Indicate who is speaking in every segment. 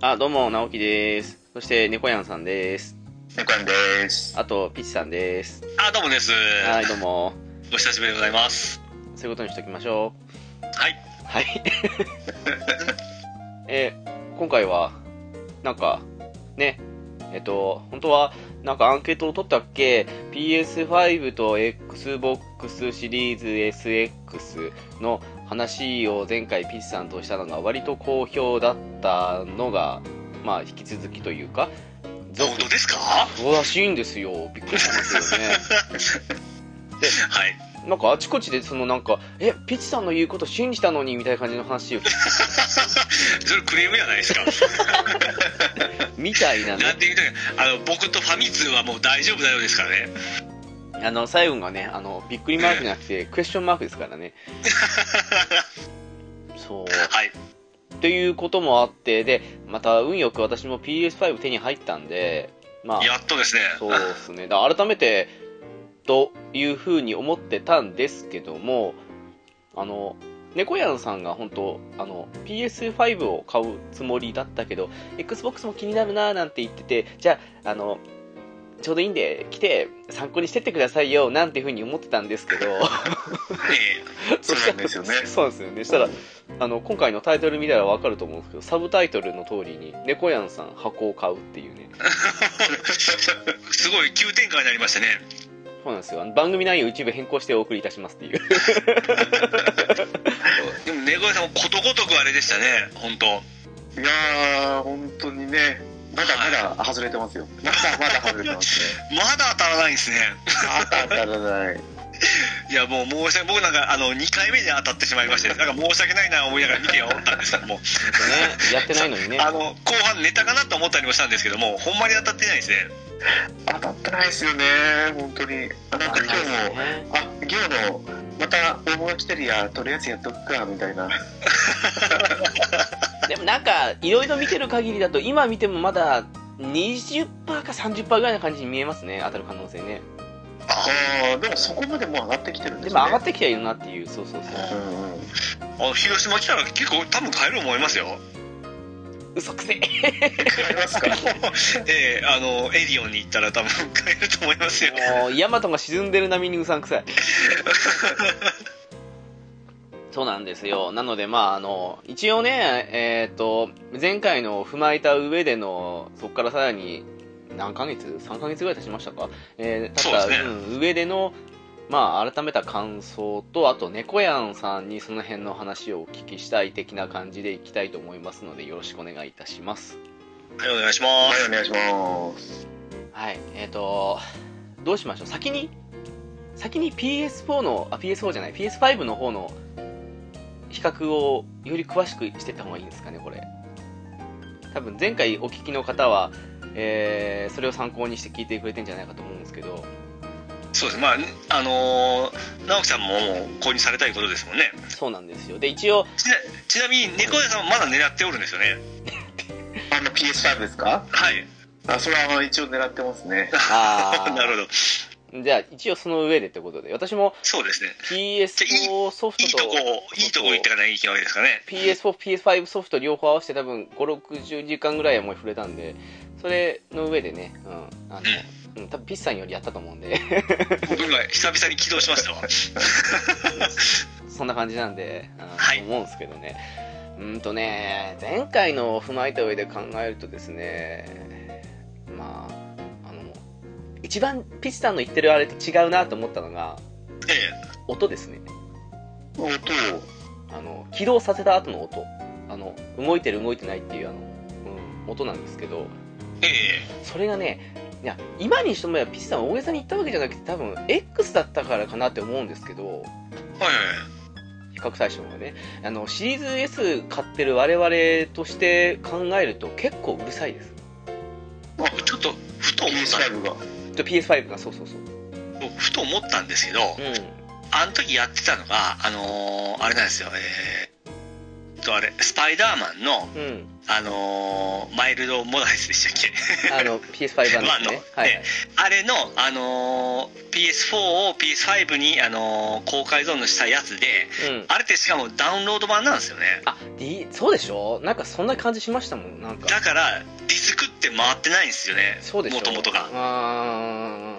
Speaker 1: あ、どうも、直樹です。そして、猫やんさんです。
Speaker 2: 猫やんです。
Speaker 1: あと、ピチさんです。
Speaker 2: あ、どうもです。
Speaker 1: はい、どうも。
Speaker 2: お久しぶりでございます。
Speaker 1: そういうことにしときましょ
Speaker 2: はい。
Speaker 1: う。はい。 え、今回は、なんか、ね、えっと、本当は、なんかアンケートを取ったっけ ?PS5 と Xbox シリーズ SX の話を前回ピチさんとしたのが割と好評だったのが、まあ、引き続きというか、
Speaker 2: 本当ですかは
Speaker 1: そうらしいんですよ。びっくりしますよね。
Speaker 2: い。
Speaker 1: なんかあちこちでそのなんか、え、ピチさんの言うこと信じたのにみたいな感じの話を、
Speaker 2: それクレームじゃないで すか。
Speaker 1: みたいなね
Speaker 2: な。んて言うとあの、僕とファミ通はもう大丈夫だよですからね。
Speaker 1: あの、最後がね、あの、びっくりマークじゃなくて、クエスチョンマークですからね。そう。
Speaker 2: はい。
Speaker 1: っていうこともあって、で、また運よく私も PS5 手に入ったんで、まあ、
Speaker 2: やっとですね。
Speaker 1: そうですね。だから改めて、というふうに思ってたんですけども、あの、猫やんさんが本当あの PS5 を買うつもりだったけど Xbox も気になるなーなんて言っててじゃああのちょうどいいんで来て参考にしてってくださいよなんていうふうに思ってたんですけど
Speaker 2: えそうなんですよね
Speaker 1: そうなんですよねしたらあの今回のタイトル見たらわかると思うんですけどサブタイトルの通りに猫やんさん箱を買うっていうね
Speaker 2: え すごい急展開になりましたね。
Speaker 1: そうなんですよあの番組内容一部変更してお送りいたしますっていう
Speaker 2: でも、猫屋さんもことごとくあれでしたね。本当。
Speaker 3: いやー、本当にね、まだまだ外れてますよ。まだまだ外れてますね。
Speaker 2: まだ当たらないんですね。
Speaker 3: あたたらない。
Speaker 2: いや、もう申し訳、僕なんか、あの、2回目で当たってしまいまして、なんか申し訳ないな思いながら見ておったんですけども。
Speaker 1: ね、やってないのにね。
Speaker 2: あの後半ネタかなと思ったりもしたんですけどもほんまに当たってないですね
Speaker 3: 当たってないですよね、本当に。あなんか今日も、
Speaker 1: ね
Speaker 3: あ、今日の、また応募が来てるや、とりあえずやっとくか、みたいな。
Speaker 1: でもなんか、いろいろ見てる限りだと、今見てもまだ20%か30%ぐらいな感じに見えますね、当たる可能性ね。
Speaker 3: あー、でもそこまでもう上がってきてるんで
Speaker 1: ですも
Speaker 3: ね。
Speaker 1: 上がってきてはいるなっていう、そうそうそう。
Speaker 3: うんうん。
Speaker 2: あの広島来たら結構多分買える思いますよ
Speaker 1: 嘘くせえ。
Speaker 3: 買いますか。
Speaker 2: ええあのエディオンに行ったら多分買えると思いますよ
Speaker 1: もう、ヤマトが沈んでる波にうさんくさい。 そうなんですよ。なので、まあ、あの、一応ね、えっ、と、前回のを踏まえた上での、そこからさらに、何ヶ月 ?3 ヶ月ぐらい経ちましたかえー、経った、
Speaker 2: そうですね
Speaker 1: うん、上での、まあ、改めた感想と、あと、猫やんさんにその辺の話をお聞きしたい的な感じでいきたいと思いますので、よろしくお願いいたします。
Speaker 2: はいお願いしま
Speaker 3: はい、
Speaker 2: す
Speaker 3: お願いします。
Speaker 1: はい、えっ、と、どうしましょう、先に、先に PS4 の、あ、PS4 じゃない、PS5 の方の比較をより詳しくしてった方がいいんですかね、これ。多分前回お聞きの方は、えーそれを参考にして聞いてくれてんじゃないかと思うんですけど、
Speaker 2: そうですまああのー直樹さんももう購入されたいことですもんね
Speaker 1: そうなんですよ。で、一応、
Speaker 2: ちなちなみに猫屋さんはまだ狙っておるんですよね
Speaker 3: あの PS5 ですか
Speaker 2: はい
Speaker 3: あ、それはあの一応狙ってますね。
Speaker 1: あー
Speaker 2: なるほど
Speaker 1: じゃあ一応その上でってことで、私も
Speaker 2: そうですね
Speaker 1: PS4 ソフ
Speaker 2: いい
Speaker 1: ト
Speaker 2: と
Speaker 1: と、
Speaker 2: こをいいとこ行ってかないきわけですかね
Speaker 1: PS4、PS5 ソフト両方合わせて多分5、60時間ぐらいはもう触れたんで、それの上でね、うん、あの、うん、多分ピッさんよりやったと思うんで、
Speaker 2: 僕今久々に起動しました わ。
Speaker 1: そんな感じなんで、あの
Speaker 2: はい
Speaker 1: 思うんですけどね。うーんとね、前回のを踏まえた上で考えるとですね、まあ、あの、一番ピッさんの言ってるあれと違うなと思ったのが、
Speaker 2: え
Speaker 1: 音ですね。
Speaker 3: 音を、
Speaker 1: あの、起動させた後の音。あの、動いてる動いてないっていう、あの、うん、音なんですけど、
Speaker 2: え、え
Speaker 1: それがね、いや、今にしてもや、ピッさん大げさに言ったわけじゃなくて、多分、X だったからかなって思うんですけど、
Speaker 2: え、はいはい
Speaker 1: 比較対象がねあのシリーズ S 買ってる我々として考えると結構うるさいです
Speaker 2: はい。あちょっと、ふと思った
Speaker 3: PS5 が。
Speaker 1: ちょ PS5 がそうそうそう
Speaker 2: ふと思ったんですけど、
Speaker 1: う
Speaker 2: あの時やってたのが、あのーあれなんですよ、えー、と、あれ、スパイダーマンの、
Speaker 1: んうん
Speaker 2: あのーマイルド・モダリスでしたっけ
Speaker 1: あの PS5 版ですね
Speaker 2: まああの
Speaker 1: はいはい
Speaker 2: あれの、あのー PS4 を PS5 に、あのー高解像度したやつで、
Speaker 1: うん
Speaker 2: あれってしかもダウンロード版なんですよね。
Speaker 1: あ D そうでしょなんかそんな感じしましたもんなんか
Speaker 2: だから、ディスクって回ってないんですよね。
Speaker 1: そうでしょ
Speaker 2: もともとが。
Speaker 1: あ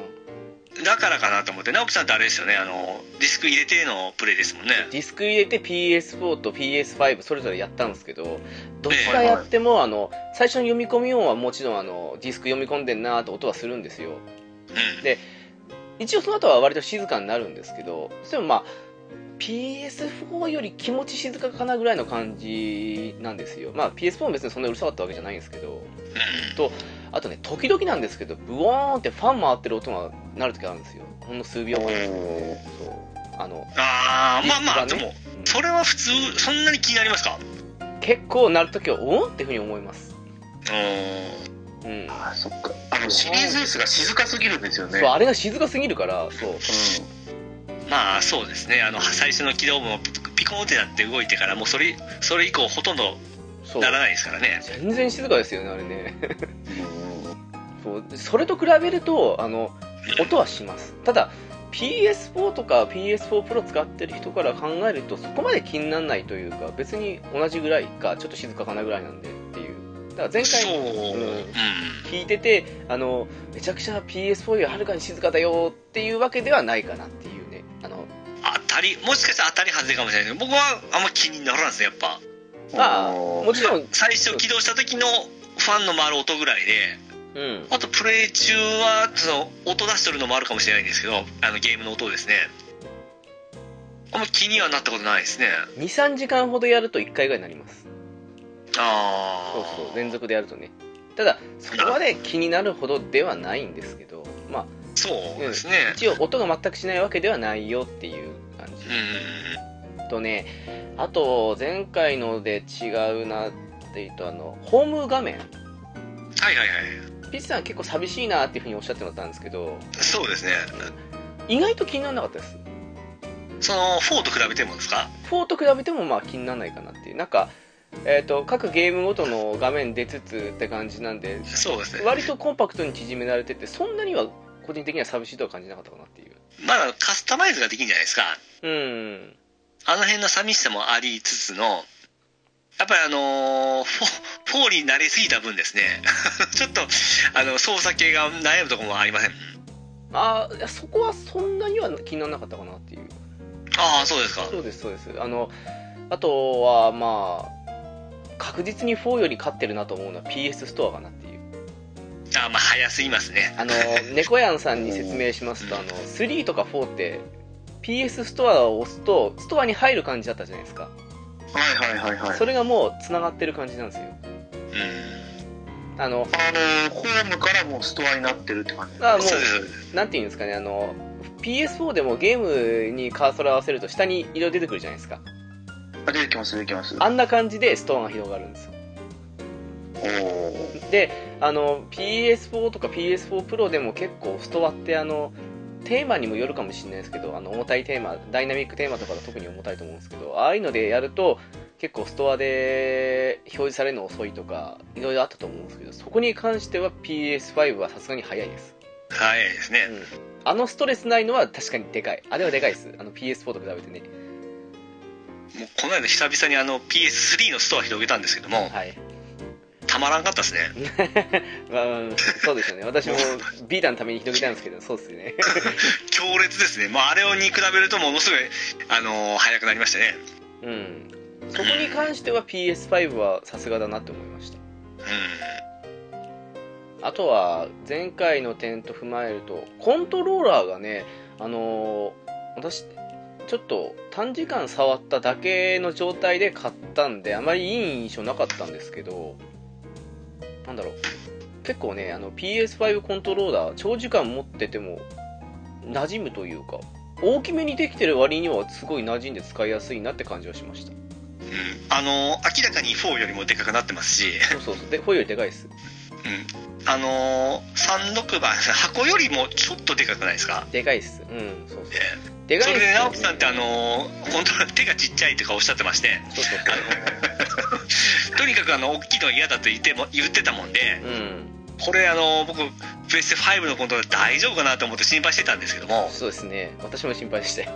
Speaker 2: だからかなと思って、直樹さんってあれですよね、あの、ディスク入れてのプレイですもんね。
Speaker 1: ーディスク入れて PS4 と PS5 それぞれやったんですけどどっちかやってもあの最初の読み込み音はもちろんあのディスク読み込んでんなーと音はするんですよ
Speaker 2: うん。
Speaker 1: 一応その後は割と静かになるんですけどでもまあ PS4 より気持ち静かかなぐらいの感じなんですよまあ PS4 も別にそんなうるさかったわけじゃないんですけど
Speaker 2: うん。
Speaker 1: あとね時々なんですけどブワーンってファン回ってる音が鳴る時あるんですよほんの数秒間です
Speaker 3: お
Speaker 1: そうあの
Speaker 2: あー、まあまあ、
Speaker 1: ディスク
Speaker 2: で
Speaker 1: がね
Speaker 2: も、
Speaker 1: うん
Speaker 2: それは普通、そんなに気になりますか
Speaker 1: 結構鳴る時はおんっていうふうに思います
Speaker 2: うん。
Speaker 1: うん
Speaker 3: あー、そっか。あの、シリーズ S が静かすぎるんですよね。
Speaker 1: そうあれが静かすぎるからそう
Speaker 3: う
Speaker 2: まあ、そうですね。あの、最初の起動もピコーンってなって動いてから、もうそれ、それ以降ほとんど
Speaker 1: そう
Speaker 2: ならないですからね。
Speaker 1: 全然静かですよねあれね
Speaker 3: ん。うん
Speaker 1: そうそれと比べるとあの音はしますただ PS4 とか PS4 Pro 使ってる人から考えるとそこまで気にならないというか別に同じぐらいかちょっと静かかなぐらいなんでっていうだから前
Speaker 2: そう。
Speaker 1: 回
Speaker 2: う
Speaker 1: うん
Speaker 2: ん。
Speaker 1: 聞いててあのめちゃくちゃ PS4 よりはるかに静かだよっていうわけではないかなっていうねあの
Speaker 2: 当たり、もしかしたら当たり外れかもしれないけど、僕はあんま気にならんですね、やっぱ。
Speaker 1: まあ
Speaker 3: おー
Speaker 1: もちろん
Speaker 2: 最初起動した時のファンの回る音ぐらいで、
Speaker 1: うん
Speaker 2: あとプレイ中はその音出しとるのもあるかもしれないんですけどあのゲームの音ですねあんま気にはなったことないですね
Speaker 1: 23時間ほどやると1回ぐらいになります
Speaker 2: ああ
Speaker 1: そうそう連続でやるとねただそこまで気になるほどではないんですけどまあ
Speaker 2: そうですね
Speaker 1: 一応音が全くしないわけではないよっていう感じ、
Speaker 2: うん
Speaker 1: とねあと前回ので違うなっていうとあのホーム画面
Speaker 2: はいはいは
Speaker 1: ピッチさん結構寂しいなっていうふうにおっしゃってもらったんですけど
Speaker 2: いそうですね
Speaker 1: 意外と気にならなかったです
Speaker 2: その4と比べてもですか
Speaker 1: 4と比べてもまあ気にならないかなっていうなんか、えー、と各ゲームごとの画面出つつって感じなんで
Speaker 2: そうですね
Speaker 1: 割とコンパクトに縮められててそんなには個人的には寂しいとは感じなかったかなっていう
Speaker 2: まだカスタマイズができるんじゃないですか
Speaker 1: うん
Speaker 2: あの辺の寂しさもありつつのやっぱりあのー、4, 4になりすぎた分ですね ちょっとあの操作系が悩むところもありません
Speaker 1: あーいやそこはそんなには気にならなかったかなっていう
Speaker 2: ああそうですか
Speaker 1: そうですそうですあのあとはまあ確実に4より勝ってるなと思うのは PS ストアかなっていう
Speaker 2: あまあ早すぎますね
Speaker 1: あの猫やんさんに説明しますとあの3とか4って PS ストアを押すとストアに入る感じだったじゃないですか
Speaker 3: はいはいはいはい。
Speaker 1: それがもうつながってる感じなんですよ
Speaker 2: うん
Speaker 1: あの
Speaker 3: あのーホームからもうストアになってるって感じ。
Speaker 1: あも
Speaker 2: そうですそう
Speaker 1: う
Speaker 2: です
Speaker 1: なんていうんですかねあの PS4 でもゲームにカーソル合わせると下に色出てくるじゃないですか
Speaker 3: あ出てきます出てきます。
Speaker 1: あんな感じでストアが広がるんですよ
Speaker 3: おー
Speaker 1: であの PS4 とか PS4 Pro でも結構ストアってあのテーマにもよるかもしれないですけどあの重たいテーマダイナミックテーマとかだと特に重たいと思うんですけどああいうのでやると結構ストアで表示されるの遅いとかいろいろあったと思うんですけどそこに関しては PS5 はさすがに早いです、
Speaker 2: 早いですね
Speaker 1: うん、あのストレスないのは確かにでかいあれはでかいですあの PS4 と比べてね
Speaker 2: もうこの間久々にあの PS3 のストア広げたんですけども
Speaker 1: はい
Speaker 2: 確たまらんかったですね。
Speaker 1: うんそうですよね私もビータのために広げたんですけどそうですね
Speaker 2: 強烈ですね。まあ、あれをに比べるとものすごい、あのー速くなりましたね。
Speaker 1: うんそこに関しては PS5 はさすがだなって思いました
Speaker 2: う
Speaker 1: あとは前回の点と踏まえるとコントローラーがねあのー私ちょっと短時間触っただけの状態で買ったんであまりいい印象なかったんですけどなんだろう結構ねあの PS5 コントローラー長時間持ってても馴染むというか大きめにできてる割にはすごい馴染んで使いやすいなって感じはしました
Speaker 2: ん。うん。あのー明らかに4よりもでかくなってますし、
Speaker 1: そうそうそうでこれよりでかいです
Speaker 2: うん。あのー、36番、箱よりもちょっとでかくないですか
Speaker 1: でかいっすうんそうそう
Speaker 2: ええ
Speaker 1: でか
Speaker 2: そ
Speaker 1: いっ
Speaker 2: れ
Speaker 1: す
Speaker 2: で
Speaker 1: よ
Speaker 2: 直樹さんってあのー本当は 手がちっちゃいとかおっしゃってまして
Speaker 1: そうそう
Speaker 2: とにかくあの大きいのが嫌だと言っても言ってたもんで
Speaker 1: そううん
Speaker 2: これあのー僕プレステ5のコントローラー大丈夫かなと思って心配してたんですけども
Speaker 1: そうですね私も心配でしたよ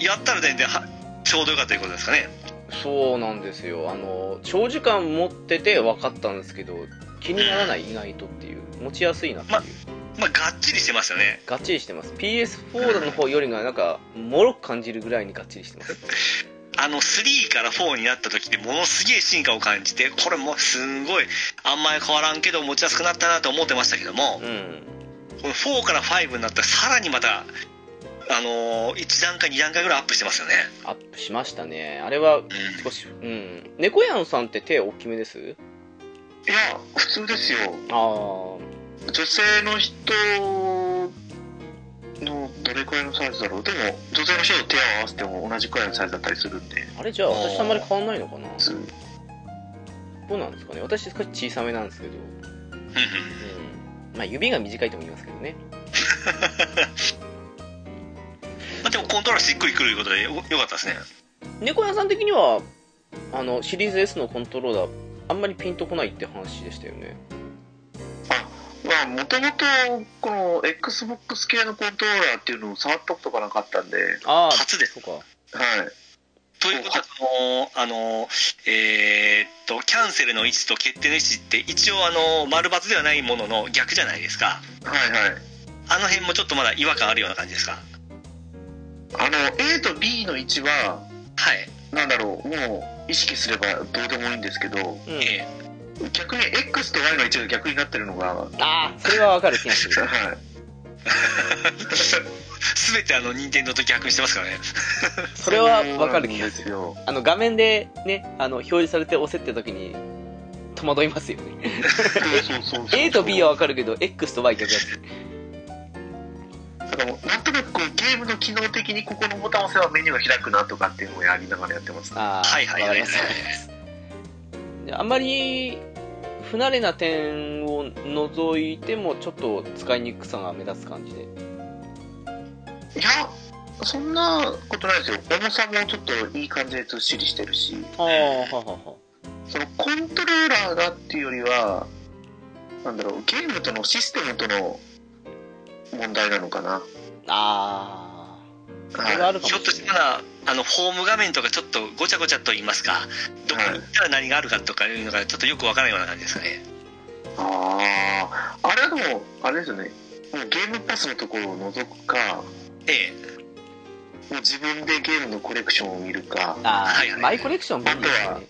Speaker 2: やったら全然はちょうどよかったということですかね
Speaker 1: そうなんですよあの長時間持ってて分かったんですけど気にならない意外とっていう持ちやすいなっていう、
Speaker 2: ままあがっちりしてますよね
Speaker 1: がっちりしてます PS4 の方よりがなんかもろく感じるぐらいにがっちりしてます
Speaker 2: あの3から4になった時でものすげえ進化を感じてこれもすごいあんまり変わらんけど持ちやすくなったなと思ってましたけども
Speaker 1: うん
Speaker 2: この4から5になったらさらにまたあの1段階2段階ぐらいアップしてますよね
Speaker 1: アップしましたねあれは
Speaker 2: うん
Speaker 1: 少しうん猫やんさんって手大きめです
Speaker 3: いや、普通ですよ。
Speaker 1: ああ
Speaker 3: 女性の人のどれくらいのサイズだろう。でも、女性の人と手を合わせても同じくらいのサイズだったりするんで、
Speaker 1: あれじゃあ私とあんまり変わんないのかな
Speaker 3: 普通。
Speaker 1: どうなんですかね私少し小さめなんですけど
Speaker 2: うんうん
Speaker 1: うんまあ指が短いとも言いますけどね
Speaker 2: まあ、でもコントローラーしっくりくるいうことでよよかったですね
Speaker 1: 猫屋さん的にはあのシリーズ S のコントローラーあんまりピンとこないって話でしたよね
Speaker 3: まあ、もともと、この Xbox 系のコントローラーっていうのを触ったことがなかったんで、
Speaker 1: ああ
Speaker 2: 初で
Speaker 1: そ
Speaker 2: す
Speaker 1: うか
Speaker 3: はい。
Speaker 2: ということはあのーあのーえーっとキャンセルの位置と決定の位置って一応あのー丸×ではないものの逆じゃないですか
Speaker 3: はいはい。
Speaker 2: あの辺もちょっとまだ違和感あるような感じですか
Speaker 3: あの、A と B の位置は、
Speaker 2: はい、
Speaker 3: なんだろう、もう意識すればどうでもいいんですけど、
Speaker 1: うん
Speaker 2: え
Speaker 3: 逆に X と Y の位置が逆になってるのが、は
Speaker 1: ああそれはわかる気がする
Speaker 3: い。
Speaker 2: ー、 全てあの任天堂と逆にしてますからね
Speaker 1: それはわかる
Speaker 3: そう
Speaker 1: 気
Speaker 3: なん
Speaker 1: が
Speaker 3: です
Speaker 1: る
Speaker 3: すよ。
Speaker 1: あの画面でねあの表示されて押せって時に戸惑いますよ ね
Speaker 3: そうそうそうそう
Speaker 1: A と B はわかるけど X と Y 逆だって
Speaker 3: だからもうなんとなくこうゲームの機能的にここのボタンを押せばメニューが開くなとかっていうのをやりながらやってます。
Speaker 1: ああ
Speaker 2: はいはい
Speaker 1: わ
Speaker 2: は
Speaker 1: か
Speaker 2: い
Speaker 1: り
Speaker 2: は
Speaker 1: ま
Speaker 2: い
Speaker 1: すわかりますであんまり不慣れな点を除いてもちょっと使いにくさが目立つ感じで
Speaker 3: いや、そんなことないですよ。重さもちょっといい感じでずっしりしてるし、
Speaker 1: ああはあはあは
Speaker 3: そのコントローラーがっていうよりは、なんだろう、ゲームとのシステムとの問題なのかな。
Speaker 1: あああそれはあ
Speaker 3: はい
Speaker 1: るかもし
Speaker 2: ひょ
Speaker 1: れない
Speaker 2: っとしたらあのホーム画面とかちょっとごちゃごちゃと言いますかどこに行ったら何があるかとかいうのがちょっとよくわからないような感じですかね
Speaker 3: ああ、あれはでも、あれですよね。もうゲームパスのところを覗くか、
Speaker 2: え
Speaker 3: もう自分でゲームのコレクションを見るか、
Speaker 1: あ
Speaker 2: はいは
Speaker 1: ー
Speaker 2: い
Speaker 1: マイコレクション便利です
Speaker 3: あ
Speaker 1: ね。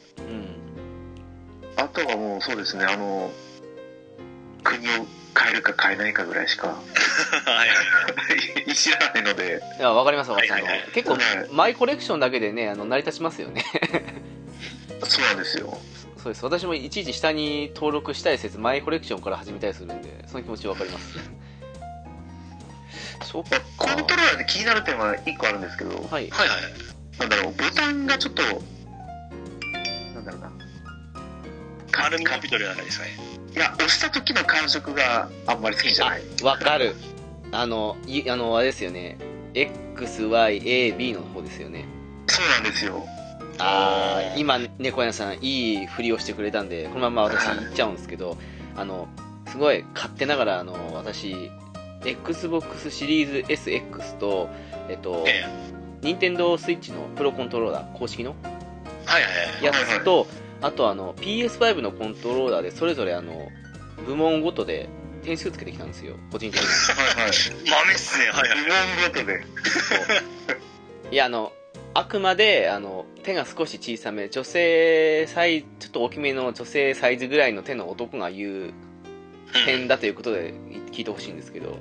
Speaker 3: あとはもうそうですね、あの、国を変えるか変えないかぐらいしか
Speaker 2: えはい
Speaker 3: 知らないので、
Speaker 1: うん。いや、わかりますわかります。
Speaker 2: はいはいはい
Speaker 1: あの結構
Speaker 3: はい、
Speaker 1: マイコレクションだけでね、あの、成り立ちますよね。
Speaker 3: そうなんですよ。
Speaker 1: そうです。私もいちいち下に登録したい説、マイコレクションから始めたりするんで、その気持ちわかり ます。そうか。
Speaker 3: コントローラーで気になる点は1個あるんですけど、
Speaker 1: はい。
Speaker 2: はいはい
Speaker 3: なんだろう、ボタンがちょっと、なんだろうな。
Speaker 2: 丸みを帯びとるような感じですかね
Speaker 3: いや、押した時の感触があんまり好きじゃない。
Speaker 1: あ、わかる。あの、い、あの、あれですよね。X、Y、A、B の方ですよね。
Speaker 3: そうなんですよ。
Speaker 1: あ
Speaker 2: あ
Speaker 1: あ
Speaker 2: ー
Speaker 1: 今猫屋さんいいふりをしてくれたんでこのまま私行っちゃうんですけどあのすごい勝手ながらあの私 XBOX シリーズ SX とえっと
Speaker 2: え
Speaker 1: 任天堂スイッチのプロコントローラー公式の
Speaker 2: えはいはいはい
Speaker 1: やつとあとあの PS5 のコントローラーでそれぞれあの部門ごとで点数つけてきたんですよ個人的に
Speaker 3: はい。
Speaker 2: 豆っすね、はいはい。
Speaker 3: 部門ごとで。
Speaker 1: そういやあのあくまであの手が少し小さめ女性サイちょっと大きめの女性サイズぐらいの手の男が言う
Speaker 2: うん
Speaker 1: 点だということで聞いてほしいんですけど
Speaker 2: はいは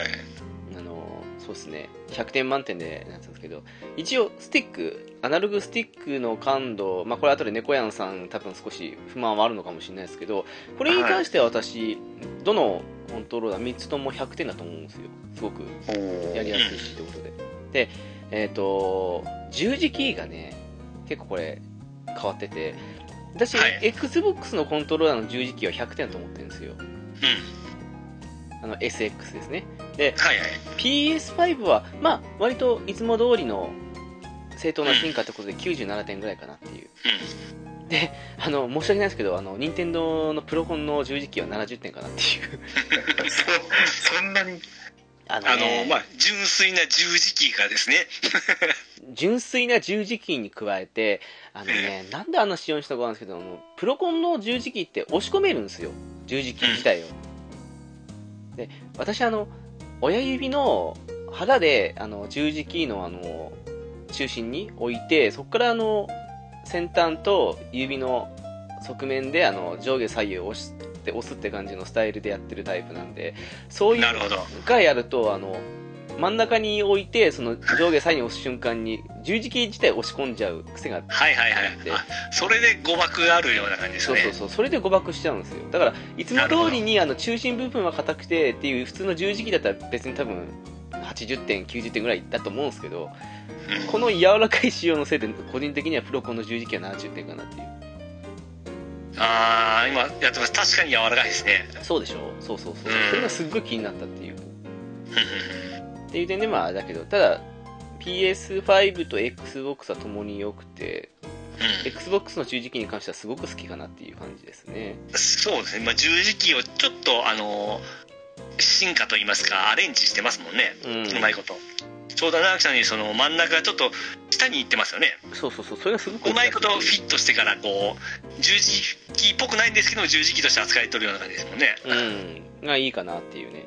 Speaker 2: い。
Speaker 1: あのそうですね100点満点でなったんですけど一応スティックアナログスティックの感度、まあ、これ後で猫やんさん多分少し不満はあるのかもしれないですけどこれに関しては私、どのコントローラー3つとも100点だと思うんですよすごく
Speaker 3: おー
Speaker 1: やりやすいしってことででえっ、と十字キーがね結構これ変わってて私、
Speaker 2: はい
Speaker 1: XBOX のコントローラーの十字キーは100点だと思ってるんですよ
Speaker 2: うん。
Speaker 1: あの SX ですね
Speaker 2: はいはい。
Speaker 1: PS5 は、まあ、割といつも通りの正当な進化ってことで97点ぐらいかなっていう。
Speaker 2: う
Speaker 1: で、あの、申し訳ないですけど、あの、任天堂のプロコンの十字キーは70点かなっていう。
Speaker 3: そそんなに。
Speaker 1: あ
Speaker 2: ん。あの
Speaker 1: ね
Speaker 2: まあ、純粋な十字キーがですね。
Speaker 1: 純粋な十字キーに加えて、あの ね、なんであんな仕様にしたかわかんないですけど、あの、プロコンの十字キーって押し込めるんですよ。十字キー自体を。で、私あの、親指の腹で、あの、十字キーのあの、中心に置いて、そこからあの、先端と指の側面で、あの、上下左右押して、押すって感じのスタイルでやってるタイプなんで、そういう
Speaker 2: なるほど。
Speaker 1: 一回やるとあの真ん中に置いてその上下左右に押す瞬間に十字キー自体押し込んじゃう癖があって
Speaker 2: はいはいはい。あそれで誤爆があるような感じです
Speaker 1: そう
Speaker 2: ね。
Speaker 1: そうそうそれで誤爆しちゃうんですよだからいつも通りにあの中心部分は硬くてっていう普通の十字キーだったら別に多分80点90点ぐらいだと思うんですけど
Speaker 2: うん
Speaker 1: この柔らかい仕様のせいで個人的にはプロコンの十字キーは70点かなっていう
Speaker 2: ああ、今やってます。確かに柔らかいですね。
Speaker 1: そうでしょそうそうそう
Speaker 2: うん
Speaker 1: それがすっごい気になったっていう
Speaker 2: うんうんうん
Speaker 1: っていう点でまあだけどただ PS5 と XBOX はともに良くて
Speaker 2: う
Speaker 1: XBOX の十字キーに関してはすごく好きかなっていう感じですね。
Speaker 2: んそうですね。まあ、十字キーをちょっと、あのー進化といいますか、アレンジしてますもんね。
Speaker 1: うん
Speaker 2: うまいこと。ちょうど長木さんにその真ん中がちょっと下に行ってますよね。
Speaker 1: そうそうそう、それがすごく
Speaker 2: うまいことフィットしてからこう十字キーっぽくないんですけども十字キーとして扱いとるような感じですもんね
Speaker 1: うん、がいいかなっていうね。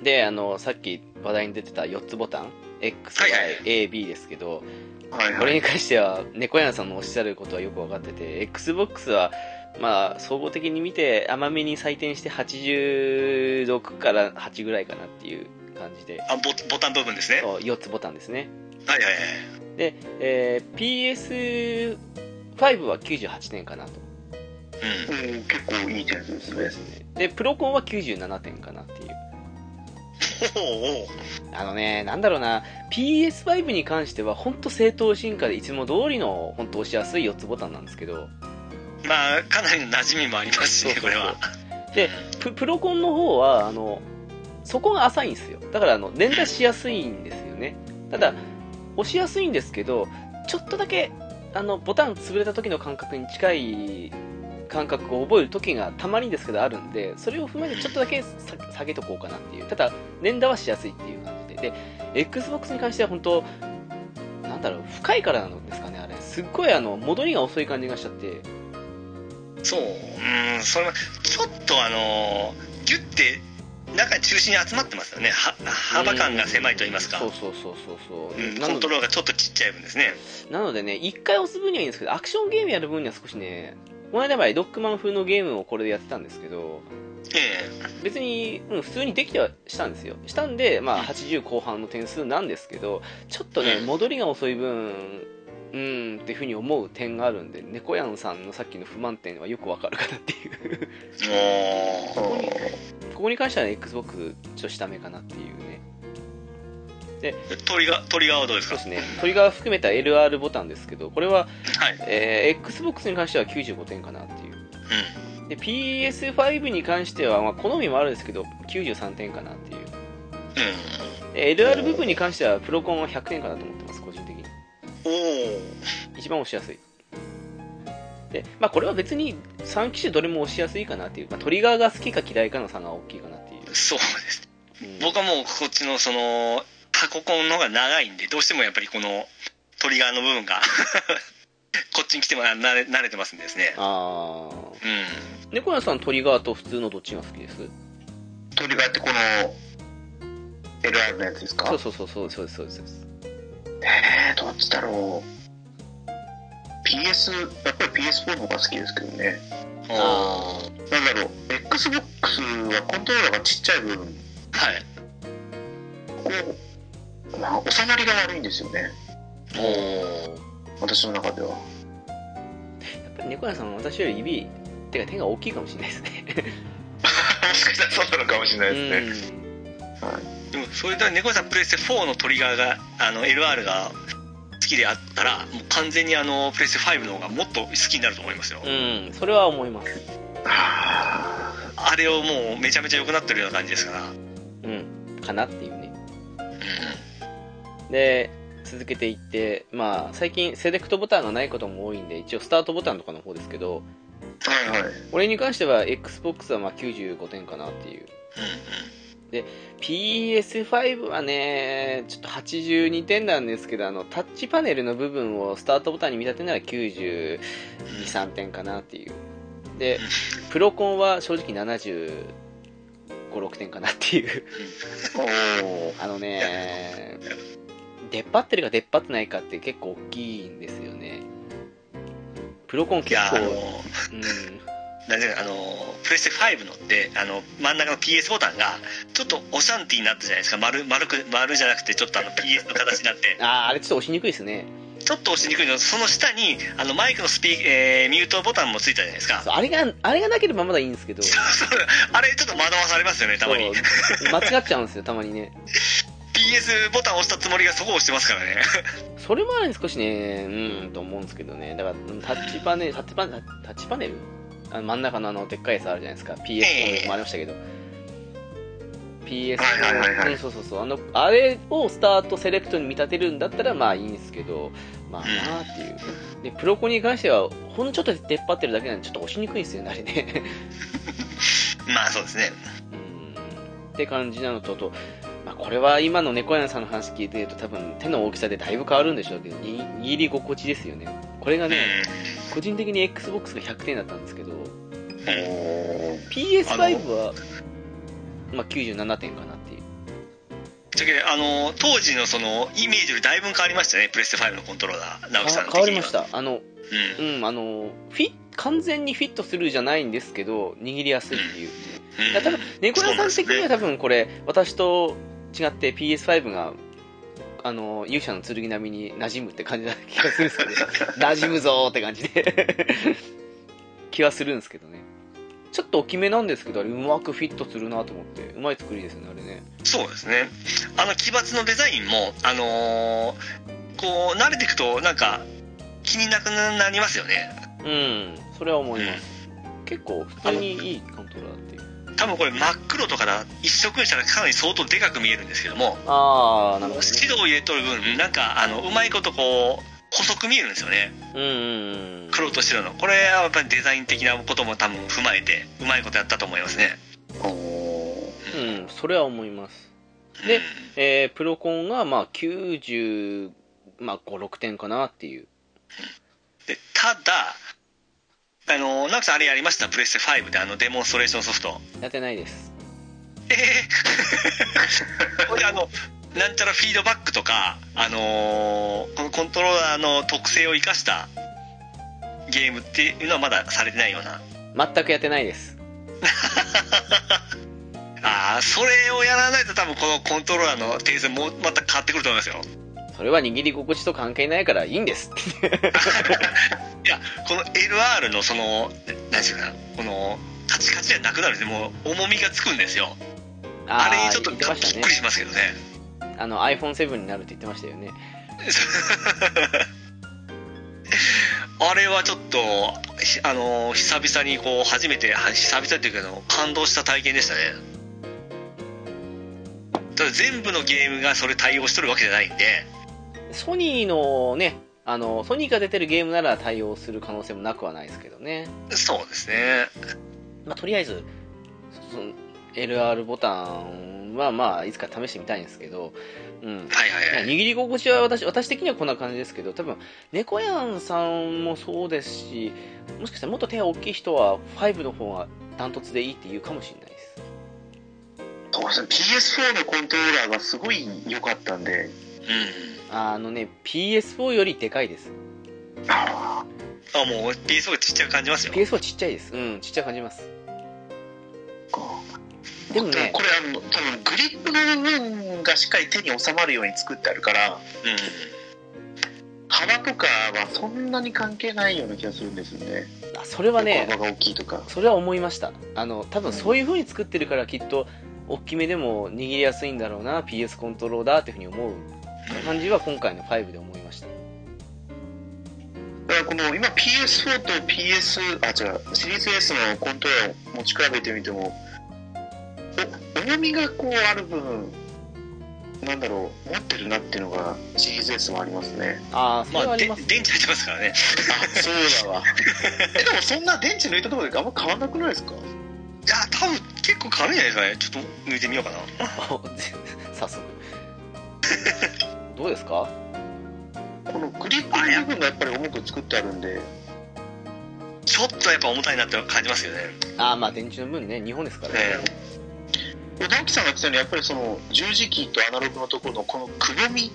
Speaker 2: う
Speaker 1: で、あの、さっき話題に出てた4つボタン、X、
Speaker 2: はいはいは
Speaker 1: Y、A、B ですけど、
Speaker 3: はい
Speaker 1: こ
Speaker 3: は
Speaker 1: れ
Speaker 3: い。
Speaker 1: に関しては、猫屋さんのおっしゃることはよく分かってて、XBOX は、まあ、総合的に見て、甘めに採点して86から8ぐらいかなっていう感じで、
Speaker 2: んあボボタン部分ですねはい
Speaker 1: 4つボタンですね。
Speaker 2: はいはい
Speaker 1: で、えー PS5 は98点かなと。
Speaker 2: うん
Speaker 3: うん、結構いい点数です
Speaker 1: そうで
Speaker 3: ね。
Speaker 1: すね。で、プロコンは97点かなっていう。
Speaker 2: ほうほう
Speaker 1: あのね、なんだろうな、PS5 に関しては、本当正当進化でいつも通りの、本当押しやすい4つボタンなんですけど、
Speaker 2: まあかなりの馴染みもありますしね
Speaker 1: そうそ
Speaker 2: こ
Speaker 1: う
Speaker 2: れ
Speaker 1: そう
Speaker 2: は
Speaker 1: でププロコンの方は、あの、そこが浅いんですよ。だから、あの、連打しやすいんですよね。ただ、押しやすいんですけど、ちょっとだけ、あの、ボタン潰れた時の感覚に近い感覚を覚える時がたまにですけどあるんで、それを踏まえてちょっとだけさ下げとこうかなっていう。ただ、連打はしやすいっていう感じで。で、Xbox に関しては本当、なんだろう、深いからなんですかね、あれ。すっごい、あの、戻りが遅い感じがしちゃって。
Speaker 2: そううんそれはちょっとあのーギュッて中に中心に集まってますよねは幅感が狭いと言いますか
Speaker 1: そうそうそうそうそう。
Speaker 2: うん
Speaker 1: な
Speaker 2: コ
Speaker 1: の
Speaker 2: ン
Speaker 1: で
Speaker 2: トロールがちょっとちっちゃい分ですね
Speaker 1: なのでね、一回押す分にはいいんですけど、アクションゲームやる分には少しね、この間までドッグマン風のゲームをこれでやってたんですけど、
Speaker 2: え
Speaker 1: 別に、うん、普通にできてはしたんですよ。したんで、まあ、80後半の点数なんですけど、ちょっとね、
Speaker 2: うん
Speaker 1: 戻りが遅い分、うーんっていうふうに思う点があるんで、猫やんさんのさっきの不満点はよくわかるかなっていう。
Speaker 2: えもう
Speaker 3: おー
Speaker 1: ここに関しては、ね、Xbox ちょっと下目かなっていうね。
Speaker 2: トリガートリガーはどうです
Speaker 1: そ
Speaker 2: か
Speaker 1: うですね、トリガー含めた LR ボタンですけど、これは、
Speaker 2: はい、うん、
Speaker 1: えー Xbox に関しては95点かなっていう。で PS5 に関しては、まあ、好みもあるんですけど93点かなっていうで LR 部分に関してはプロコンは100点かなと思ってます個人的に
Speaker 2: うん、おお
Speaker 1: 一番押しやすいで、まあ、これは別に3機種どれも押しやすいかなっていう、まあ、トリガーが好きか嫌いかの差が大きいかなっていう、
Speaker 2: そうです
Speaker 1: うん
Speaker 2: 僕はもうこっちのそのタココンの方が長いんでどうしてもやっぱりこのトリガーの部分が こっちに来てもら慣れ慣れてますんでですね。
Speaker 1: あー
Speaker 2: うん。
Speaker 1: 猫屋さんトリガーと普通のどっちが好きです
Speaker 3: トリガーってこの LR のやつですか
Speaker 1: そうそうそうそうそうですそうですそうです
Speaker 3: えー、どっちだろう PS やっぱり PS4 の方が好きですけどね
Speaker 2: あー
Speaker 3: なんだろう XBOX はコントローラーがちっちゃい分こ
Speaker 2: はい。
Speaker 3: う、まあ、収まりが悪いんですよね
Speaker 2: お
Speaker 3: 私の中では
Speaker 1: やっぱり猫屋さんは私より指てか手が大きいかもしれないですね
Speaker 3: もしかしたらそうなのかもしれな
Speaker 1: うん
Speaker 2: でもそれで猫さんプレステ4のトリガーがあの LR が好きであったらもう完全にあのプレステ5の方がもっと好きになると思いますよ、
Speaker 1: うんそれは思います
Speaker 3: あ
Speaker 2: あれをもうめちゃめちゃ良くなってるような感じですから、うん、
Speaker 1: うんかなっていうねで続けていってまあ最近セレクトボタンがないことも多いんで一応スタートボタンとかの方ですけど
Speaker 3: ーはいはい
Speaker 1: 俺に関しては XBOX はまあ95点かなっていう PS5 はねちょっと82点なんですけどあのタッチパネルの部分をスタートボタンに見立てなら923
Speaker 2: うんうん
Speaker 1: 点かなっていう でプロコンは正直756点かなっていう
Speaker 3: おお
Speaker 1: あのね、出っ張ってるか出っ張ってないかって結構大きいんですよね。プロコン
Speaker 2: い
Speaker 1: 結
Speaker 2: やあ
Speaker 1: 構、
Speaker 2: の
Speaker 1: うん、
Speaker 2: なんであのプレステ5のってあの真ん中の PS ボタンがちょっとオシャンティになったじゃないですか丸丸く丸じゃなくてちょっとあの PS の形になって
Speaker 1: あーあれちょっと押しにくいですね。
Speaker 2: ちょっと押しにくいのその下にあのマイクのスピー、えーミュートボタンもついたじゃないですか
Speaker 1: そうあれが、あれがなければまだいいんですけど、そう
Speaker 2: そうあれちょっと惑わされますよねたまに
Speaker 1: 間違っちゃうんですよ、たまにね。
Speaker 2: PS ボタン押したつもりがそこを押してますからね
Speaker 1: それもあれに少しね、うーんと思うんですけどね。だから、タッチパネル、タッチパネル、タッチパネルあの真ん中のあの、でっかいやつあるじゃないですか。PS4 でもありましたけど。PS4、
Speaker 3: はいはいはいはい
Speaker 1: うんそうそうそう。あの、あれをスタートセレクトに見立てるんだったら、まあいいんですけど、まあなあっていう。で、プロコに関しては、ほんのちょっと出っ張ってるだけなんで、ちょっと押しにくいんですよね、あれね。
Speaker 2: まあそうですね
Speaker 1: うんって感じなのと、あと、まあ、これは今の猫屋さんの話聞いてると、多分手の大きさでだいぶ変わるんでしょうけど、に握り心地ですよね。これが
Speaker 2: うん
Speaker 1: ね、個人的に XBOX が100点だったんですけど、
Speaker 3: お
Speaker 1: PS5 は、まあ、97点かなっていう。
Speaker 2: というわけであの当時のそのイメージよりだいぶ変わりましたねプレステ5のコントローラー直
Speaker 1: あ
Speaker 2: 樹さんの
Speaker 1: 変わ
Speaker 2: 的
Speaker 1: り
Speaker 2: に
Speaker 1: ま
Speaker 2: は
Speaker 1: した。あの、
Speaker 2: う
Speaker 1: うん、あの、フィ完全にフィットするじゃないんですけど、握りやすいっていう。
Speaker 2: んうん
Speaker 1: だから多分、猫屋さん的には多分これ、私と違って PS5 が、あの、勇者の剣並みに馴染むって感じな気がするんですけど、 馴染むぞーって感じで、 気はするんですけどね。ちょっと大きめなんですけど、あれうまくフィットするなと思って、うまい作りですね、あれね。
Speaker 2: そうですねあの奇抜のデザインもあのーこう慣れていくとなんか気になくなりますよね
Speaker 1: うん、それは思います。結構、普通にいいコントローラーっていう。
Speaker 2: 多分これ真っ黒とかだ一色にしたらかなり相当でかく見えるんですけども
Speaker 1: あー、なるほど、ね。
Speaker 2: 白を入れとる分なんかあのうまいことこう細く見えるんですよね
Speaker 1: うんうんうん。
Speaker 2: 黒と白のこれはやっぱりデザイン的なことも多分踏まえてうまいことやったと思いますね
Speaker 3: おお
Speaker 1: うん、それは思います。で
Speaker 2: うん
Speaker 1: えープロコンがまあ95、まあ、5 6点かなっていう
Speaker 2: でただあの直樹さんあれやりましたプレステ5であのデモンストレーションソフト
Speaker 1: やってないです
Speaker 2: ええこれあのなんちゃらフィードバックとかあのーこのコントローラーの特性を生かしたゲームっていうのはまだされてないような
Speaker 1: 全くやってないです
Speaker 2: ああそれをやらないと多分このコントローラーの訂正もまた変わってくると思いますよ
Speaker 1: それは握り心地と関係ないからいいんです
Speaker 2: いやこの LR のその何ていうかなこのカチカチじゃなくなるんですねもう重みがつくんですよあ
Speaker 1: あー
Speaker 2: れにちょっと
Speaker 1: 言
Speaker 2: び
Speaker 1: ってました
Speaker 2: っ
Speaker 1: ね
Speaker 2: くりしますけどね
Speaker 1: あの iPhone7 になるって言ってましたよね
Speaker 2: あれはちょっとひあの久々にこう初めては久々っていうけど感動した体験でしたねただ全部のゲームがそれ対応しとるわけじゃないんで
Speaker 1: ソニーのねあのソニーが出てるゲームなら対応する可能性もなくはないですけどね、
Speaker 2: そうですね
Speaker 1: まあ、とりあえずそその LR ボタンはまあいつか試してみたいんですけどうん
Speaker 2: はいはいは
Speaker 1: 握
Speaker 2: い
Speaker 1: り心地は私私的にはこんな感じですけど多分猫やんさんもそうですしもしかしたらもっと手が大きい人は5の方がダントツでいいって言うかもしれないです
Speaker 3: そうですね PS4 のコントローラーがすごい良かったんで
Speaker 2: う
Speaker 1: あのね PS4 よりでかいです
Speaker 3: あ
Speaker 2: んあもう PS4 がちっちゃく感じますよ
Speaker 1: PS4 ちっちゃいですうんちっちゃく感じます
Speaker 3: あか
Speaker 1: でもね
Speaker 3: これあの多分グリップの部分がしっかり手に収まるように作ってあるか
Speaker 2: う
Speaker 3: ら
Speaker 2: ん
Speaker 3: 幅とかはそんなに関係ないような気がするんですよね
Speaker 1: あそれはね
Speaker 3: 横幅が大きいとか
Speaker 1: それは思いましたあの多分そういう風に作ってるからきっと大きめでも握りやすいんだろうな PS コントローラーっていう風に思う感じは今回の5で思いました
Speaker 3: だからこの今 PS4 と PS あ違うシリーズ S のコントローラーを持ち比べてみてもお重みがこうある分なんだろう持ってるなっていうのがシリーズ S もありますね
Speaker 1: ああそ
Speaker 2: ま
Speaker 1: れは
Speaker 2: あ
Speaker 1: あ
Speaker 2: で
Speaker 1: ります、
Speaker 2: 電池入ってますからね
Speaker 3: あそうだわえでもそんな電池抜いたところであんま変わんなくないですか
Speaker 2: いや多分結構軽いんじゃないですかねちょっと抜いてみようかな
Speaker 1: お 早速どうですか
Speaker 3: このグリップの部分がやっぱり重く作ってあるんで
Speaker 2: ちょっとやっぱ重たいなって感じますよね
Speaker 1: ああまあ電池の分ね日本ですからね
Speaker 2: え
Speaker 3: でドンキさんが言ってたようにやっぱりその十字キーとアナログのところのこのくぼみ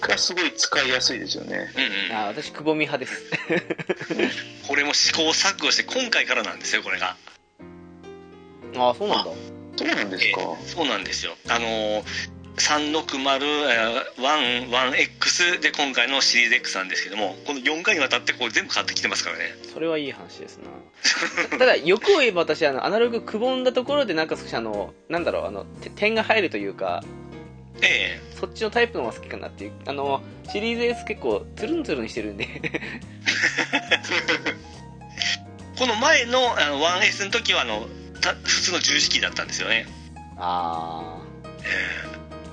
Speaker 3: がすごい使いやすいですよね
Speaker 2: うんうんうん
Speaker 1: あー私くぼみ派です
Speaker 2: これも試行錯誤して今回からなんですよこれが
Speaker 1: ああそうなんだ
Speaker 3: そうなんですか、
Speaker 2: そうなんですよあのー3601X で今回のシリーズ X なんですけどもこの4回にわたってこう全部買ってきてますからね
Speaker 1: それはいい話ですなただ欲を言えば私あのアナログくぼんだところでなんか少しあのなんだろうあのて点が入るというか
Speaker 2: ええ
Speaker 1: そっちのタイプの方が好きかなっていうあのシリーズ S 結構つるんつるんしてるんで
Speaker 2: この前のあの 1S の時はあのた普通の十字キーだったんですよね
Speaker 1: あ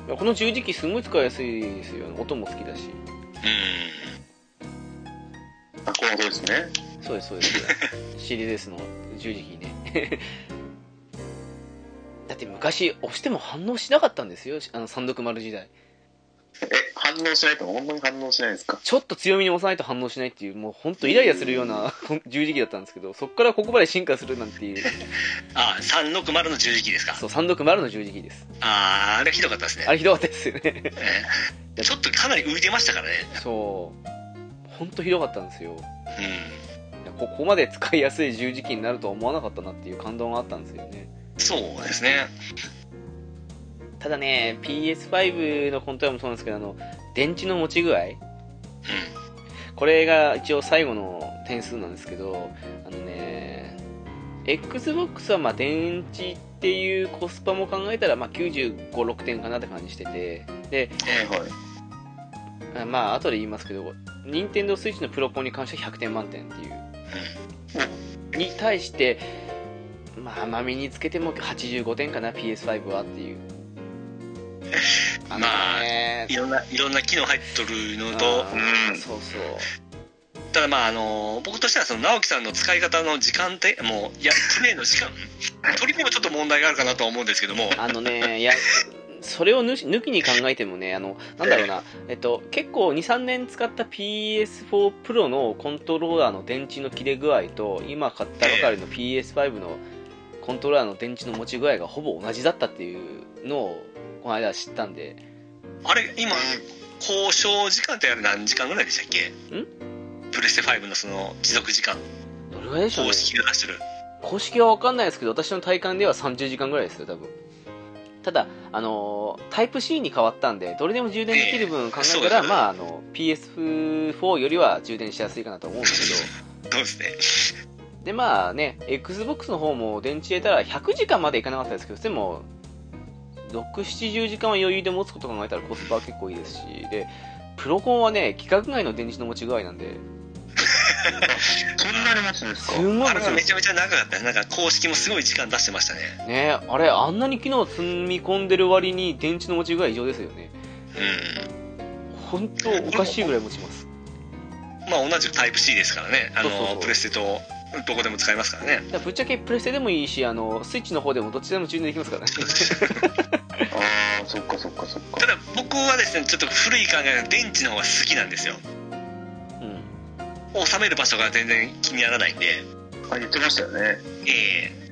Speaker 1: あこの十字キーすごい使いやすいですよ音も好きだし
Speaker 2: う
Speaker 3: あこのことですね
Speaker 1: そうですそうですシリーズ S の十字キーね だって昔押しても反応しなかったんですよあの360時代
Speaker 3: え反応しないと本当に反応しないんですか
Speaker 1: ちょっと強めに押さないと反応しないっていうもう本当イライラするような 十字キーだったんですけどそこからここまで進化するなんていうん
Speaker 2: あ360の十字キーですか
Speaker 1: そう360の十字キーです
Speaker 2: あああれひどかったですね
Speaker 1: あれひどかったですよね
Speaker 2: ええちょっとかなり浮いてましたからね
Speaker 1: そう本当ひどかったんですよ
Speaker 2: う
Speaker 1: いやここまで使いやすい十字キーになるとは思わなかったなっていう感動があったんですよね
Speaker 2: んそうですね
Speaker 1: ただね PS5 のコントローラーもそうなんですけどあの電池の持ち具合
Speaker 2: う
Speaker 1: これが一応最後の点数なんですけどあのね XBOX はまあ電池っていうコスパも考えたらまあ956点かなって感じしててで
Speaker 3: はいはい
Speaker 1: あまあ後で言いますけど任天堂 s w i t c h のプロコンに関しては100点満点っていうに対してまあまあ身につけても85点かな PS5 はっていうあのね
Speaker 2: んいろんないろんな機能入っとるのと
Speaker 1: あ
Speaker 3: う
Speaker 1: ー
Speaker 3: ん
Speaker 1: そうそう
Speaker 2: ただまああの僕としてはその直樹さんの使い方の時間ってもういやプレイの時 間取りにもちょっと問題があるかなとは思うんですけども
Speaker 1: あのね、いや、それをぬし抜きに考えてもね、あの、なんだろうな、えっと、結構2、3年使った PS4 Pro のコントローラーの電池の切れ具合と、今買ったばかりの PS5 のコントローラーの電池の持ち具合がほぼ同じだったっていうのを、この間知ったんで、
Speaker 2: あれ今交渉時間ってあれ何時間ぐらいでしたっけプレステ5のその持続時間
Speaker 1: どれぐらいでしょうね
Speaker 2: 公。式で出してる
Speaker 1: 公式は分かんないですけど、私の体感では30時間ぐらいですよ、多分。ただ、あのータイプ C に変わったんで、どれでも充電できる分考
Speaker 2: そう
Speaker 1: え
Speaker 2: で
Speaker 1: たら、
Speaker 2: すね
Speaker 1: まあ、あの PS4 よりは充電しやすいかなと思うんですけ
Speaker 2: そうですね
Speaker 1: ど、で、まあね、Xbox の方も電池入れたら100時間までいかなかったですけど、でも、6、70時間は余裕で持つことを考えたらコスパは結構いいですし、で、プロコンはね、規格外の電池の持ち具合なんで、
Speaker 3: そんなに持つんですか
Speaker 1: すんごい持
Speaker 2: あれ
Speaker 1: ち
Speaker 2: は
Speaker 1: ま
Speaker 2: め
Speaker 1: す
Speaker 2: ちゃめちゃ長かったねなんか公式もすごい時間出してましたね
Speaker 1: ね、あれ、あんなに機能積み込んでる割に電池の持ち具合異常ですよね。
Speaker 2: う
Speaker 1: 本当おかしいぐらい持ちます
Speaker 2: んまあ同じくタイプ C ですからねあの
Speaker 1: そうそうそう
Speaker 2: プレステとどこでも使えますからね
Speaker 1: だからぶっちゃけプレステでもいいしあのスイッチの方でもどっちでも充電できますからね
Speaker 3: ああそっかそっかそったか
Speaker 2: だ僕はですねちょっと古い考えの電池の方が好きなんですよ
Speaker 1: うん。
Speaker 2: 収める場所が全然気にならないんで
Speaker 3: あ言ってましたよね
Speaker 2: ええ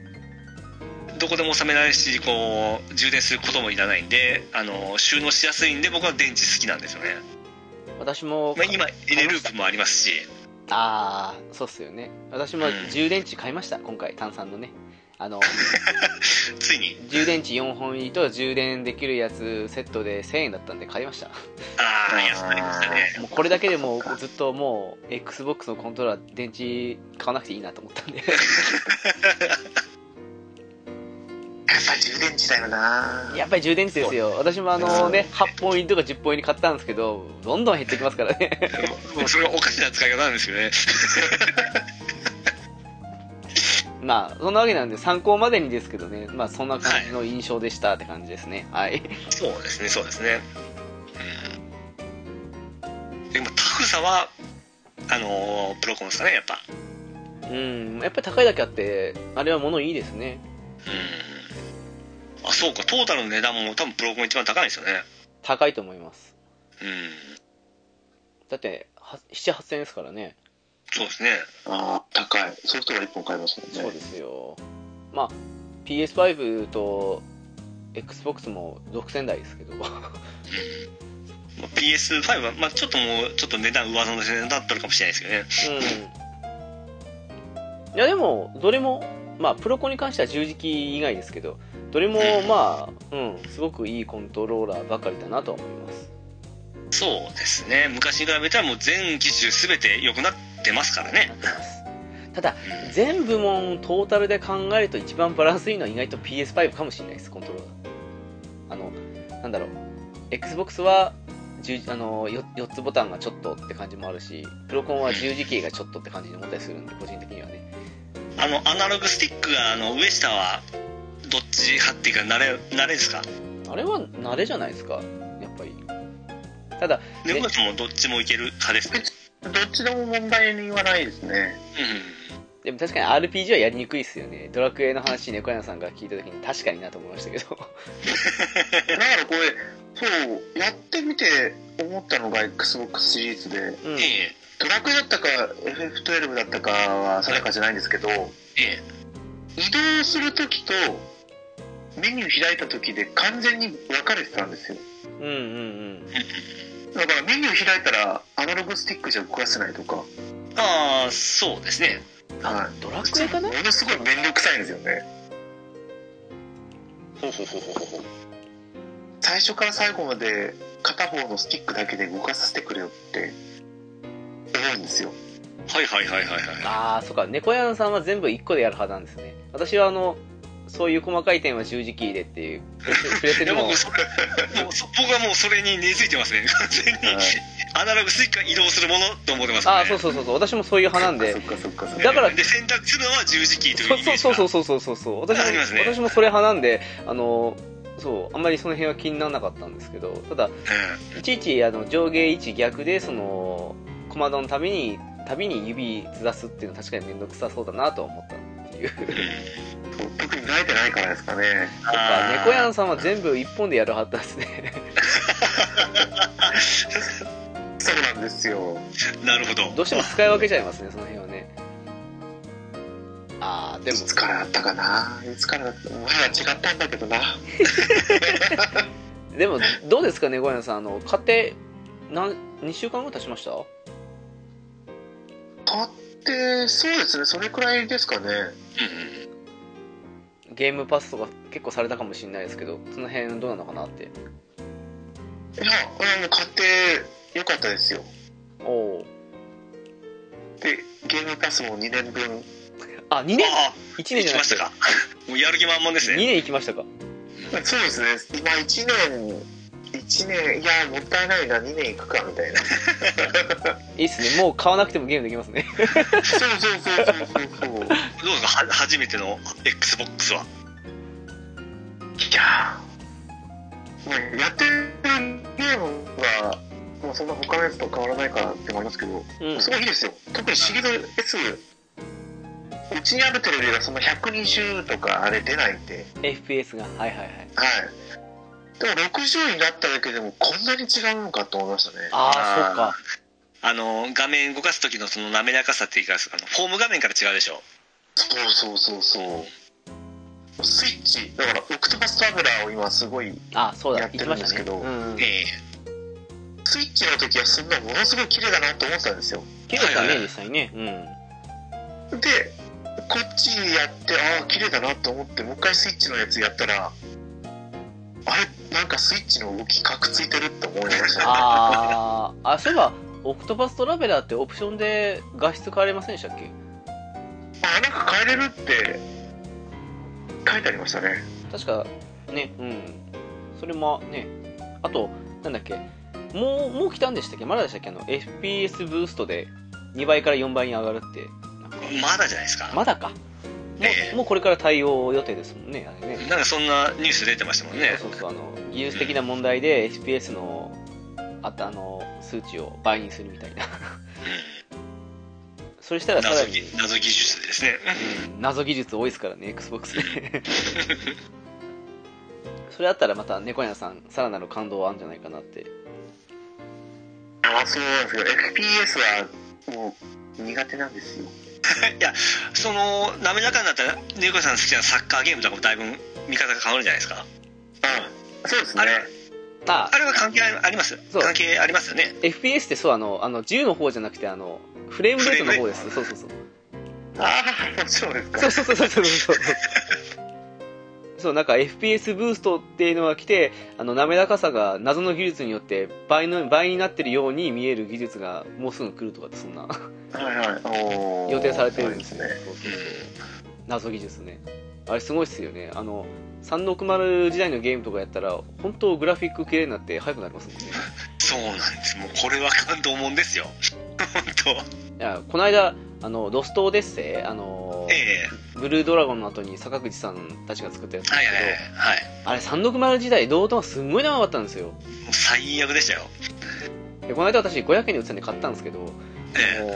Speaker 2: どこでも収められるしこう充電することもいらないんであの収納しやすいんで僕は電池好きなんですよね、
Speaker 1: 私も
Speaker 2: まあ、、今エネループもありますし
Speaker 1: ああ、そうっすよね。私も
Speaker 2: うん
Speaker 1: 充電池買いました、今回、炭酸のね。あ の、
Speaker 2: ついに
Speaker 1: 充電池4本入りと充電できるやつセットで1000円だったんで買いました。
Speaker 2: ああ安くなりましたね
Speaker 1: もうこれだけでもうずっともう XBOX のコントローラー電池買わなくていいなと思ったん で
Speaker 3: やっぱ充電池だよな
Speaker 1: やっぱり充電池ですよ私もあのね8本入りとか10本入り買ったんですけどどんどん減ってきますからね
Speaker 2: もうそれはおかしな使い方なんですよね
Speaker 1: まあそんなわけなんで参考までにですけどねまあそんな感じの印象でしたって感じですねはい
Speaker 2: そうですねそうですねうんでもタフさはあのープロコンですかねやっぱ
Speaker 1: うんやっぱり高いだけあってあれは物いいですね
Speaker 2: うんあそうかトータルの値段も多分プロコン一番高いんですよね
Speaker 1: 高いと思います
Speaker 2: うん
Speaker 1: だって78000円ですからね
Speaker 2: そうですね
Speaker 3: あー高いソフトが1本買いますもんね
Speaker 1: そうですよまあ PS5 と XBOX も6000台 ですけど
Speaker 2: うんまあ PS5 は、まあ、ちょっともうちょっと値段上乗せだったのかもしれないですけどね
Speaker 1: うん、いやでもどれもまあプロコに関しては十字キー以外ですけどどれもまあうんすごくいいコントローラーばかりだなとは思います
Speaker 2: そうですね昔に比べたらもう全機種全て良くなってますからね
Speaker 1: ただ全部門トータルで考えると一番バランスいいのは意外と PS5 かもしれないですコントローラーあのなんだろう XBOX は十あの 4, 4つボタンがちょっとって感じもあるしプロコンは十字キーがちょっとって感じで思ったりするんで個人的にはね
Speaker 2: あのアナログスティックがあの上下はどっち派っていうか慣れ慣れですか
Speaker 1: あれは慣れじゃないですかやっぱりただ
Speaker 2: で僕たちもどっちもいける派ですね
Speaker 3: どっちでも問題にはないですね
Speaker 1: でも確かに RPG はやりにくいですよねドラクエの話猫山さんが聞いた時に確かになと思いましたけど
Speaker 3: だからこれそうやってみて思ったのが XBOX シリーズで
Speaker 1: う
Speaker 2: うんんえ
Speaker 3: ドラクエだったか FF12 だったかは定かじゃないんですけど、
Speaker 2: ええ
Speaker 3: 移動する時とメニュー開いた時で完全に分かれてたんですよ
Speaker 1: うんうん
Speaker 3: だからメニュー開いたらアナログスティックじゃ動かせないとか、
Speaker 2: えああそうですね
Speaker 3: は
Speaker 1: ドラ
Speaker 3: い、
Speaker 1: クエかな
Speaker 3: ものすごい面倒くさいんですよね
Speaker 2: ほうほうほうほうほうほう
Speaker 3: 最初から最後まで片方のスティックだけで動かさせてくれよって思うんですよ
Speaker 2: はいはいはいはいはい
Speaker 1: ああそっか猫山さんは全部1個でやる派なんですね私はあのそういう細かい点は十字キーでっていう触れて
Speaker 2: いや
Speaker 1: るも
Speaker 2: もうそれもうそ僕はもうそれに根付いてますね完全に、
Speaker 3: はい
Speaker 2: アナログスイッチが移動するものと思ってますね
Speaker 1: ああそうそうそうそう私もそういう派なんで
Speaker 3: そっかそっかそっかそっ
Speaker 1: だから
Speaker 2: で選択するのは十字キーというイメージが
Speaker 1: そうそうそうそうそうそうそう私
Speaker 2: あります
Speaker 1: も
Speaker 2: ね
Speaker 1: 私もそれ派なんであのそうあんまりその辺は気にならなかったんですけどただ
Speaker 2: う
Speaker 1: いちいちあの上下位置逆でそのコマンドのために旅に指ずらすっていうのは確かに面倒くさそうだなとは思ったっていうそっ
Speaker 2: んうん
Speaker 3: か特に慣れてないからですかね
Speaker 1: か
Speaker 2: あー
Speaker 1: 猫やんさんは全部一本でやるはったんですね
Speaker 3: そうなんですよ
Speaker 2: なるほど
Speaker 1: どうしても使い分けちゃいますねその辺はねああで
Speaker 3: い
Speaker 1: も
Speaker 3: つからだったかないつからだった前は違ったんだけどな
Speaker 1: でもどうですか猫やんさんあの買って何2週間後経ちました
Speaker 3: 買ってそうですねそれくらいですかね
Speaker 2: うん
Speaker 1: ゲームパスとか結構されたかもしれないですけどその辺どうなのかなって
Speaker 3: いやあの買ってよかったですよ
Speaker 1: おおー
Speaker 3: でゲームパスも2年分
Speaker 1: あ2年
Speaker 2: あ
Speaker 1: 1
Speaker 2: あ
Speaker 1: 年
Speaker 2: 行
Speaker 1: じゃ
Speaker 2: き
Speaker 1: な
Speaker 2: ま
Speaker 1: く
Speaker 2: して たかもうやる気満々です
Speaker 1: 2
Speaker 2: ね
Speaker 1: 年行きましたか
Speaker 3: そうですね今1年1年いやもったいないな2年いくかみたいな
Speaker 1: いいっすねもう買わなくてもゲームできますね
Speaker 3: そうそうそうそうそうそう
Speaker 2: どうですかは初めての XBOX はい
Speaker 3: やーもうやってるゲームがもうそんな他のやつと変わらないからって思いますけど
Speaker 1: うん
Speaker 3: すごいいいですよ特にシリーズ S うちにあるテレビがその120とかあれ出ないんで
Speaker 1: FPS がはいはいはい
Speaker 3: はいでも60になっただけでもこんなに違うんかと思いましたね。
Speaker 1: あ
Speaker 2: あー
Speaker 1: あ、そうか。
Speaker 2: あの画面動かす時のその滑らかさっていうかあのフォーム画面から違うでしょ
Speaker 3: そうそうそうそう。スイッチ、だからオクトパストラベラーを今すごい、
Speaker 1: あーそうだ、
Speaker 3: や
Speaker 1: 言
Speaker 3: っ
Speaker 1: ってて
Speaker 3: る
Speaker 1: ま
Speaker 3: ん
Speaker 1: し
Speaker 3: で
Speaker 1: た
Speaker 3: す
Speaker 1: ね
Speaker 3: け。ど
Speaker 1: うん。
Speaker 2: ええ
Speaker 3: スイッチの時はそんなものすごい綺麗だなと思ってたんですよ。
Speaker 1: 綺麗だ
Speaker 2: はいは
Speaker 1: ね、
Speaker 2: い
Speaker 1: 実際ね。う
Speaker 3: で、こっちやって、ああ、綺麗だなと思って、もう一回スイッチのやつやったら、あれ、なんかスイッチの動き、カクついてるって思いまし
Speaker 1: ん。
Speaker 3: た。
Speaker 1: あーあ、そういえば、オクトパストラベラーってオプションで画質変われませんでしたっけ
Speaker 3: あ、なんか変えれるって、書いてありましたね。
Speaker 1: 確かねうんそれもねあとなんだっけもうもう来たんでしたっけまだでしたっけあの FPS ブーストで2倍から4倍に上がるってなんか
Speaker 2: まだじゃないですか、
Speaker 1: まだかも
Speaker 2: え
Speaker 1: うもうこれから対応予定ですもんねあれね
Speaker 2: なんかそんなニュース出てましたもんね
Speaker 1: そうそうそうあの技術的な問題で FPS のあとあの数値を倍にするみたいなそれした
Speaker 2: う
Speaker 1: ら
Speaker 2: ん
Speaker 1: さら
Speaker 2: 謎
Speaker 1: に
Speaker 2: 技謎技術ですね
Speaker 1: うん謎技術多いですからね XBOX でそれあったらまた猫屋さんさらなる感動あるんじゃないかなって
Speaker 3: あそうなんですけど、FPS はもう苦手なんですよ。
Speaker 2: いやその滑らかになったら猫さん好きなサッカーゲームとかもだいぶ見方が変わるんじゃないですか
Speaker 3: あそうですね
Speaker 2: あ。れ
Speaker 1: あ
Speaker 2: あれは関係あります
Speaker 1: そう
Speaker 2: 関係ありますよね
Speaker 1: FPS ってそうあのあの銃の方じゃなくてあのフレームレートの方ですそうそうそう
Speaker 3: ああ、そうですか。
Speaker 1: そうそうそうそうそうそうそうなんか FPS ブーストっていうのが来てあの滑らかさが謎の技術によって倍の倍になってるように見える技術がもうすぐ来るとかってそんな
Speaker 3: はいはい。おー
Speaker 1: 予定されてるんです
Speaker 3: そう
Speaker 1: ね
Speaker 3: ね。
Speaker 1: そうそうそう謎技術ねあれすごいっすよねあの360時代のゲームとかやったら本当グラフィック綺麗になって速くなりますもんね
Speaker 2: そうなんですもうこれは感動もんですよ 本
Speaker 1: いやこの間あのロストオデッセイあの
Speaker 2: 当ええ
Speaker 1: ブルードラゴンの後に坂口さんたちが作ったやつなん
Speaker 2: は
Speaker 1: で
Speaker 2: い
Speaker 1: す
Speaker 2: は
Speaker 1: け
Speaker 2: い
Speaker 1: ど、
Speaker 2: はいはい
Speaker 1: あれ360時代同等はすんごい長かったんですよ
Speaker 2: もう最悪でしたよ
Speaker 1: でこの間私500円で売ってたんで買ったんですけど、
Speaker 2: ええ
Speaker 1: も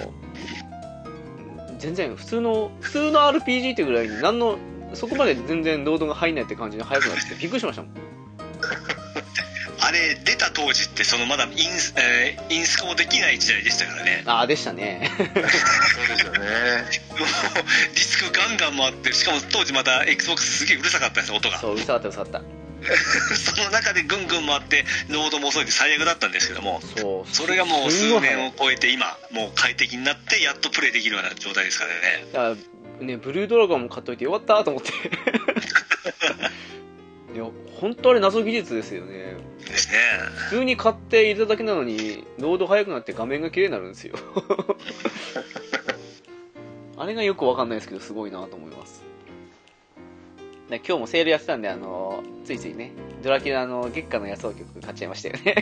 Speaker 1: う全然普通の普通の RPG ってぐらいに何のそこまで全然労働が入んないって感じに速くなっててびっくりしましたもん
Speaker 2: あれ出た当時ってそのまだインス、えーインスコもできない時代でしたからね
Speaker 1: ああでしたね
Speaker 3: そうですよね。
Speaker 2: もうリスクガンガン回ってしかも当時また XBOX すげえうるさかったんですよ音が
Speaker 1: そううるさかったうるさかっ
Speaker 2: その中でぐんぐん回ってロードも遅いで最悪だったんですけども
Speaker 1: たそう
Speaker 2: それがもう
Speaker 1: すんご
Speaker 2: 数
Speaker 1: い速
Speaker 2: 年
Speaker 1: い
Speaker 2: を超えて今もう快適になってやっとプレイできるような状態ですからね
Speaker 1: だからねブルードラゴンも買っといてよかったと思って いや本当あれ謎技術ですよね
Speaker 2: ですね
Speaker 1: 普通に買って入れただけなのにロード速くなって画面が綺麗になるんですよ あれがよくわかんないですけどすごいなと思いますで今日もセールやってたんであのついついねドラキュラの月下の野草曲買っちゃいましたよね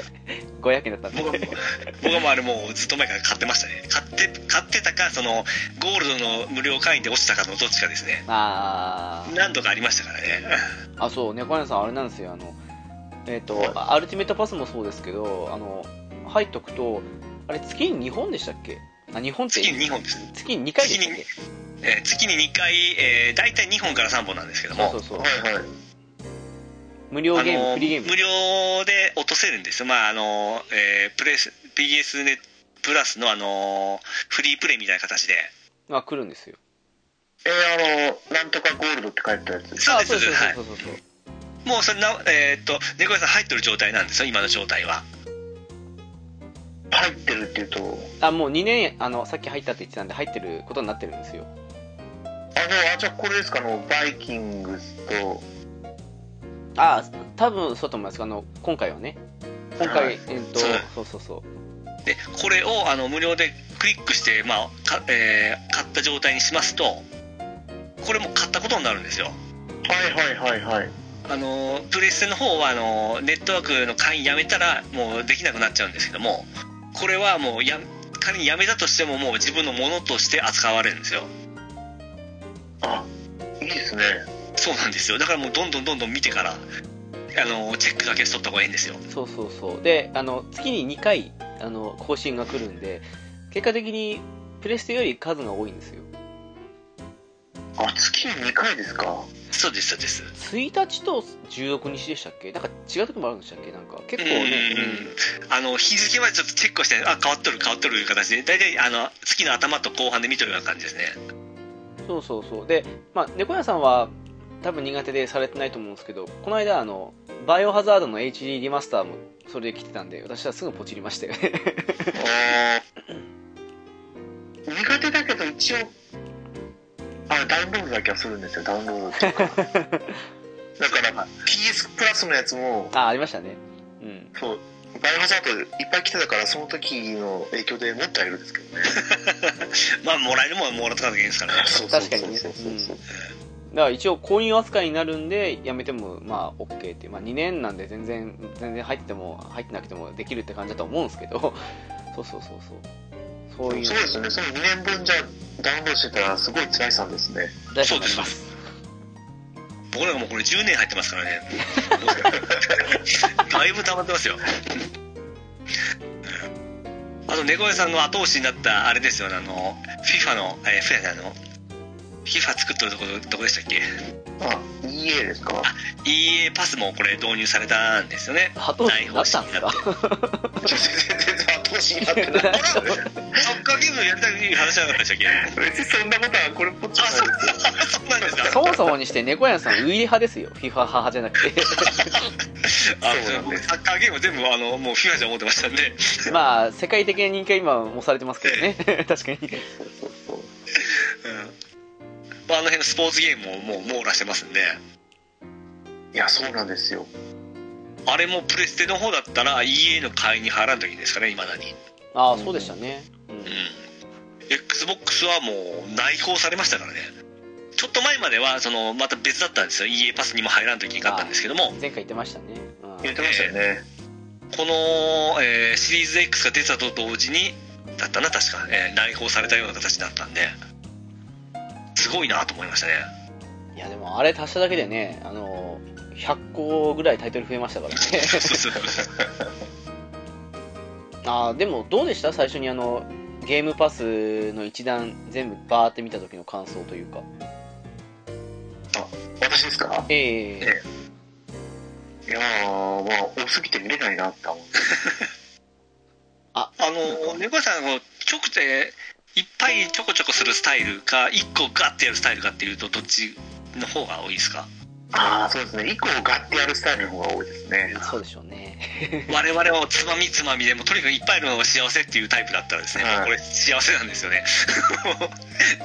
Speaker 1: 500円だったん
Speaker 2: 僕は
Speaker 1: で
Speaker 2: もう僕はもうあれもうずっと前から買ってましたね買って買ってたかそのゴールドの無料会員で落ちたかのどっちかですね
Speaker 1: あー
Speaker 2: 何度かありましたからね
Speaker 1: あそう猫屋さんあれなんですよあのえっ、と、
Speaker 3: はい
Speaker 1: アルティメットパスもそうですけどあの入っとくとあれ月に2本でしたっけあ2本って
Speaker 2: 月に2本です、
Speaker 1: 月に2回でしたっけ
Speaker 2: えー月に2回、えー、大体2本から3本なんですけども
Speaker 1: そうそうそう
Speaker 3: はいはい。
Speaker 1: 無料
Speaker 2: あ
Speaker 1: ゲーム
Speaker 2: の
Speaker 1: フリーゲーム
Speaker 2: 無料で落とせるんですよ、まああのえープレス PS ネプラスの、あのフリープレイみたいな形で
Speaker 1: が来るんですよ。
Speaker 3: えー、あの、なんとかゴールドって書いてたやつ。
Speaker 2: そうです
Speaker 1: そう
Speaker 2: そう
Speaker 1: そう
Speaker 2: ですはい
Speaker 1: そうそうそう。
Speaker 2: もうそれな、えーっと猫屋さん入ってる状態なんですよ今の状態は
Speaker 3: 入ってるっていうと、あ、もう、
Speaker 1: あ、もう2年、あの、さっき入ったって言ってたんで、入ってることになってるんですよ。
Speaker 3: あ、じゃあこれですか、あの、バイキングスと、
Speaker 1: あ、多分そうだと思います。あの、今回はね。今回、
Speaker 3: はい
Speaker 1: えっと、
Speaker 2: そう
Speaker 1: そうそうそう。
Speaker 2: でこれをあの無料でクリックして、まあかえー買った状態にしますとこれも買ったことになるんですよ
Speaker 3: はいはいはいはい。
Speaker 2: あのプレステの方はあのネットワークの会員やめたらもうできなくなっちゃうんですけどもこれはもうや仮にやめたとしてももう自分のものとして扱われるんですよ
Speaker 3: あ、いいですね。
Speaker 2: そうなんですよだからもうどんどんどんどん見てからあのチェックだけしとった方がいいんですよ
Speaker 1: そうそうそう。で、あの、月に2回、あの、更新が来るんで、結果的に、プレステより数が多いんですよ。
Speaker 3: あ、月に2回ですか。
Speaker 2: そうですそうです
Speaker 1: 1日と16日でしたっけなんか違う時もあるんでしたっけなんか結構
Speaker 2: うんうん
Speaker 1: ね、
Speaker 2: うんあの日付までちょっとチェックをしてあ変わっとる変わっとるいう形で大体あの月の頭と後半で見とるような感じですね
Speaker 1: そうそうそうで、まあ、猫屋さんは多分苦手でされてないと思うんですけどこの間あのバイオハザードの HD リマスターもそれで来てたんで私はすぐポチりましたよね
Speaker 3: あー苦手だけど一応あダウンロードだけはするんですよダウンロードっていうか だから PS プラスのやつも
Speaker 1: あありましたねうん
Speaker 3: そうバイオハザードいっぱい来てたからその時の影響でもっとやるんですけどね
Speaker 2: まあもらえるもんはもらっとかなきゃいけないですからね
Speaker 3: そうそう
Speaker 1: 確か
Speaker 3: そ
Speaker 1: にね
Speaker 3: うそうそうそう
Speaker 1: だから一応購入扱いになるんでやめてもまあ OK って、まあ、2年なんで全然全然入ってても入ってなくてもできるって感じだと思うんですけどそうそうそうそうそういう
Speaker 3: そうですねその2年分じゃダウンロードしてたらすごい辛いさんですね
Speaker 1: 大
Speaker 2: そ
Speaker 1: 事
Speaker 2: う
Speaker 1: に
Speaker 2: で
Speaker 1: なり
Speaker 2: す
Speaker 1: ます
Speaker 2: 僕らがもうこれ10年入ってますからね だいぶ溜まってますよあと猫屋さんの後押しになったあれですよねあの FIFA のえー FIFA じゃないあの FIFA 作ってるとこどこでしたっけ
Speaker 3: あ EA ですか
Speaker 2: EA パスもこれ導入されたんですよね
Speaker 1: 後押しになったんですか
Speaker 3: ちょ全然後押しになって ない
Speaker 2: サッカーゲームやりたい話じゃなかったでしたっけ
Speaker 3: 別にそんなことはこれっぽっちもないですよ
Speaker 2: そうなんですか
Speaker 1: そもそもにして猫屋さんウイレ派ですよ FIFA 派じゃなくて
Speaker 2: あ
Speaker 3: そうなんです
Speaker 2: サッカーゲーム全部あのもう FIFA じゃ思ってましたんで
Speaker 1: まあ世界的な人気は今もされてますけどね 確かに
Speaker 3: そうそう
Speaker 2: まあ、あの辺のスポーツゲームをもう網羅してますんで
Speaker 3: いやそうなんですよ
Speaker 2: あれもプレステの方だったら EA の会員に入らんときですかねいまだに
Speaker 1: ああそうでしたね、うん
Speaker 2: うん XBOX はもう内包されましたからねちょっと前まではそのまた別だったんですよ EA パスにも入らんときに買ったんですけども
Speaker 1: 前回言ってましたね、うん
Speaker 3: 言ってましたよね、
Speaker 2: この、えーシリーズ X が出たと同時にだったな確か、えー内包されたような形だったんですごいなと思いましたね
Speaker 1: いやでもあれ足しただけでねあの100個ぐらいタイトル増えましたからね あーでもどうでした最初にあのゲームパスの一覧全部バーって見た時の感想というか
Speaker 3: 私ですか
Speaker 1: ええ
Speaker 3: いやーまあ多すぎて見れないなって思う
Speaker 2: あの猫さんこうちょくていっぱいちょこちょこするスタイルか一個ガッてやるスタイルかっていうとどっちの方が多いです か
Speaker 3: ああそうですね以降ガッてやるスタイルの方が多いですね
Speaker 1: そうでしょうね
Speaker 2: 我々はつまみつまみでもうとにかくいっぱいあるのが幸せっていうタイプだったらですね、
Speaker 3: はい
Speaker 2: これ幸せなんですよね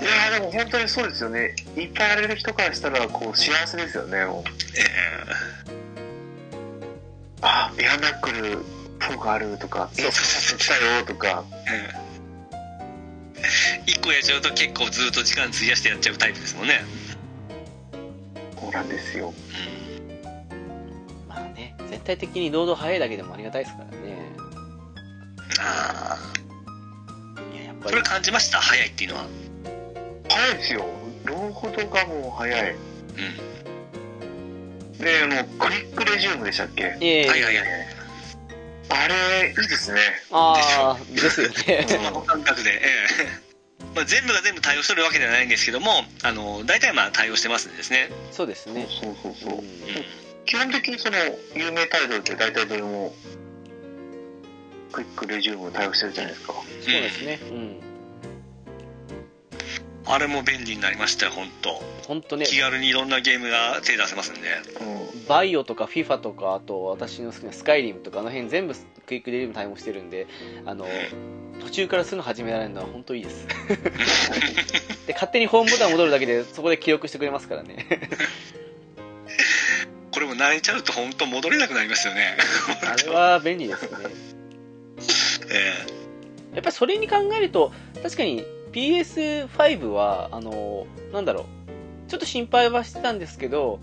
Speaker 3: いやーでも本当にそうですよねいっぱいやれる人からしたらこう幸せですよねもう
Speaker 2: え
Speaker 3: あエアナックルフォークあるとか
Speaker 2: そうそうそう
Speaker 3: 来たよと
Speaker 2: ー
Speaker 3: か
Speaker 2: えー一個やっちゃうと結構ずっと時間費やしてやっちゃうタイプですもんね、
Speaker 3: そうなんですよ
Speaker 1: まあね全体的に労働早いだけでもありがたいですからね
Speaker 2: ああ
Speaker 1: いややっぱ
Speaker 2: それ
Speaker 1: り
Speaker 2: 感じました早いっていうのは
Speaker 3: 早いですよローほどがもう早
Speaker 2: う
Speaker 3: い
Speaker 2: ん
Speaker 3: でもうクリックレジュームでしたっけ
Speaker 1: ええ
Speaker 2: はいはいはい
Speaker 3: あれいいですね
Speaker 1: ああですよね
Speaker 2: スマホ感覚で、え えまあ、全部が全部対応してるわけではないんですけどもあの大体まあ対応してますんでですね、
Speaker 1: そうですね、
Speaker 3: そうそうそうう
Speaker 2: う
Speaker 3: ん基本的にその有名タイトルって大体どれもクイックレジューム対応してるじゃないですか
Speaker 2: ん、
Speaker 1: そうですねうん
Speaker 2: あれも便利になりましたよ本当
Speaker 1: 本当ね
Speaker 2: 気軽にいろんなゲームが手出せますんで
Speaker 3: うん
Speaker 1: バイオとか FIFA とかあと私の好きなスカイリムとかあの辺全部クイックデリム対応してるんであの途中からすぐ始められるのは本当いいです で勝手にホームボタン戻るだけでそこで記録してくれますから ね
Speaker 2: これも慣れちゃうと本当戻れなくなりますよね、
Speaker 1: あ れは便利ですね
Speaker 2: え
Speaker 1: やっぱりそれに考えると確かに PS5 はあのなんだろうちょっと心配はしてたんですけど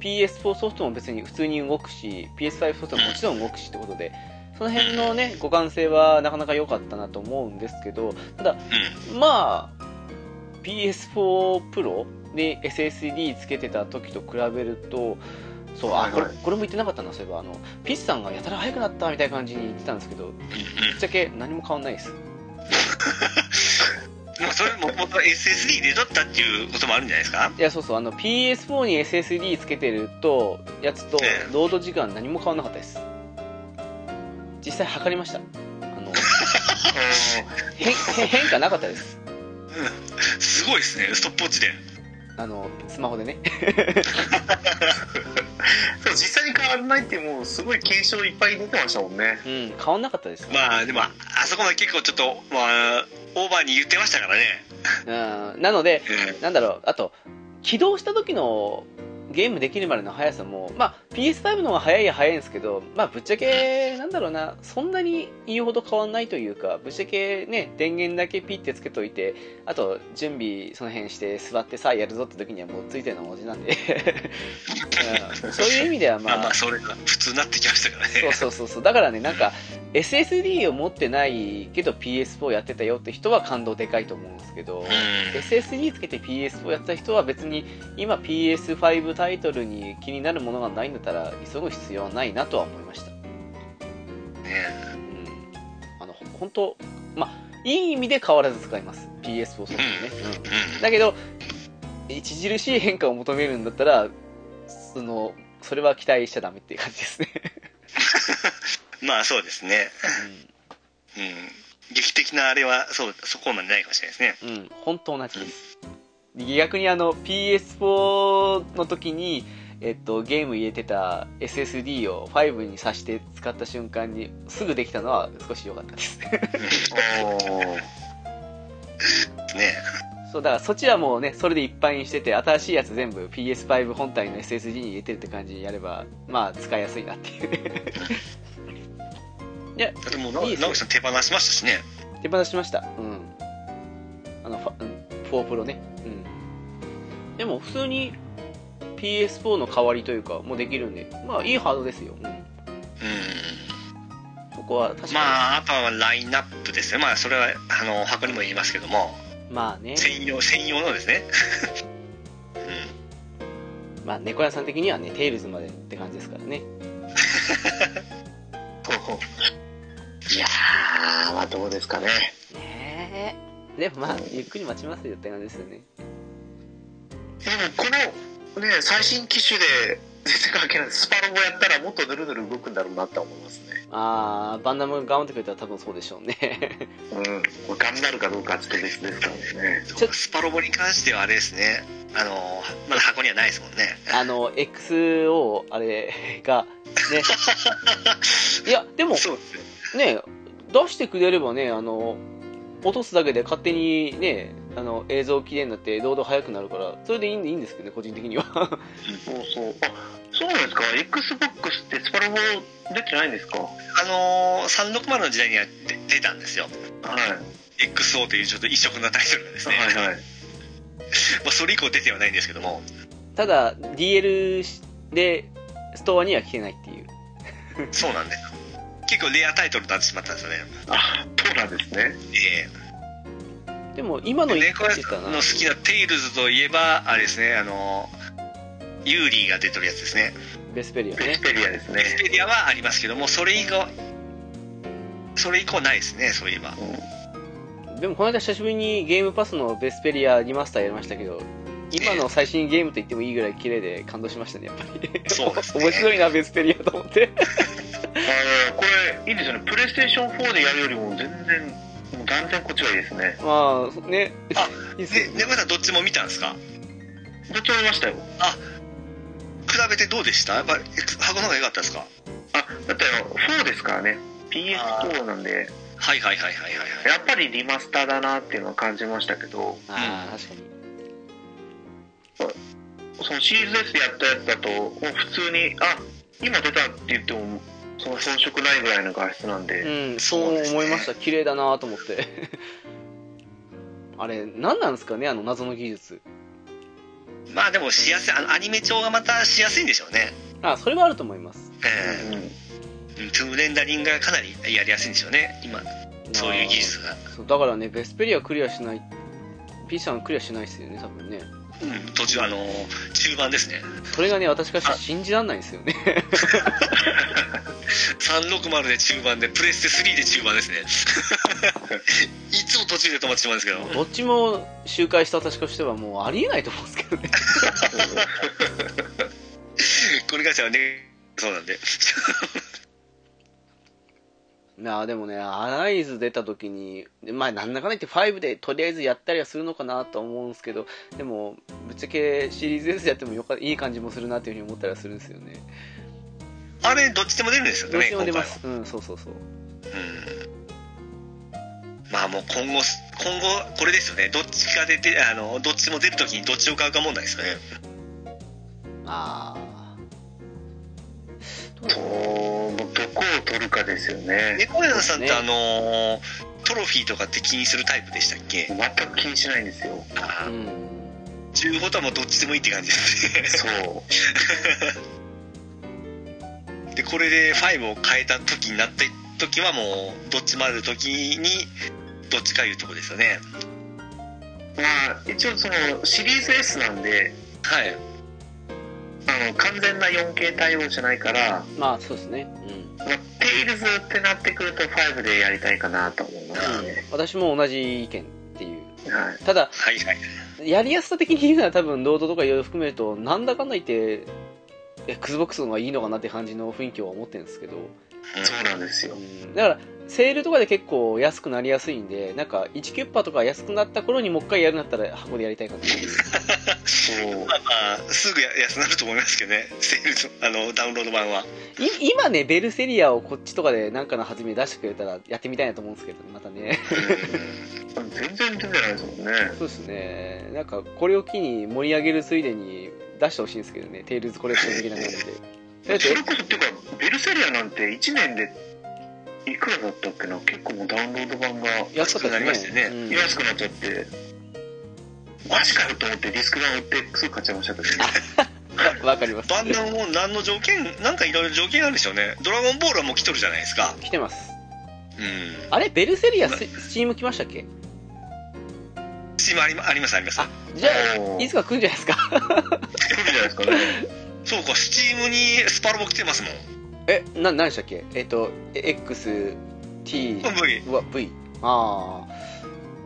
Speaker 1: PS4 ソフトも別に普通に動くし PS5 ソフトももちろん動くしってことでその辺のね互換性はなかなか良かったなと思うんですけどただ
Speaker 2: え
Speaker 1: まあ PS4 Pro で SSD つけてた時と比べるとそうあ
Speaker 3: はい
Speaker 1: こ
Speaker 3: はい
Speaker 1: れこれも言ってなかったなそういえばあのピッチさんがやたら早くなったみたいな感じに言ってたんですけどぶっちゃけ何も変わんないです
Speaker 2: うん、うん、まあそれもともと SSD でだったっていうこともあるんじゃないですか
Speaker 1: いやそうそうあの PS4 に SSD つけてるとやつと
Speaker 2: ええ
Speaker 1: ロード時間何も変わんなかったです実際測りましたあの変変変化なかったです
Speaker 2: すごいですねストップウォッチで
Speaker 1: あのスマホでね
Speaker 3: そう実際に変わらないってもうすごい検証いっぱい出てましたもんね
Speaker 1: うん変わんなかったです
Speaker 2: まあでもああそこまで結構ちょっとまあオーバーに言ってましたからね
Speaker 1: うんなので
Speaker 2: うん
Speaker 1: なんだろうあと起動した時のゲームできるまでの速さも、まあ、PS5 の方が速いは速いんですけど、まあ、ぶっちゃけ、なんだろうな、そんなに言うほど変わんないというか、ぶっちゃけね、電源だけピッてつけといて、あと、準備その辺して、座ってさあやるぞって時にはもうついてるのが同じなんで、 うんそういう意味では
Speaker 2: まあ
Speaker 1: ま
Speaker 2: ま
Speaker 1: あ
Speaker 2: あ、それが普通になってきましたからね
Speaker 1: そうそうそうそう、だからね、なんか、SSD を持ってないけど PS4 やってたよって人は感動でかいと思うんですけど、
Speaker 2: うん
Speaker 1: SSD つけて PS4 やってた人は別に今 PS5 タイトルに気になるものがないんだったら急ぐ必要はないなとは思いました、
Speaker 2: ね
Speaker 1: うん、あのほ本当まあいい意味で変わらず使います PS4 ソフトね、うん
Speaker 2: うん
Speaker 1: だけど著しい変化を求めるんだったらそのそれは期待しちゃダメっていう感じですね、
Speaker 2: まあそうですねうん劇的なあれはそうそこまでないかもしれないです
Speaker 1: う
Speaker 2: ね
Speaker 1: ん、うん、本当同じです逆にあの PS4 の時にえっと、ゲーム入れてた SSD を5に挿して使った瞬間にすぐできたのは少し良かったです
Speaker 2: ね
Speaker 1: そうだからそっちはもうねそれでいっぱいにしてて新しいやつ全部 PS5 本体の SSD に入れてるって感じにやればまあ使いやすいなっていう ねいや
Speaker 2: だってもう
Speaker 1: いいですよ
Speaker 2: 直樹さん手放しましたしね
Speaker 1: 手放しましたうんあのファうん4プロねうんでも普通に PS4 の代わりというかもうできるんでまあいいハードですよ、うん、
Speaker 2: うん
Speaker 1: ここは確かに
Speaker 2: まあ、あとはラインナップですね。まあ、それは、あの、箱にも言いますけども、
Speaker 1: まあね
Speaker 2: 専用、専用のですね。
Speaker 1: まあ猫屋さん的にはねテイルズまでって感じですからね
Speaker 3: いやーまあどうですかね
Speaker 1: ねえでもまあゆっくり待ちますよって感じですよね
Speaker 3: でもこのね最新機種で全然関係ないスパロボやったらもっとぬるぬる動くんだろうなって思いますね
Speaker 1: ああバンダムが頑張ってくれたら多分そうでしょうね
Speaker 3: うんこれ頑張るかどうかちょっと別ですからね
Speaker 1: ちょ
Speaker 2: スパロボに関してはあれですね。あの、まだ箱にはないですもんね。
Speaker 1: あの XO あれがねいやでも
Speaker 2: そうですね。
Speaker 1: ね出してくれればねあの落とすだけで勝手にねあの映像綺麗になって動画速くなるからそれでいいんいいんですけどね個人的には
Speaker 3: そうそうあそうなんですか XBOX ってスパロボ出てないんですかは
Speaker 2: あの360の時代には出出たんですよ。
Speaker 3: い
Speaker 2: XO というちょっと異色なタイトルがですね。
Speaker 3: はいはい
Speaker 2: まあ、それ以降出てはないんですけども。
Speaker 1: ただ DL でストアには来てないっていう
Speaker 2: そうなんで。結構レアタイトルになってしまったんですよね。
Speaker 3: あそうなんですね
Speaker 2: ええ
Speaker 1: でも今の
Speaker 2: 猫屋
Speaker 1: って
Speaker 2: さ
Speaker 1: た
Speaker 2: ん
Speaker 1: な
Speaker 2: の好きなテイルズといえば、あれですね、あの、ユーリーが出てるやつですね。
Speaker 1: ベスペリア
Speaker 3: エ
Speaker 1: ね
Speaker 3: クペリアですね
Speaker 2: エスペリアはありますけども、それ以降、それ以降ないですね、そういえば。
Speaker 1: でもこの間久しぶりにゲームパスのベスペリアリマスターやりましたけど今の最新ゲームと言ってもいいぐらい綺麗で感動しましたねやっぱり
Speaker 2: そうです ね
Speaker 1: 面白いなベスペリアと思って
Speaker 3: あのこれいいですよねプレイステーション4でやるよりも全然もう断然こっちがいいですね
Speaker 1: まあね
Speaker 2: あ
Speaker 1: いいっすよ
Speaker 2: で、猫さんどっちも見たんですか
Speaker 3: どっちも見ましたよ
Speaker 2: 比べてどうでしたやっぱり箱の方が良かったですか
Speaker 3: あだってあの4ですからね PS4 なんで
Speaker 2: はいはいはいはいはいはい。
Speaker 3: やっぱりリマスターだなっていうのは感じましたけど
Speaker 1: ああ確かに
Speaker 3: そのシリーズ S でやったやつだともう普通にあ今出たって言ってもその遜色ないぐらいの画質なんで、
Speaker 1: うん、そう思いました、綺麗だなと思って。 あれ、何なんですかね、あの謎の技術。
Speaker 2: まあでも、しやすい、あの、アニメ調がまたしやすいんでしょうね。
Speaker 1: あ、それはあると思います。
Speaker 2: え
Speaker 3: うん
Speaker 2: えトゥーレンダリングがかなりやりやすいんでしょうね、今、そういう技術が。
Speaker 1: そうだからね、ベスペリアクリアしない、P さんクリアしないですよね、多分ね。
Speaker 2: うん、途中、あの、中盤ですね。
Speaker 1: それがね、私からしたら信じらんないんですよね。
Speaker 2: 360で中盤でプレステ3で中盤ですね いつも途中で止まってしまうんですけど
Speaker 1: もう どっちも周回した私としてはもうありえないと思うんですけどね
Speaker 2: これに関してはねそうなんで
Speaker 1: なあでもねアライズ出た時にでまあなんだかんだ言って5でとりあえずやったりはするのかなとは思うんですけどでもぶっちゃけシリーズ S やってもよかいい感じもするなというふうに思ったりはするんですよね
Speaker 2: あれどっちでも出るんですよ
Speaker 1: どっ
Speaker 2: ね
Speaker 1: ちも出
Speaker 2: 今回
Speaker 1: ま
Speaker 2: は
Speaker 1: すうんそうそうそう
Speaker 2: うんまあもう今後今後これですよねどっちか出てあのどっちも出るときにどっちを買うか問題ですよね
Speaker 1: ああ
Speaker 3: そうもうどこを取るかですよね
Speaker 2: 猫屋さんっ
Speaker 1: ね
Speaker 2: てあのートロフィーとかって気にするタイプでしたっけ
Speaker 3: 全く気にしないんですよ
Speaker 2: あ
Speaker 1: う
Speaker 2: ー
Speaker 1: ん
Speaker 2: 15とはもうどっちでもいいって感じですね
Speaker 3: そう
Speaker 2: でこれで5を変えた時になった時はもうどっちもある時にどっちかいうとこですよね
Speaker 3: まあ一応そのシリーズ S なんで
Speaker 2: はい
Speaker 3: あの完全な 4K 対応じゃないから、
Speaker 1: まあそうですねうん
Speaker 3: まあ、テイルズってなってくると5でやりたいかなと思いますね、
Speaker 1: 私も同じ意見っていう
Speaker 3: はい、
Speaker 1: ただ
Speaker 2: はいはい
Speaker 1: やりやすさ的に言うなら多分ロードとかいろいろ含めるとなんだかんだ言って XBOX の方がいいのかなって感じの雰囲気は思ってるんですけど、
Speaker 3: そうなんですよ
Speaker 1: うん、だからセールとかで結構安くなりやすいんでなんか1キュッパとか安くなった頃にもう一回やるんだったら箱でやりたいかなっていう
Speaker 3: そう
Speaker 2: まあまあすぐや安くなると思いますけどねセールのあのダウンロード版はい
Speaker 1: 今ねベルセリアをこっちとかでなんかの初め出してくれたらやってみたいなと思うんですけどまたね
Speaker 3: 全然出てないですもんね
Speaker 1: そうですねなんかこれを機に盛り上げるついでに出してほしいんですけどねテイルズコレクション的な感じ で
Speaker 3: それこそっていうかベルセリアなんて1年でいくらだったっけな結構もうダウンロード版が
Speaker 1: 安かったですね
Speaker 2: 安くなりましたよね
Speaker 1: うん
Speaker 3: 安くなっちゃってマジかよと思ってディスク版売ってすぐ買っちゃいましたけど
Speaker 1: わかります。
Speaker 2: バンダムも何の条件なんかいろいろ条件あるんでしょうねドラゴンボールはもう来とるじゃないですか
Speaker 1: 来てます。
Speaker 2: うん
Speaker 1: あれ、ベルセリアス、スチーム来ましたっけ
Speaker 2: チームありまありますあります
Speaker 1: あじゃ
Speaker 3: お
Speaker 1: あ、
Speaker 3: ー
Speaker 1: いつか来るんじゃないですか。
Speaker 3: 来るじゃないですかね
Speaker 2: そうかスチームにスパロボ来てますもん
Speaker 1: え、な、何でしたっけえっと、え X、T、
Speaker 2: V
Speaker 1: うわ、V。ああ。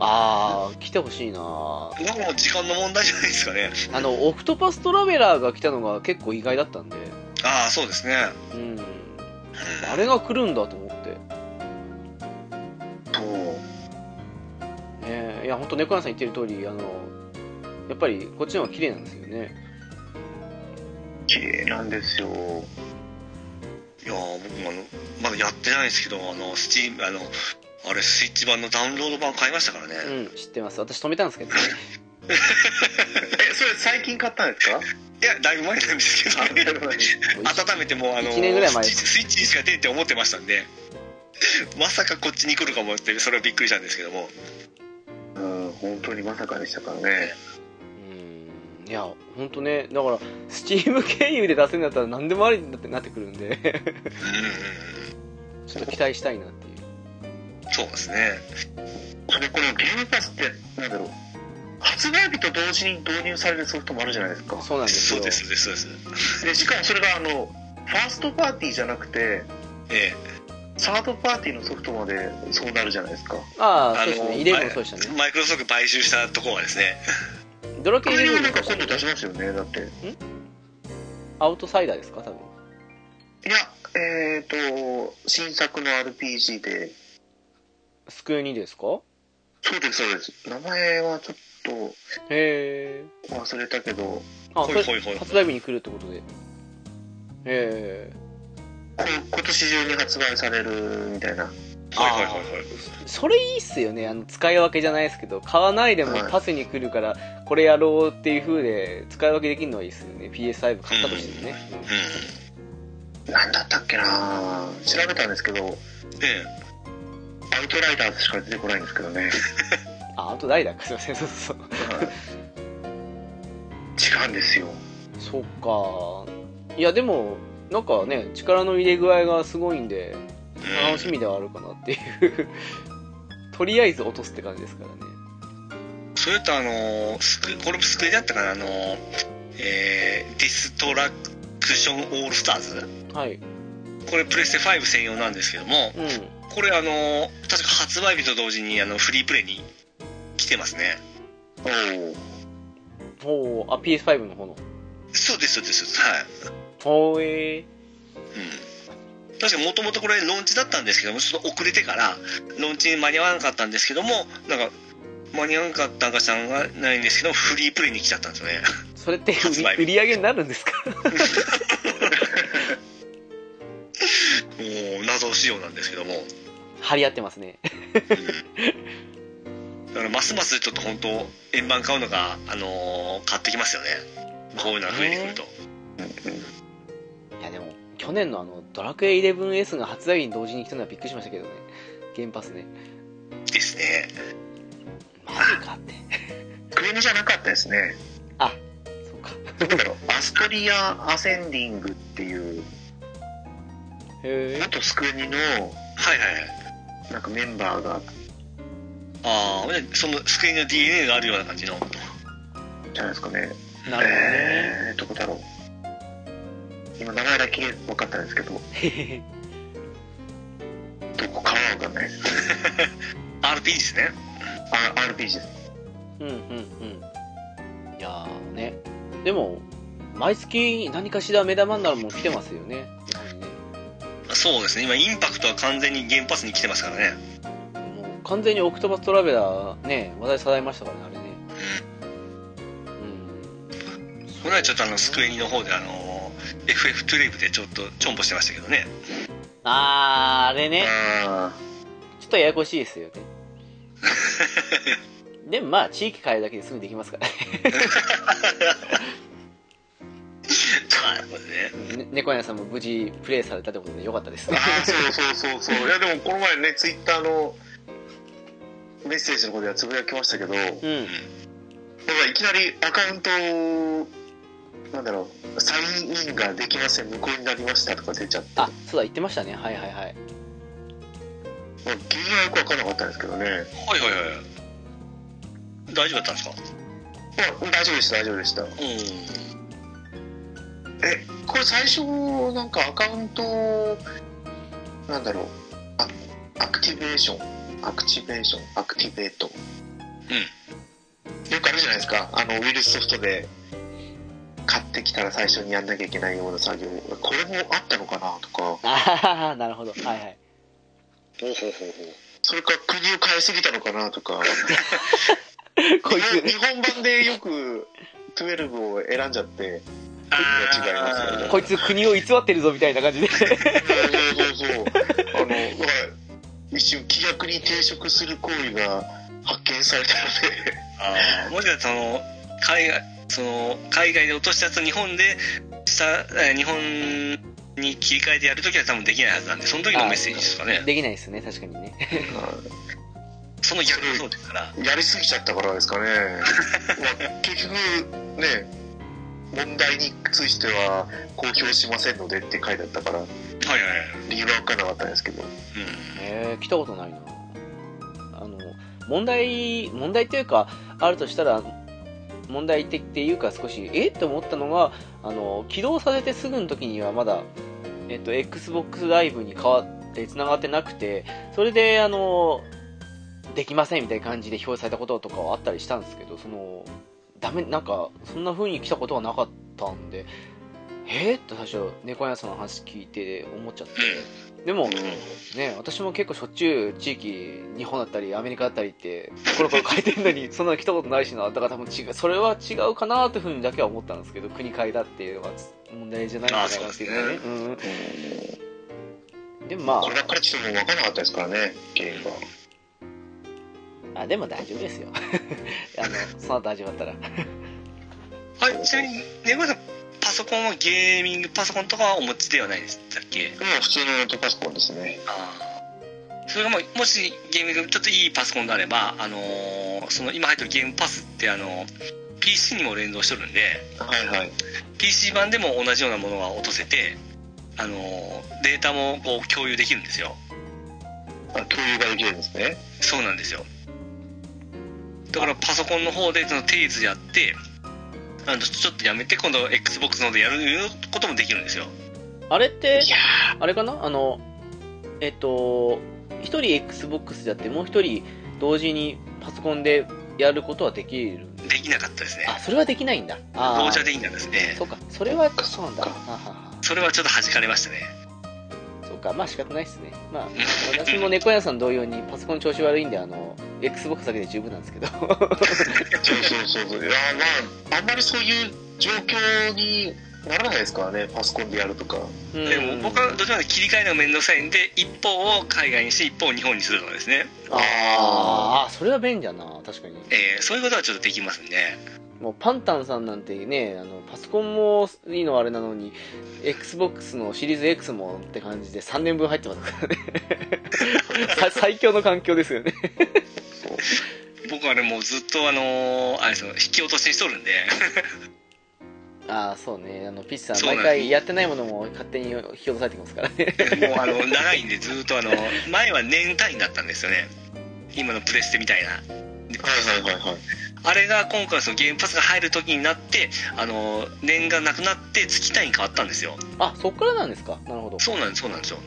Speaker 1: ああ、来てほしいなあ
Speaker 2: なんかもう時間の問題じゃないですかね
Speaker 1: の、オクトパストラベラーが来たのが結構意外だったんで。
Speaker 2: ああそうですね
Speaker 1: うん。あれが来るんだと思って。
Speaker 3: そう
Speaker 1: ねいや、ほんと、猫屋さん言ってる通り、あの、やっぱりこっちの方が綺麗なんですよね。
Speaker 3: 綺麗なんですよ
Speaker 2: いやー僕もあのまだやってないんですけどあのスチームあのあれスイッチ版のダウンロード版買いましたからね、
Speaker 1: うん、知ってます。私止めたんですけどね。
Speaker 3: えそれ最近買ったんです
Speaker 2: い
Speaker 3: か
Speaker 2: やだいぶ前なんですけ ど 温めてもうあの
Speaker 1: 一年ぐらい前
Speaker 2: スイッチスイッチにしか出んって思ってましたんで まさかこっちに来るかもってそれはびっくりしたんですけども
Speaker 3: うん本当にまさかでしたからね
Speaker 1: うんいや、ほんとね、だから、スチーム経由で出せるんだったら何でもありになってなってくるん で、
Speaker 2: うん
Speaker 1: ちょっと期待したいなっていう。
Speaker 2: そうですね
Speaker 3: それこのゲームパスってなんだろう発売日と同時に導入されるソフトもあるじゃないですか
Speaker 1: そうなんです
Speaker 2: そ
Speaker 1: よ。
Speaker 2: うですそうですそうです
Speaker 3: でしかもそれがあのファーストパーティーじゃなくて
Speaker 2: ええ
Speaker 3: サードパーティーのソフトまでそうなるじゃないですか
Speaker 1: ああ、
Speaker 2: あ
Speaker 1: そう
Speaker 2: の
Speaker 1: ですね。イレブンもそうでしたね。
Speaker 2: マイクロソフト買収したとこはですね
Speaker 1: ドラ
Speaker 3: こ
Speaker 1: ケイイ
Speaker 3: れ
Speaker 1: レブン
Speaker 3: を
Speaker 1: も
Speaker 3: なん
Speaker 1: そ
Speaker 3: か
Speaker 1: うでし
Speaker 3: 今度
Speaker 1: た
Speaker 3: 出
Speaker 1: ね
Speaker 3: しますよねだってい
Speaker 1: アウトサイダーですか、多分。
Speaker 3: やえっ、ー、と新作の RPG で
Speaker 1: スクエニですか
Speaker 3: そうですそうです名前はちょっ
Speaker 1: へえ。
Speaker 3: と忘れたけど
Speaker 1: あ、
Speaker 2: ほ
Speaker 1: そ
Speaker 2: い
Speaker 1: れ
Speaker 2: ほいほい
Speaker 1: 発売日に来るってことで。へえ。
Speaker 3: こ今年中に発売されるみたいな
Speaker 2: はいはいはいはい
Speaker 1: それいいっすよね。あの、使い分けじゃないですけど、買わないでも
Speaker 3: はい
Speaker 1: パスに来るから、これやろうっていう風で、使い分けできるのはいいっすよね。PS5 買ったとしてもね。うん
Speaker 2: う
Speaker 3: なんだったっけな調べたんですけど
Speaker 2: んえ
Speaker 3: アウトライダーズしか出てこないんですけど ね
Speaker 1: あ、あと代打か、すいません、そうそうそう。
Speaker 3: はい違うんですよ
Speaker 1: そっか。いや、でも、なんかね、力の入れ具合がすごいんで、
Speaker 2: え
Speaker 1: 楽しみではあるかなっていう。 とりあえず落とすって感じですからね。
Speaker 2: それとあのースクこれもスクエだったかなあのーえーディストラクションオールスターズ
Speaker 1: はい。
Speaker 2: これプレステ5専用なんですけども
Speaker 1: うん。
Speaker 2: これあの確か発売日と同時にあのフリープレイに来てますね
Speaker 3: おー
Speaker 1: ほう、あ、PS5 の方の。
Speaker 2: そうですそうですそうです
Speaker 1: ほうえー。
Speaker 2: はい、うん、確かもともとこれローンチだったんですけどもちょっと遅れてからローンチに間に合わなかったんですけどもなんか間に合わなかったんかしらんがないんですけどフリープレイに来ちゃったんですよね
Speaker 1: それって売
Speaker 2: 発売日
Speaker 1: り売り上げになるんですか
Speaker 2: もう謎仕様なんですけども
Speaker 1: 張り合ってますね。
Speaker 2: だからますますちょっと本当円盤買うのが、あのー買ってきますよねこういうのが増えてくると
Speaker 1: いやでも、去年のあの、ドラクエ 11S が発売日に同時に来たのはびっくりしましたけどね。原発ね。
Speaker 2: ですね
Speaker 1: マジかって。
Speaker 3: クレームじゃなかったですね
Speaker 1: そうか。
Speaker 3: どうだろうアストリア・アセンディングっていう
Speaker 1: へえ。
Speaker 3: 元スクエニの
Speaker 2: はいはいはい
Speaker 3: なんかメンバーが
Speaker 2: ああそのスクリーンの DNA があるような感じの
Speaker 3: じゃないですかね
Speaker 1: なるほどね。
Speaker 3: えー、どこだろう今名前だけ分かったんですけど
Speaker 1: へへへ
Speaker 3: どこかは分かんないです
Speaker 2: RP ですね
Speaker 3: あ RPG です
Speaker 1: うんうんうん。いやーね。でも、毎月何かしら目玉になるもの来てますよね。やはりね
Speaker 2: そうですね今インパクトは完全に原発に来てますからね
Speaker 1: もう完全にオクトバストラベラーね、話題さらいましたからね、あれね。うん。
Speaker 2: この間ちょっとあのスクエニの方であの FF12 でちょっとちょんぼしてましたけどね
Speaker 1: あー、あれね。
Speaker 3: あ
Speaker 1: ちょっとややこしいですよね。 でもまあ、地域変えるだけですぐできますからね。
Speaker 2: はいこれね
Speaker 1: ね 猫屋さんも無事プレイされたってことでよかったです ね。
Speaker 3: あそうそうそうそういやでもこの前ねツイッターのメッセージの方ではつぶやきましたけどだか
Speaker 1: うん。
Speaker 3: らいきなりアカウントなんだろうサインインができません無効になりましたとか出ちゃっても
Speaker 1: あ、そうだ、言ってましたね。はいはいはい。
Speaker 3: う原因はよく分からなかったんですけどね、
Speaker 2: はいはいはい大丈夫だったんですか
Speaker 3: まあ、大丈夫でした大丈夫でした
Speaker 2: うん
Speaker 3: えこれ最初なんかアカウントなんだろうあアクティベーションアクティベーションアクティベートよくあるじゃないですかあのウイルスソフトで買ってきたら最初にやんなきゃいけないような作業これもあったのかなとか
Speaker 1: あはははなるほど。はいはい。
Speaker 2: ほうほうほうほう
Speaker 3: それか国を変えすぎたのかなとか
Speaker 1: こいつ、
Speaker 3: 日本版でよく12を選んじゃって
Speaker 2: あ
Speaker 3: 国が違いますよね
Speaker 1: こいつ国を偽ってるぞみたいな感じで。
Speaker 3: そうそうそうあのだから一瞬規約に抵触する行為が発見されたので
Speaker 2: あーもしかしたらその海外その海外で落としたやつを日本でしたえー日本に切り替えてやるときは多分できないはずなんでその時のメッセージですかね
Speaker 1: できないですね、確かにね。
Speaker 2: その逆もそうですから
Speaker 3: やりすぎちゃったからですかね、まあ、結局ね問題については公表しませんのでって書いてあったから
Speaker 2: はいはいはい
Speaker 3: 理由は分からなかったんですけど
Speaker 1: えー、来たことないな。あの、問題、問題というか、あるとしたら、問題的っていうか少し、えって思ったのが、あの、起動されてすぐの時にはまだ、えっと、Xbox Live に変わって、繋がってなくて、それで、あの、できませんみたいな感じで表示されたこととかはあったりしたんですけど、その、ダメ、なんか、そんな風に来たことはなかったんで、えー、って最初、猫屋さんの話聞いて思っちゃって、でも、ね、私も結構しょっちゅう地域日本だったりアメリカだったりってコロコロ変えてるの にそんなの来たことないしなだから多分違うそれは違うかなというふうにだけは思ったんですけど国変えだっていうのは問題じゃないのかなっていうのはね
Speaker 2: あ
Speaker 1: うん
Speaker 3: うん
Speaker 1: うんでもま
Speaker 3: こればっかりちょっともう分からなかったですからね原因が
Speaker 1: ああでも大丈夫ですよ あ のその後始まったら
Speaker 2: はい、ちなみに、ねごさん、パソコンはゲーミングパソコンとかはお持ちではないでしたっけ
Speaker 3: もう普通のノートパソコンですね
Speaker 2: ああ。それがもうもしゲーミングちょっといいパソコンであれば、あのーその今入ってるゲームパスって、あのー PC にも連動しとるんで、
Speaker 3: はいはい
Speaker 2: PC 版でも同じようなものが落とせて、あのーデータもこう共有できるんですよ。
Speaker 3: あ共有ができるんですね
Speaker 2: そうなんですよだからパソコンの方でそのテイズやってあのちょっとやめて今度 XBOX の方でやることもできるんですよ
Speaker 1: あれって
Speaker 3: い、や
Speaker 1: あれかなあの、えっと、一人 Xbox でやって、もう一人同時にパソコンでやることはできるんで
Speaker 2: できなかったですね
Speaker 1: あ、それはできないんだ。あー
Speaker 2: 同社でいいんですね
Speaker 1: そうか、それはそうなんだ。ははは
Speaker 2: それはちょっと弾かれましたね
Speaker 1: そうか、まあ仕方ないですね。まあ、私も猫屋さん同様にパソコン調子悪いんで、あの、Xbox だけで十分なんですけど。
Speaker 3: そうそうそうそういやまああんまりそういう状況にならないですからねパソコンでやるとか
Speaker 1: うん
Speaker 2: でも僕はどちらかというと切り替えの面倒くさいんで一方を海外にして一方を日本にするとかですね、
Speaker 1: ああ、それは便利だな、確かに。
Speaker 2: えーそういうことはちょっとできますね
Speaker 1: もうパンタンさんなんてね、あのパソコンもいいのはあれなのに、XBOX のシリーズ X もって感じで3年分入ってます からね。さ最強の環境ですよね。
Speaker 2: 僕はねもうずっとあのーあれですよ引き落としにしとる んで
Speaker 1: ああ、そうね。あの、ピッチさん、
Speaker 2: そう
Speaker 1: 毎
Speaker 2: なんです
Speaker 1: 回やってないものも勝手に引き落とされてきますからね。
Speaker 2: もうあの長いんでずっとあの前は年単位だったんですよね今のプレステみたいな
Speaker 3: はいはいはいはい
Speaker 2: あれが今回そのゲームパスが入る時になってあの年がなくなって月単位変わったんですよ
Speaker 1: あ、そっからなんですか。なるほど。
Speaker 2: そうなんですそうなんですよ、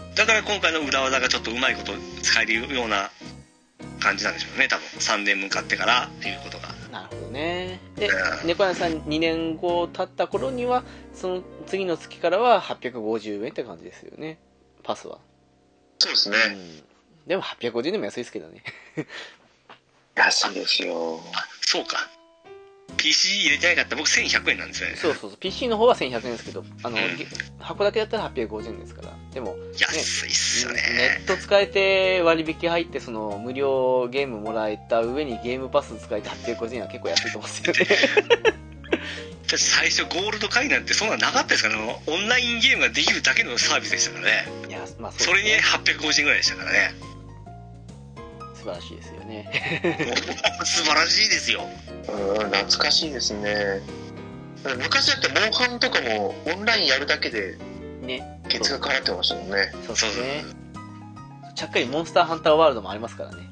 Speaker 2: うん、だから今回の裏技がちょっとうまいこと使えるような感じなんでしょうね多分3年向かってからっていうことが
Speaker 1: なるほどね。で
Speaker 2: う、ん
Speaker 1: 猫屋さん2年後経った頃には、その次の月からは850円って感じですよね。パスは。
Speaker 3: そうですね
Speaker 1: うん。でも850円でも安いですけどね。
Speaker 3: 安いですよ
Speaker 2: あそうか PC 入れてなかった僕1100円なんですよね
Speaker 1: そうそうそう PC の方は1100円ですけどあの、
Speaker 2: うん
Speaker 1: げ箱だけだったら850円ですからでも
Speaker 2: 安いっすよね
Speaker 1: ネット使えて割引入ってその無料ゲームもらえた上にゲームパス使えて850円は結構安いと思うんですよね
Speaker 2: だって最初ゴールド会員なんてそんなのなかったですからねオンラインゲームができるだけのサービスでしたからね
Speaker 1: いやまあそ
Speaker 2: そうれ
Speaker 1: です
Speaker 2: に
Speaker 1: ね
Speaker 2: 850円ぐらいでしたからね
Speaker 1: 素晴らしいですよね
Speaker 2: 素晴らしいですよ
Speaker 3: うん懐かしいですね昔だってモンハンとかもオンラインやるだけで
Speaker 1: ね
Speaker 3: 月額払ってましたもんね
Speaker 1: そうですねちゃっかりモンスターハンターワールドもあります からね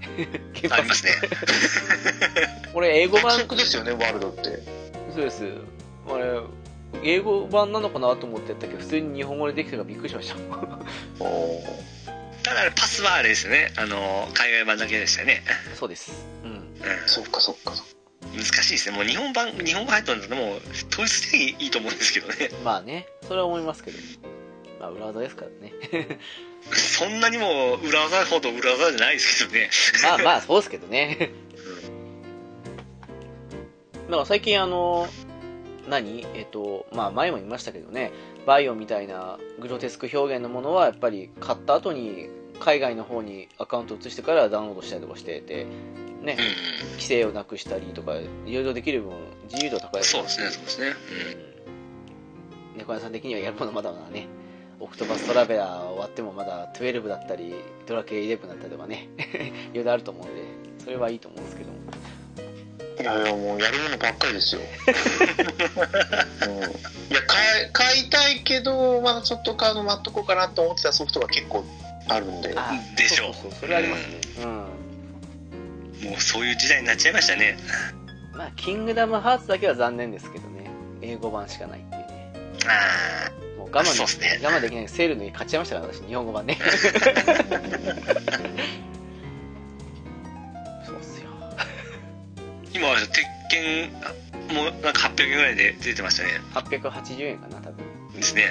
Speaker 1: ゲーム
Speaker 2: あ
Speaker 1: パ
Speaker 2: りま
Speaker 1: ス
Speaker 2: すね
Speaker 1: 俺英語版
Speaker 3: 月額ですよねワールドって
Speaker 1: そうですあれ英語版なのかなと思ってやったけど普通に日本語でできてるからびっくりし ましたもん
Speaker 3: おおー
Speaker 2: ただあれパスはあれですよねあの海外版だけでしたよね、
Speaker 1: そうですうん
Speaker 2: うん、
Speaker 3: そっかそっかそっか
Speaker 2: 難しいですねもう日本版日本語入ったんだったらもう統一的にいいと思うんですけどね
Speaker 1: まあね、それは思いますけど、まあ、裏技ですからね。
Speaker 2: そんなにもう裏技ほど裏技じゃないですけどね
Speaker 1: まあまあ、そうですけどね。なんか最近、あの、何えっと、まあ前も言いましたけどね、バイオみたいなグロテスク表現のものは、やっぱり買った後に、海外の方にアカウント移してからダウンロードしたりとかしてて、ね、
Speaker 2: う
Speaker 1: 規制をなくしたりとか、いろいろできる分、自由度高い
Speaker 2: んそうですね
Speaker 1: す
Speaker 2: そうですね、
Speaker 1: 猫屋さん的にはやるものまだまだねオクトバストラベラー終わってもまだ12だったりドラケイ11だったりとかね いろいろあると思うんでそれはいいと思うんですけども
Speaker 3: いやいやもうやるものばっかりですよ、うん、いや買い買いたいけどまだちょっと買うの待っとこうかなと思ってたソフトが結構あるんで
Speaker 1: あ
Speaker 2: でしょう
Speaker 1: そうそうそうそれはありますねうん、
Speaker 2: うんもうそういう時代になっちゃいましたね
Speaker 1: まあキングダムハーツだけは残念ですけどね英語版しかないっていうね
Speaker 2: あ
Speaker 1: もう我慢
Speaker 2: そ
Speaker 1: で
Speaker 2: うっ
Speaker 1: す
Speaker 2: ね
Speaker 1: 我慢できないセールに勝っちゃいましたから私日本語版 ねそうっすよ
Speaker 2: ー今は鉄拳あもうなんか800円ぐらいで出てましたね
Speaker 1: 880円かな多分
Speaker 2: ですね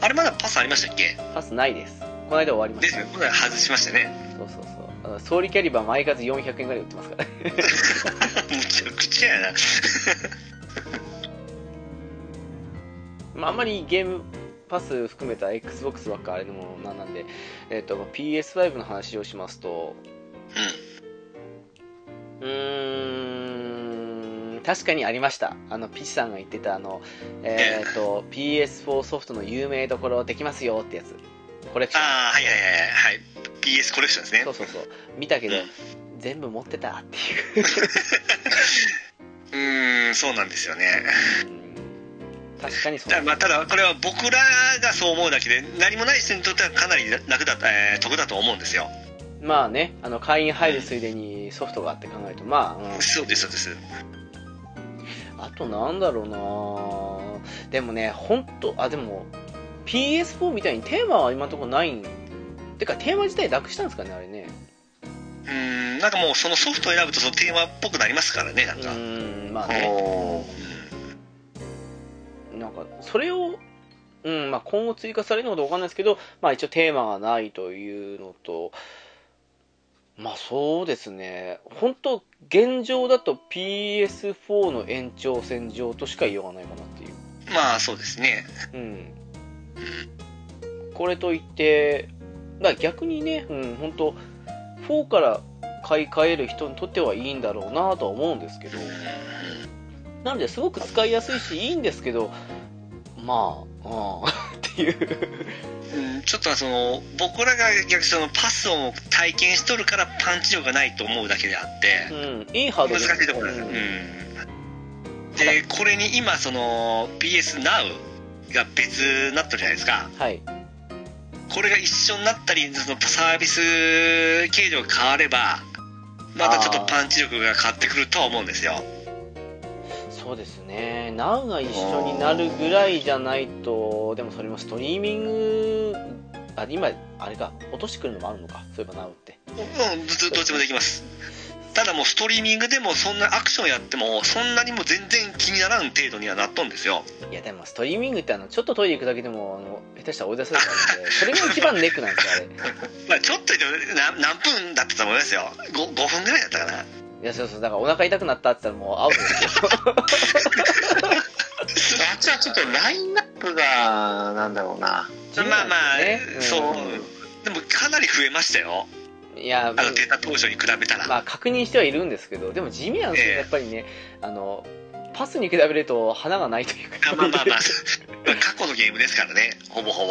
Speaker 2: あれまだパスありましたっけ
Speaker 1: パスないですこの間終わりま
Speaker 2: で
Speaker 1: し
Speaker 2: す
Speaker 1: た
Speaker 2: ね今回外しましたね
Speaker 1: そうそうそうあの。総理キャリバー毎月400円ぐらい売ってますから ね。
Speaker 2: むちゃくちゃやな
Speaker 1: まあ、あんまりゲームパス含めた Xbox ばっかあれでもなんなんで、えっ、と、PS5 の話をしますと、うーん、確かにありました。あの、ピチさんが言ってた、あの、えっ、と、PS4 ソフトの有名どころできますよってやつ。コレクション。
Speaker 2: ああはいはいはいはい PS コレクションですね
Speaker 1: そうそうそう。見たけど
Speaker 2: うん、
Speaker 1: 全部持ってたっていう。
Speaker 2: うーんそうなんですよね
Speaker 1: うん確かにそう
Speaker 2: ただ,、まあ、ただこれは僕らがそう思うだけで何もない人にとってはかなり楽だった、えー得だと思うんですよ
Speaker 1: まあね、あの会員入るついでにソフトがあって考えると、まあ、うん
Speaker 2: そうですそうです
Speaker 1: あとなんだろうなでもね、本当あ、でも、PS4 みたいにテーマは今のところないん。てか、テーマ自体なくしたんですかね、あれね。
Speaker 2: うんなんかもうそのソフトを選ぶとそのテーマっぽくなりますからねな
Speaker 1: うん
Speaker 2: か、
Speaker 1: ーん、まあね。
Speaker 3: おー
Speaker 1: なんかそれを、うんまあ、今後追加されるのかわかんないですけど、まあ、一応テーマがないというのとまあそうですね本当現状だと PS4 の延長線上としか言いようがないかなっていう、
Speaker 2: まあそうですね
Speaker 1: うん、これといってまあ逆にね、うん、本当4から買い替える人にとってはいいんだろうなとは思うんですけど、なのですごく使いやすいしいいんですけどまあ、うん、っていう
Speaker 2: うんちょっとその僕らが逆にそのパスを体験しとるからパンチ力がないと思うだけであって、
Speaker 1: うんいいハード
Speaker 2: 難
Speaker 1: ル
Speaker 2: しいところなんですよ、うんでこれに今その PS Now が別になってるじゃないですか
Speaker 1: うんはい
Speaker 2: これが一緒になったりそのサービス形状が変わればまたちょっとパンチ力が変わってくるとは思うんですよ
Speaker 1: そうですね Now が一緒になるぐらいじゃないとでもそれもストリーミングあ今あれか落としてくるのもあるのかそういえば Now って
Speaker 2: うん、どどっちもできます。ただもうストリーミングでもそんなアクションやってもそんなにもう全然気にならん程度にはなっとんですよ。
Speaker 1: いやでもストリーミングってあのちょっとトイレ行くだけでもあの下手したら追い出されちゃうんでそれが一番ネックなんですよあれ
Speaker 2: まあちょっとでもな何分だったと思いますよ。5, 5分ぐらいだったかな。
Speaker 1: いやそうそうだからお腹痛くなったって言ったらもうアウトですよ
Speaker 3: あっちはちょっとラインナップがなんだろうな
Speaker 2: まあまあ、
Speaker 1: 自
Speaker 2: そう
Speaker 1: 由なんですよね。
Speaker 2: でもかなり増えましたよ。
Speaker 1: うんいや
Speaker 2: あのデータ当初に比べたら。
Speaker 1: まあ確認してはいるんですけどでも地味なんですよ、
Speaker 2: ええ
Speaker 1: やっぱりねあのパスに比べると花がないというか
Speaker 2: まあまあ まあ、まあ過去のゲームですからね、ほぼほ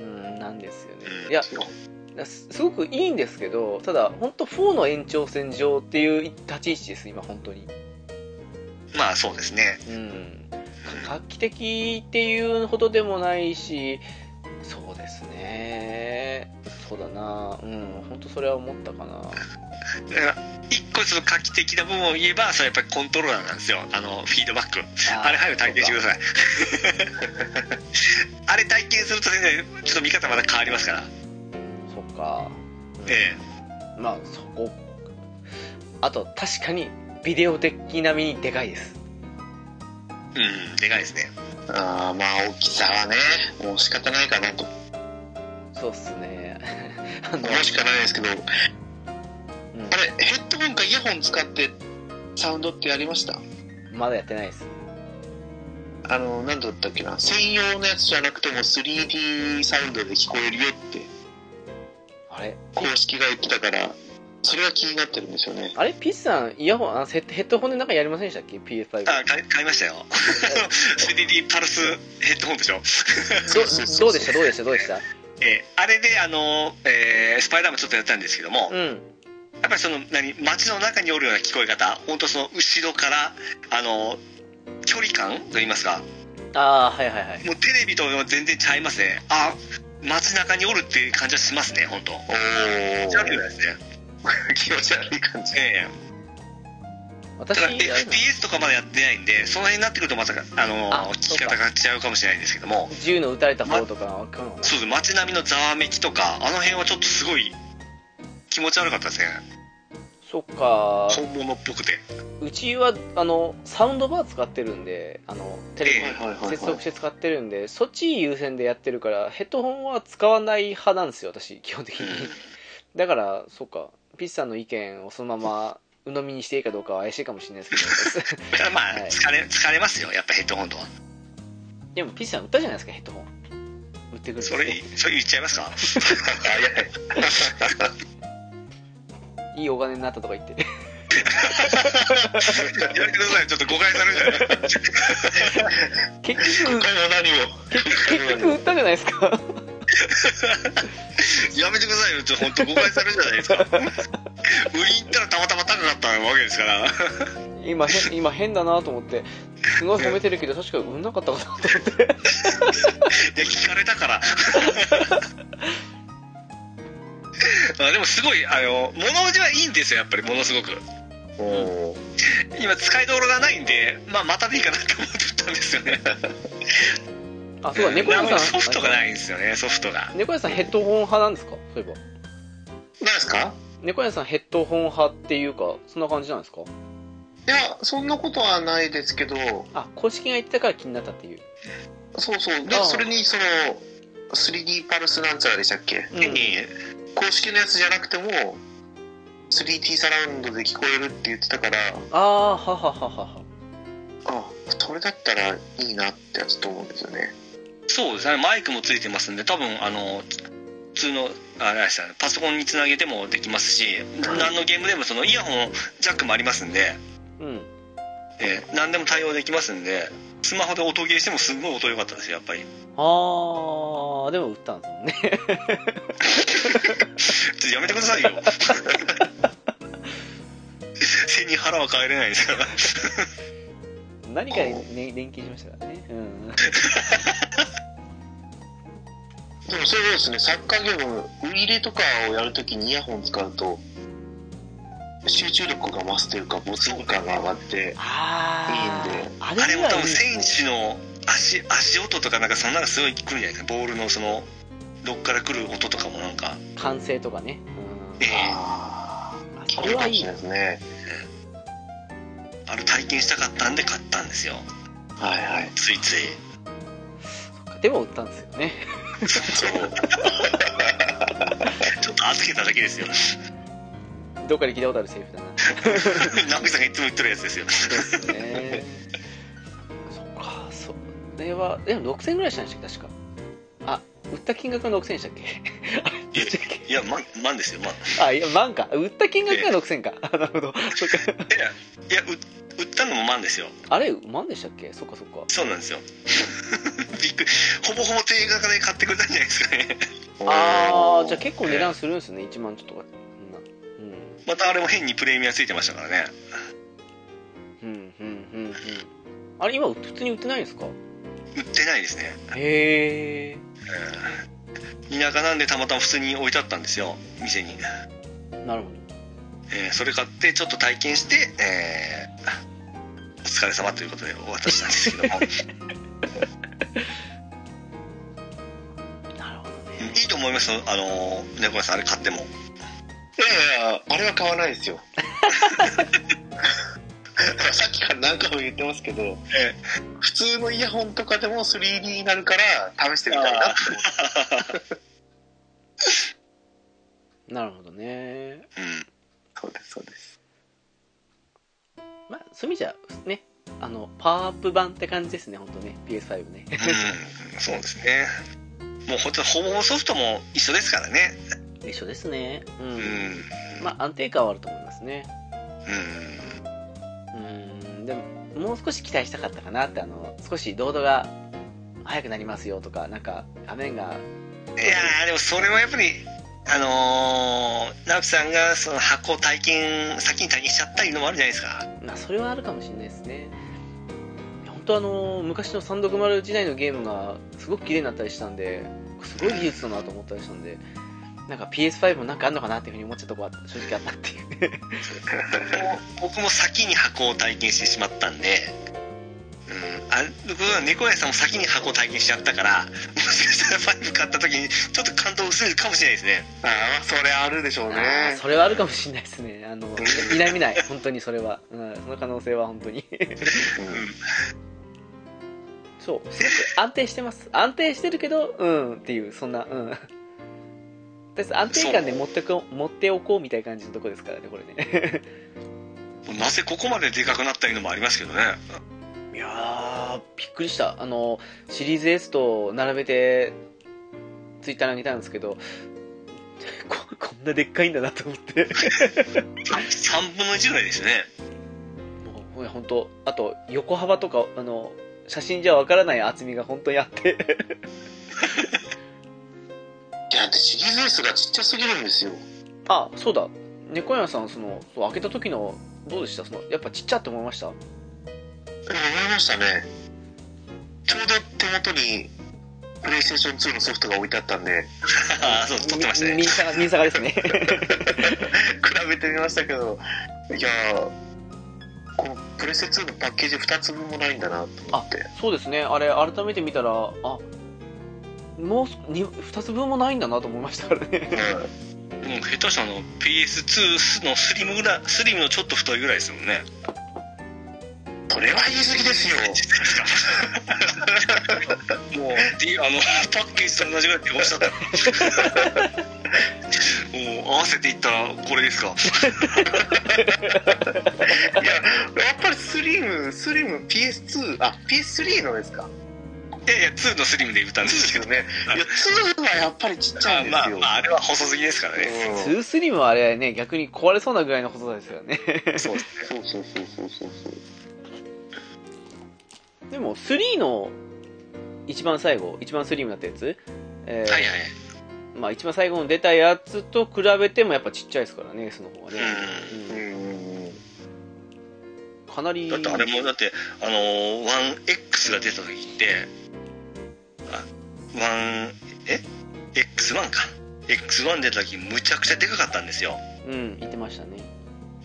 Speaker 1: うんなんですよね
Speaker 2: うん
Speaker 1: いやすすごくいいんですけどただ本当4の延長線上っていう立ち位置です今本当に
Speaker 2: まあそうですね。
Speaker 1: うん画期的っていうほどでもないしそうですねそうだなうん本当それは思ったかな
Speaker 2: だから一個その画期的な部分を言えば、それはやっぱりコントローラーなんですよ。あの、フィードバック。 あれ早く体験してくだ
Speaker 1: い
Speaker 2: さいあれ体験すると全然ちょっと見方また変わりますから
Speaker 1: そっかうん
Speaker 2: え
Speaker 1: まあそこあと確かにビデオ的並みにでかいです
Speaker 2: えうんでかいですね
Speaker 3: あーまあ大きさはねもう仕方ないかなと
Speaker 1: そうっすね あの
Speaker 3: 思うしかないですけどあれ
Speaker 1: うん
Speaker 3: ヘッドホンかイヤホン使ってサウンドってやりました
Speaker 1: まだやってないです
Speaker 3: あの何だったっけな専用のやつじゃなくても 3D サウンドで聞こえるよって
Speaker 1: あれ
Speaker 3: 公式が言ってたからそれは気になってるんですよね
Speaker 1: あれピッチさんイヤホンあヘッヘッドホンでなんかやりませんでしたっけ PS5
Speaker 2: あ買い買いましたよ 3D パルスヘッドホンでしょ、
Speaker 3: そうそう
Speaker 1: ど
Speaker 3: そう
Speaker 1: でしたどうでしたどうでした
Speaker 2: ええあれであの、ええスパイダーマンちょっとやったんですけども、
Speaker 1: う
Speaker 2: やっ
Speaker 1: ん
Speaker 2: ぱりその何街の中におるような聞こえ方本当その後ろからあの距離感と言いますか
Speaker 1: ああはいはいはい
Speaker 2: もうテレビと全然ちゃいますねあ街中におるっていう感じはしますね本当
Speaker 3: おー
Speaker 2: 気持ち悪いぐらいですね
Speaker 3: 気持ち悪い感じ
Speaker 2: ええ
Speaker 1: 私
Speaker 2: ただ
Speaker 1: あれ
Speaker 2: FPS とかまでやってないんでその辺になってくるとまたあの
Speaker 1: あ
Speaker 2: 聞き方が違うかもしれないんですけども
Speaker 1: 銃の撃たれた方とかわかんない
Speaker 2: そうです街並みのざわめきとかあの辺はちょっとすごい気持ち悪かったですね
Speaker 1: そっか
Speaker 2: 本物っぽくて
Speaker 1: うちはあのサウンドバー使ってるんであのテレビ
Speaker 2: ええ
Speaker 3: はいはいはい、はい、
Speaker 1: 接続して使ってるんで、そっち優先でやってるからヘッドホンは使わない派なんですよ私基本的にだからそうかピッチさんの意見をそのまま鵜呑みにしていいかどうかは怪しいかもしれないですけど
Speaker 2: だ からまあ
Speaker 1: はい
Speaker 2: 疲れ,、疲れますよやっぱヘッドホンとは
Speaker 1: でもピッチさん売ったじゃないですかヘッドホン売ってくるんです
Speaker 2: そ
Speaker 1: よ
Speaker 2: れそれ言っちゃい ますか
Speaker 1: いいお金になったとか言って
Speaker 2: やめてくださいちょっと誤解されるじゃない
Speaker 1: 結局
Speaker 3: 他の何も
Speaker 1: 結局売ったじゃないですか
Speaker 2: やめてくださいよちょっと本当誤解されるじゃないですか売り行ったらたまたま高かったわけです から
Speaker 1: 今へん今変だなと思ってすごい褒めてるけど確か売んなかったかなと思って
Speaker 2: いや聞かれたから あでもすごいあの物おじはいいんですよやっぱりものすごく
Speaker 3: おおー、
Speaker 2: 今使いどころがないんで、まあ、またでいいかなって思ってたんですよ ね
Speaker 1: あ、そうだ、猫
Speaker 2: な
Speaker 1: 屋
Speaker 2: ん
Speaker 1: さん。
Speaker 2: かソフトがないんですよねソフトが
Speaker 1: 猫屋さんヘッドホン派なんですかそういえば。
Speaker 3: なんですか
Speaker 1: 猫屋さんヘッドホン派っていうか、そんな感じなんですか
Speaker 3: いやそんなことはないですけど
Speaker 1: あ、公式が言ってたから気になったっていう。
Speaker 3: そうそうで
Speaker 1: ああ
Speaker 3: それにその 3D パルスなんちゃらでしたっけ、
Speaker 1: うん
Speaker 3: に公式のやつじゃなくても 3T サラウンドで聞こえるって言ってたから
Speaker 1: あー、ははははは。
Speaker 3: あそれだったらいいなってやつと思うんですよね
Speaker 2: そうですねマイクもついてますんで多分あの普通のあれでしたねパソコンにつなげてもできますし、何のゲームでもそのイヤホンジャックもありますんで、
Speaker 1: うん。
Speaker 2: えー何でも対応できますんでスマホで音ゲーしてもすごい音良かったですよやっぱり
Speaker 1: あー、でも売ったんですもんね。
Speaker 2: ちょっとやめてくだ さいよ背に腹は変えれないです から
Speaker 1: 何かに、ね、連携しましたからね。うん。
Speaker 3: でもそうですねサッカーゲームウイイレとかをやるときにイヤホン使うと集中力が増すというか没入感が上がって
Speaker 1: あー。
Speaker 3: いいんで
Speaker 1: あ
Speaker 2: あれ
Speaker 1: ぐ
Speaker 2: も
Speaker 1: らいいい
Speaker 2: 多
Speaker 1: で
Speaker 2: 分
Speaker 1: すね
Speaker 2: 選手の足足音とかなんかそのなんかすごい来るんじゃないですかボールのそのどっから来る音とかもなんか、
Speaker 1: 歓声とかね。
Speaker 2: ええ
Speaker 3: あ
Speaker 1: うん。あ
Speaker 3: あ
Speaker 1: それはいい。
Speaker 3: ですね
Speaker 2: あれ体験したかったんで買ったんですよ
Speaker 3: はいはい
Speaker 2: ついつい
Speaker 1: でも売ったんですよね。
Speaker 3: そう
Speaker 2: ちょっと預けただけですよ
Speaker 1: どっかで聞いたことあるセリフだな。
Speaker 2: 直樹さんがいつも言ってるやつですよ
Speaker 1: ですね。そっか、それは、でも6000ぐらいしたんでしたっけ、確か。あ、売った金額が6000でしたっけあれどっちだっ
Speaker 2: いや万、ま、万ですよ万い
Speaker 1: けあ、いや、万か。売った金額が6000か。あなるほど。そっか。
Speaker 2: やいやう売ったのも万ですよ
Speaker 1: あれ、万でしたっけそっかそっか。
Speaker 2: そうなんですよ びっくりほぼほぼ定額で買ってくれたんじゃないですかね
Speaker 1: あー、じゃあ
Speaker 3: あ
Speaker 1: 結構値段するんですね。1万ちょっとか。そんな
Speaker 2: またあれも変にプレミアついてましたからね
Speaker 1: うん。うん、うん、うん、うん。あれ、今、普通に売ってないんですか
Speaker 2: 売ってないですね
Speaker 1: へー。
Speaker 2: 田舎なんでたまたま普通に置いてあったんですよ店に、
Speaker 1: なるほど。
Speaker 2: えーそれ買ってちょっと体験して、えーお疲れ様ということでお渡ししたんですけどもうん
Speaker 1: なるほどね。
Speaker 2: いいと思いますよあのー猫屋さんあれ買っても
Speaker 3: いやいやあれは買わないですよ さっきから何回も言ってますけど、普通のイヤホンとかでも 3D になるから試してみたいなって思って
Speaker 1: なるほどね。
Speaker 2: うん
Speaker 3: そうですそうです
Speaker 1: まあ、そういう意味じゃ、ね、あの、パワーアップ版って感じですね、ほんとね、PS5 ね。
Speaker 2: うんそうですねもうほんとほぼほぼソフトも一緒ですからね
Speaker 1: 一緒ですね。うん。
Speaker 2: うん
Speaker 1: まあ、安定感はあると思いますね。
Speaker 2: うん
Speaker 1: うん、でも、もう少し期待したかったかなって、あの、少しロードが速くなりますよとか、なんか、画面が、
Speaker 2: いやーでもそれはやっぱりあのー直樹さんがその箱を体験先に体験しちゃったりのもあるじゃないですか
Speaker 1: まあ、それはあるかもしれないですね。いやほんとあの、昔の360時代のゲームが、すごく綺麗になったりしたんで、すごい技術だなと思ったりしたんで、なんか PS5 もなんかあんのかなっていうふうに思っちゃったとこは正直あったっていうね。
Speaker 2: 僕も先に箱を体験してしまったんで、うん、あ僕は猫屋さんも先に箱を体験しちゃったからもしかしたら5買った時にちょっと感動薄いかもしれないですね
Speaker 3: ああそれあるでしょう
Speaker 1: あー
Speaker 3: ね
Speaker 1: それはあるかもしれないですね。あの、否め ない、本当にそれは。うん、その可能性は本当 に。そう、すごく安定してます。安定してるけど、うんっていう、そんな、うん。です安定感で持ってこ持っておこうみたいな感じのとこですからね、これね。
Speaker 2: なぜここまででかくなったりのもありますけどね
Speaker 1: いやー、びっくりした。あの、シリーズ S と並べて、ツイッターに上げたんですけど、 ここんなでっかいんだなと思って。
Speaker 2: 3分の1ぐらいですね
Speaker 1: もう本当あと横幅とかあの写真じゃわからない厚みが本当にあって
Speaker 3: いやだってシリーズ S がちっちゃすぎるんですよ
Speaker 1: あそうだ猫屋さんそのそう開けた時のどうでしたそのやっぱちっちゃって思いました
Speaker 3: でも思いましたねちょうど手元にプレイステーション2のソフトが置いてあったんで
Speaker 2: ああそう撮ってました
Speaker 1: み
Speaker 2: ね
Speaker 1: 右下が右下がですね
Speaker 3: 比べててみましたけどいやーこのプレステ2のパッケージ2つ分もないんだなと思って
Speaker 1: そうですねあれ改めて見たらあもうすに2つ分もないんだなと思いましたからね
Speaker 2: もう下手したらあの PS2 のスリムぐらいスリムのちょっと太いぐらいですもんね
Speaker 3: うんそれは言い過ぎで すよ
Speaker 2: もうであのパッケージと同じぐらいっておっしゃったもう合わせていったらこれですか
Speaker 3: いややっぱりスリムスリム PS2 あ PS3 のですか
Speaker 2: いやいや2のスリムで言ったんですけど
Speaker 3: ねいや2はやっぱりちっちゃいんで す
Speaker 2: まあ
Speaker 3: よ、
Speaker 2: まああれは細すぎですからね
Speaker 3: うん
Speaker 1: 2スリムはあれね逆に壊れそうなぐらいの細さですよね
Speaker 2: そうです
Speaker 3: そうそうそうそうそうそう
Speaker 1: でも3の一番最後一番スリムになったやつ、えー
Speaker 2: はいはい
Speaker 1: まあ、一番最後に出たやつと比べてもやっぱちっちゃいですからねその方がね、
Speaker 3: う
Speaker 1: うん
Speaker 3: ん
Speaker 1: かなり
Speaker 2: だってあれもだってあのー 1X が出た時ってあ1え X1 か X1 出た時むちゃくちゃでかかったんですよ
Speaker 1: うん言ってましたね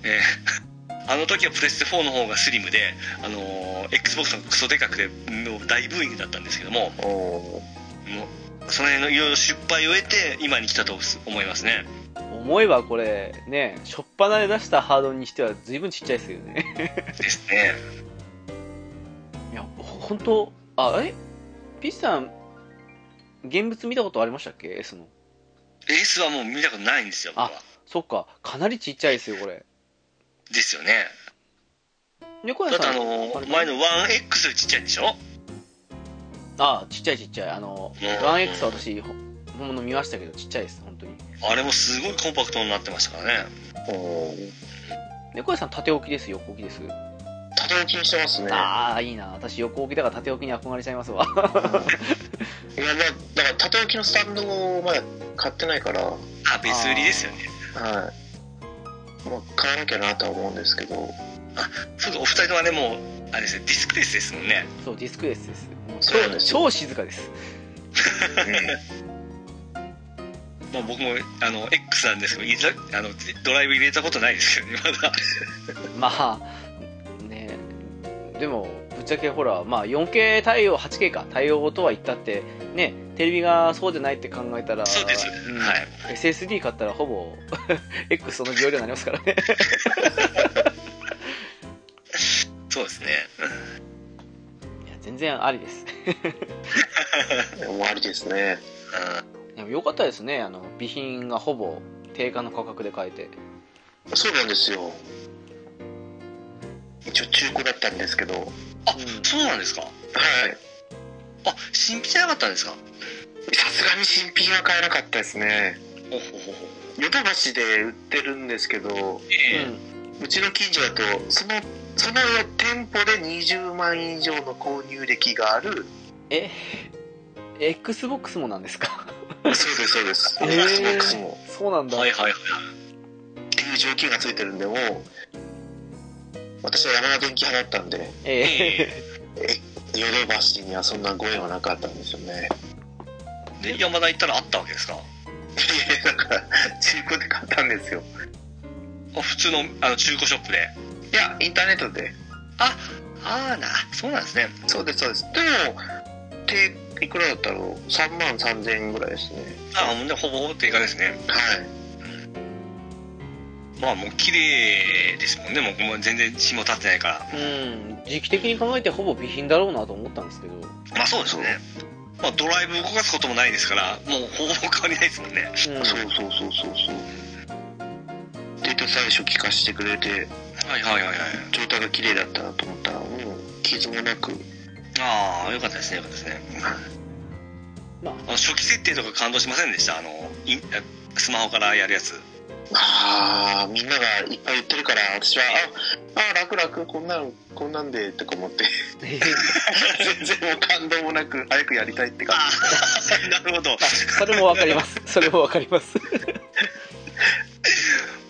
Speaker 2: えー あの時はプレステ4の方がスリムで、あのー XBOX がクソでかくてもう大ブーイングだったんですけども
Speaker 3: お
Speaker 2: もうその辺のいろいろ失敗を得て今に来たと思いますね
Speaker 1: 思えばこれね初っ端で出したハードにしては随分ちっちゃいですよね
Speaker 2: ですね
Speaker 1: いや、ほ本当あ、えピッチさん、現物見たことありましたっけ ?S の。
Speaker 2: S はもう見たことないんですよ僕は
Speaker 1: あそっか、かなりちっちゃいですよ、これ。
Speaker 2: ですよね
Speaker 1: 猫
Speaker 2: だ
Speaker 1: 屋
Speaker 2: って
Speaker 1: さ
Speaker 2: あ
Speaker 1: ん、
Speaker 2: の
Speaker 1: あれ
Speaker 2: ー前の 1X よりちっちゃいんでしょ
Speaker 1: あ、ちっちゃいちっちゃい。あの、
Speaker 2: うん
Speaker 1: 1X は私、ほ本物見ましたけど、ちっちゃいです、本当に。
Speaker 2: あれもすごいコンパクトになってましたからね
Speaker 3: ーおー
Speaker 1: 猫屋さん、縦置きです、横置きです。
Speaker 3: 縦置きにしてますね
Speaker 1: ああ、いいな。私、横置きだから縦置きに憧れちゃいますわ。
Speaker 3: いやまあだから縦置きのスタンドをまだ買ってないからはい
Speaker 2: あ別売りですよね
Speaker 3: まあ買わなきゃなとは思うんです けど
Speaker 2: そうかお二人はねもうあれですねディスクレースですもんね
Speaker 1: そう、ディスクレスです。もう
Speaker 3: そうですよ
Speaker 1: 超静かです。
Speaker 2: まあ、僕もあの X なんですけど入れたあのドライブ入れたことないですけどね まだ
Speaker 1: まあねでもぶっちゃけほら、まあ、4K 対応 8K か対応とは言ったってねテレビがそうじゃないって考えたら
Speaker 2: そうです、
Speaker 1: ん
Speaker 2: はい
Speaker 1: SSD 買ったらほぼ X その容量になります からね
Speaker 2: そうですね
Speaker 1: いや全然ありです
Speaker 3: 終わりですね
Speaker 1: でもよかったですねあの備品がほぼ定価の価格で買えて
Speaker 3: そうなんですよ一応中古だったんですけどはい
Speaker 2: あ、
Speaker 1: うん
Speaker 2: そうなんですかあ新品じゃなかったんですか
Speaker 3: さすがに新品は買えなかったですね
Speaker 2: ほほほほ
Speaker 3: ヨドバシで売ってるんですけど
Speaker 2: ええ
Speaker 3: うちの近所だとそのその店舗で20万円以上の購入歴がある
Speaker 1: え XBOX もなんですか
Speaker 3: そうですそうです
Speaker 1: え
Speaker 3: Xbox も
Speaker 1: そうなんだ、
Speaker 2: はいはいはい
Speaker 3: っていう条件がついてるんでもう私は山田電機派だったんで
Speaker 1: ええ
Speaker 2: え
Speaker 3: ヨドバシにはそんなご縁はなかったんですよね
Speaker 2: えで山田行ったらあったわけですか
Speaker 3: いやだから中古で買ったんですよ
Speaker 2: あ普通のあの中古ショップで
Speaker 3: いやインターネットで
Speaker 2: あああなそうなんですね
Speaker 3: そうですそうですでもていくらだったろう3万3000円ぐらいですね
Speaker 2: あもうねほぼほぼ定価ですね
Speaker 3: はい
Speaker 2: まあもう綺麗ですもんねもうもう全然血も立ってないから
Speaker 1: うん時期的に考えてほぼ備品だろうなと思ったんですけど
Speaker 2: まあそうですねまあドライブ動かすこともないですからもうほぼ変わりないですもんね
Speaker 1: うん
Speaker 3: そうそうそうそうそうデータ最初聞かせてくれて
Speaker 2: はいはいはいはい
Speaker 3: 状態が綺麗だったなと思ったらもう傷もなく
Speaker 2: ああよかったですねよかったですね
Speaker 1: まあ
Speaker 2: あの初期設定とか感動しませんでしたあのインあスマホからやるやつ
Speaker 3: ああみんながいっぱい言ってるから私はああ楽楽こんなんこんなんでとか思 って全然もう感動もなく早くやりたいって感
Speaker 2: ああ なるほども
Speaker 1: あそれもわかり ます。それもわかります。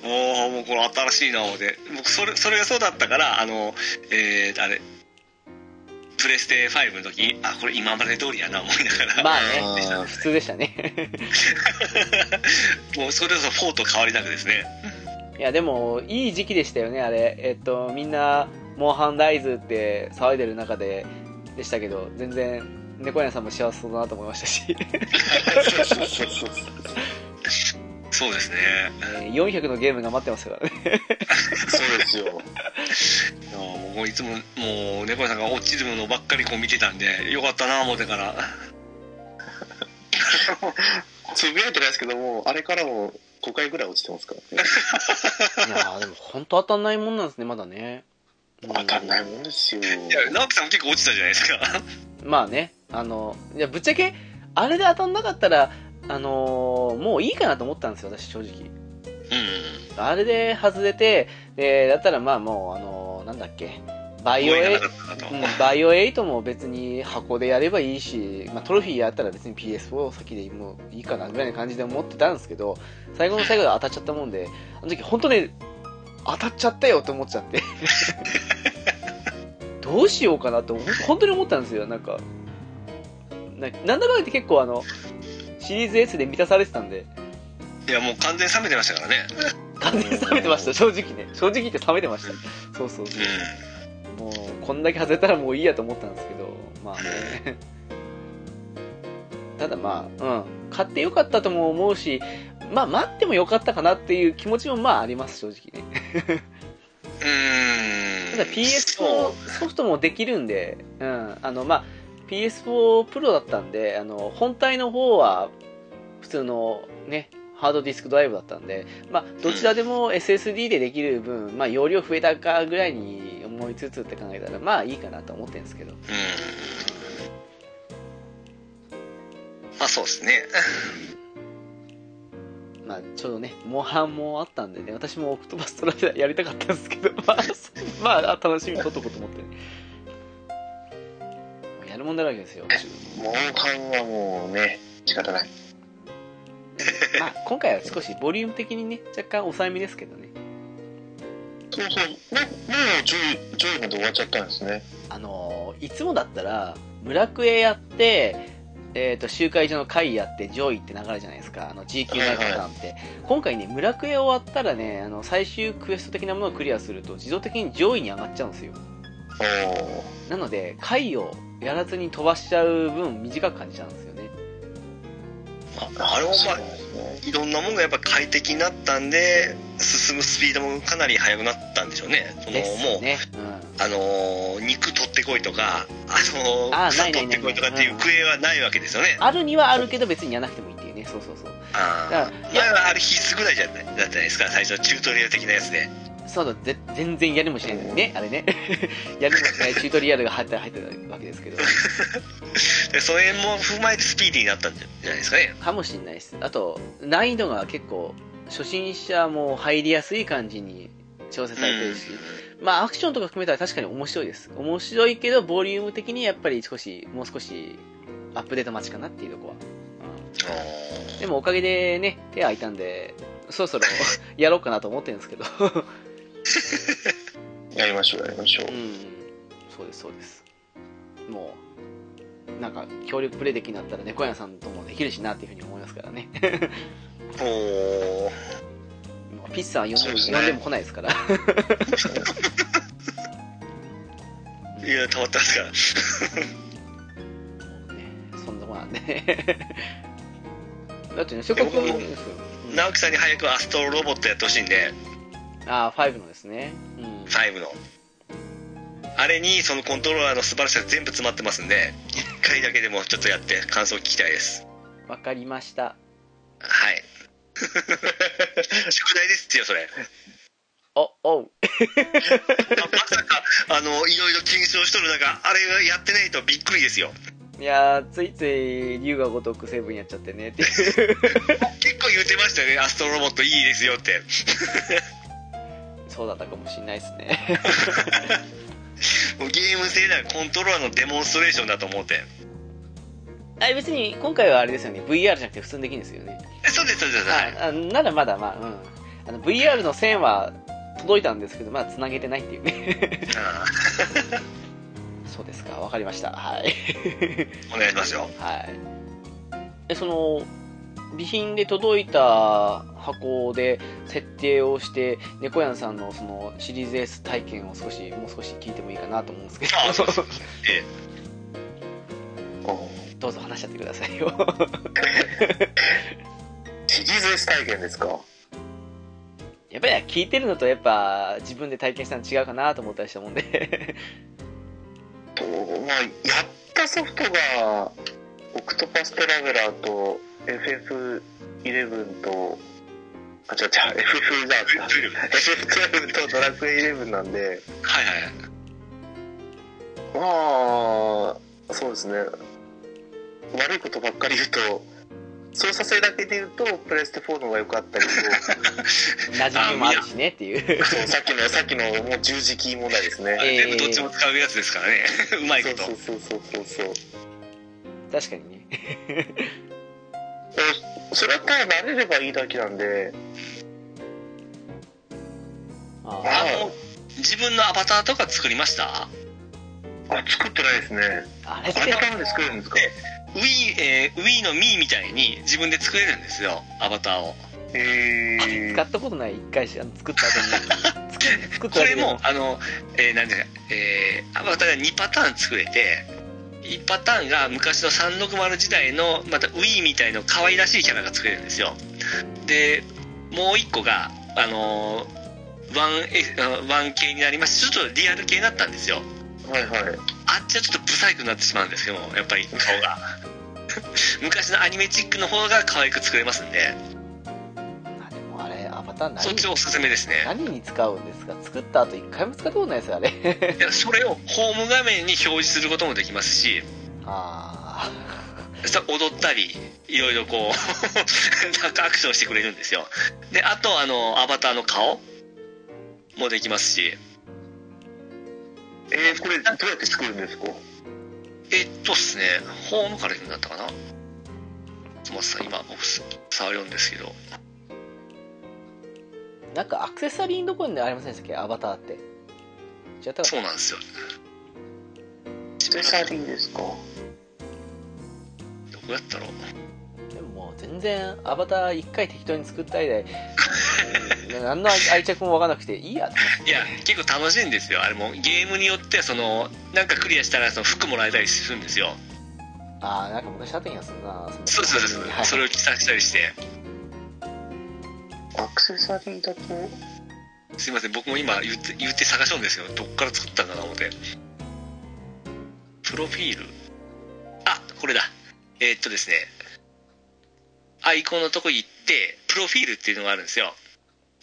Speaker 2: うもうこれ新しいな思って僕それそれがそうだったからあのえー、あれプレステ5の時あこれ今まで通りやな思いながら、
Speaker 1: ま
Speaker 3: じ
Speaker 1: あね、
Speaker 3: あー
Speaker 1: 普通でしたね。
Speaker 2: もうそれこそ4と変わりなくですね
Speaker 1: いや、でも、いい時期でしたよね、あれ。えっと、みんな、モンハンライズって騒いでる中で、でしたけど、全然、猫屋さんも幸せそうだなと思いましたし、
Speaker 3: そうそうそうそう
Speaker 2: そうですね。
Speaker 1: 400のゲームが待ってますからね。
Speaker 3: そうですよ
Speaker 2: あのもういつも、もう、猫屋さんが落ちるものばっかりこう見てたんで、よかったな、思ってから。
Speaker 3: つぶやいてないですけどもあれからも5回ぐらい落ちてますからね
Speaker 1: いやーでも、本当当たんないもんなんですね、まだね。うん
Speaker 3: 当たんないもんですよ
Speaker 2: いや、直樹さんも結構落ちたじゃないですか。
Speaker 1: まあね、あの、いや、ぶっちゃけ、あれで当たんなかったら、あのーもういいかなと思ったんですよ、私、正直。
Speaker 2: うん。
Speaker 1: あれで外れて、で、だったらまあもう、あのーなんだっけ、バイオ
Speaker 2: 応援
Speaker 1: エ
Speaker 2: がなかったなと。
Speaker 1: うんバイオ8も別に箱でやればいいし、まあ、トロフィーやったら別に PS4 先でもういいかなぐらいの感じで思ってたんですけど、最後の最後で当たっちゃったもんで、あの時本当ね、当たっちゃったよと思っちゃって。どうしようかなって、ほん本当に思ったんですよ、なんか。ななんだかんだ言って結構あの、シリーズ S で満たされてたんで、
Speaker 2: いや、もう完全に冷めてましたからね。
Speaker 1: 完全に冷めてました、正直ね。正直言って冷めてました。そうそうそう。
Speaker 2: う
Speaker 1: もうこんだけ外れたらもういいやと思ったんですけどまあねただまあうん買ってよかったとも思うしまあ待ってもよかったかなっていう気持ちもまああります正直ね
Speaker 2: ん。う
Speaker 1: た
Speaker 2: ん。
Speaker 1: だ PS4 ソフトもできるんでうんあのまあ PS4 プロだったんであの本体の方は普通のねハードディスクドライブだったんで、まあ、どちらでも SSD でできる分、まあ、容量増えたかぐらいに思いつつって考えたら、まあいいかなと思ってるんですけど。
Speaker 2: うんまあそうですね。
Speaker 1: まあ、ちょうどね、モンハンもあったんでね、私もオクトパストライダーやりたかったんですけど、まあ、そまあ、楽しみに取っとこうと思って、ね、もうやるもんだらけですよ。
Speaker 3: モンハンはもうね仕方ない
Speaker 1: まあ、今回は少しボリューム的にね、若干抑えめですけどね、
Speaker 3: そうそうもうもう10 10まで終わっちゃったんですね
Speaker 1: あのーいつもだったら、村クエやって、えー、と集会所の会やって上位って流れじゃないですかあの G 級のパターンって、今回ね村クエ終わったらねあの最終クエスト的なものをクリアすると自動的に上位に上がっちゃうんですよ
Speaker 3: おお
Speaker 1: なので回をやらずに飛ばしちゃう分短く感じちゃうんですよね
Speaker 2: あれもまあ、いろんなものがやっぱ快適になったんで、進むスピードもかなり速くなったんでしょうね。その
Speaker 1: です
Speaker 2: もう、
Speaker 1: ね、
Speaker 2: あのー肉取ってこいとか、あのー
Speaker 1: あー
Speaker 2: 草
Speaker 1: ないないない
Speaker 2: 取ってこいとかっていう行方はないわけですよね
Speaker 1: う。ん、あるにはあるけど別にやらなくてもいいっていうねそうそうそう
Speaker 2: あ
Speaker 1: だ
Speaker 2: ー前はあれ必須ぐらいじゃないだったじゃないですか、最初チュートリアル的なやつで。
Speaker 1: そうだぜ全然やりもしないのにねあれね やりもしないチュートリアルが入って入ってたわけですけど
Speaker 2: でそれも踏まえてスピーディーになったんじゃないですかね。
Speaker 1: かもしれないですあと難易度が結構初心者も入りやすい感じに調整されてるし、まあアクションとか含めたら確かに面白いです面白いけどボリューム的にやっぱり少しもう少しアップデート待ちかなっていうとこは、うん
Speaker 2: あ
Speaker 1: でもおかげでね、手空いたんで、そろそろ やろうかなと思ってるんですけど。
Speaker 3: やりましょうやりましょう
Speaker 1: うん。そうです、そうです。もう、なんか、協力プレイできなったら猫屋さんともできるしなっていうふうに思いますから ね。
Speaker 2: ーおー
Speaker 1: もうピッさんは呼ん
Speaker 3: そう
Speaker 1: で,、
Speaker 3: ですね
Speaker 1: 呼んでも来ないです から。
Speaker 2: いや、溜まってますから。
Speaker 1: ね、そんなもんなんで。だってね、せっかく
Speaker 2: でも僕も
Speaker 1: ですようん
Speaker 2: 直樹さんに早くアストロロボットやってほしいんで
Speaker 1: あー、5のですね。うん。
Speaker 2: 5のあれにそのコントローラーの素晴らしさ全部詰まってますんで1回だけでもちょっとやって感想聞きたいです
Speaker 1: わかりました。
Speaker 2: はい 宿題ですってよそれ
Speaker 1: お、おう。
Speaker 2: あまさかあのいろいろ検証しとる中あれがやってないとびっくりですよ
Speaker 1: いやー、ついつい、竜が如くセブンやっちゃってねっていう。
Speaker 2: 結構言ってましたよねアストロロボットいいですよって
Speaker 1: そうだったかもしんないですね。
Speaker 2: もうゲーム性なコントローラーのデモンストレーションだと思って
Speaker 1: あれ別に今回はあれですよね VR じゃなくて普通にできるんですよね、
Speaker 2: えそうですそうですはい
Speaker 1: あならまだまあ,、うん、あの VR の線は届いたんですけどまだ繋げてないっていうね
Speaker 2: あ
Speaker 1: そうですかわかりましたはい
Speaker 2: ーお願いしますよ
Speaker 1: はいえその備品で届いた箱で設定をして、猫やんさんのそのシリーズ S 体験を少し、もう少し聞いてもいいかなと思うんですけど、
Speaker 2: あそうそ
Speaker 1: どうぞ話しちゃってくださいよ。
Speaker 3: シリーズ S 体験ですか
Speaker 1: やっぱり聞いてるのとやっぱ自分で体験したの違うかなと思ったりしたもんで。
Speaker 3: と、まあ、やったソフトが「オクトパストラベラー」と「FF11」とあ違う違う FF じゃ
Speaker 2: はい
Speaker 3: なくて FF12 と「ドラクエ11」なんで
Speaker 2: はいはい
Speaker 3: まあそうですね悪いことばっかり言うと操作性だけで言うとプレステ4の方が良かったりと
Speaker 1: 馴染みもあるしねっていう。
Speaker 3: そうさっきのさっきのもう十字キー問題です
Speaker 2: あ
Speaker 3: ね
Speaker 2: れ全部どっちも使うやつですからね うまい
Speaker 3: そ
Speaker 2: こ
Speaker 3: う
Speaker 2: と
Speaker 3: そうそうそうそうそう
Speaker 1: 確かにね。
Speaker 3: えそれはただ慣れればいいだけなんで
Speaker 1: あ
Speaker 2: あ
Speaker 1: ー
Speaker 2: の自分のアバターとか作りました
Speaker 3: あ作ってないですね
Speaker 1: あれっ
Speaker 3: あ
Speaker 1: て、
Speaker 3: れなんで作れるんですか
Speaker 2: え Wii,、えー、Wii の Mii みたいに自分で作れるんですよアバターを
Speaker 3: へえ
Speaker 1: 使ったことない一回しあの作った後 に。作作っ
Speaker 2: こ
Speaker 1: ただ
Speaker 2: れ
Speaker 1: けで
Speaker 2: もあの、えー、なんでか、えー、アバターが2パターン作れて1パターンが昔の360時代のまた Wii みたいの可愛らしいキャラが作れるんですよでもう1個があのー、1F あの 1K 系になりましてちょっとリアル系になったんですよ
Speaker 3: はいはい
Speaker 2: あっちはちょっとブサイクになってしまうんですけどもやっぱり顔が 昔のアニメチックの方が可愛く作れますんで
Speaker 1: あでもあれ、アバター
Speaker 2: そっ
Speaker 1: 何
Speaker 2: ちおすすめですね
Speaker 1: 何に使うんですか作った後一回も使ったことないですよ、あれ。
Speaker 2: いやそれをホーム画面に表示することもできますし
Speaker 1: あ
Speaker 2: さ踊ったりいろいろこう なんかアクションしてくれるんですよであとあのアバターの顔もできますし
Speaker 3: えー、これどうやって作るんですか
Speaker 2: えっとですねホームからになったかな松本さん今僕触るんですけど
Speaker 1: ーなんかアクセサリーのとこにありませんでしたっけアバターって。違ったか
Speaker 2: そうなんですよ
Speaker 3: スペシャリーですか
Speaker 2: どこやったろう
Speaker 1: なでももう全然アバター一回適当に作った以 来、うん何の愛着もわからなくていいやと思って。
Speaker 2: いや結構楽しいんですよあれもゲームによってはそのなんかクリアしたらその服もらえたりするんですよ
Speaker 1: ああ、なんか昔あった気がするな。そんな
Speaker 2: そうそうそう、
Speaker 1: はい
Speaker 2: それを着させたりして
Speaker 3: アクセサリーだと
Speaker 2: すいません僕も今言って言って探しようんですよどっから作ったんだな思ってプロフィールあこれだえーっとですねアイコンのとこ行ってプロフィールっていうのがあるんですよ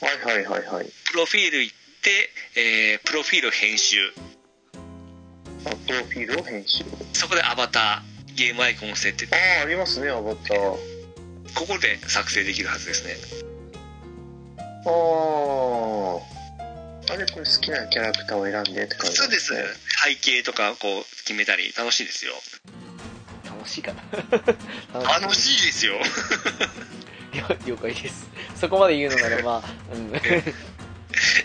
Speaker 3: はいはいはいはい
Speaker 2: プロフィール行って、えープロフィールを編集
Speaker 3: あプロフィールを編集
Speaker 2: そこでアバターゲームアイコンを設定
Speaker 3: ああありますねアバター
Speaker 2: ここで作成できるはずですね
Speaker 3: あーあでこれ好きなキャラクターを選んでって感じ
Speaker 2: そうです
Speaker 3: ね
Speaker 2: 背景とかこう決めたり楽しいですよ
Speaker 1: 楽しいかな
Speaker 2: 楽しいですよ
Speaker 1: 了了解ですそこまで言うのならば、うん、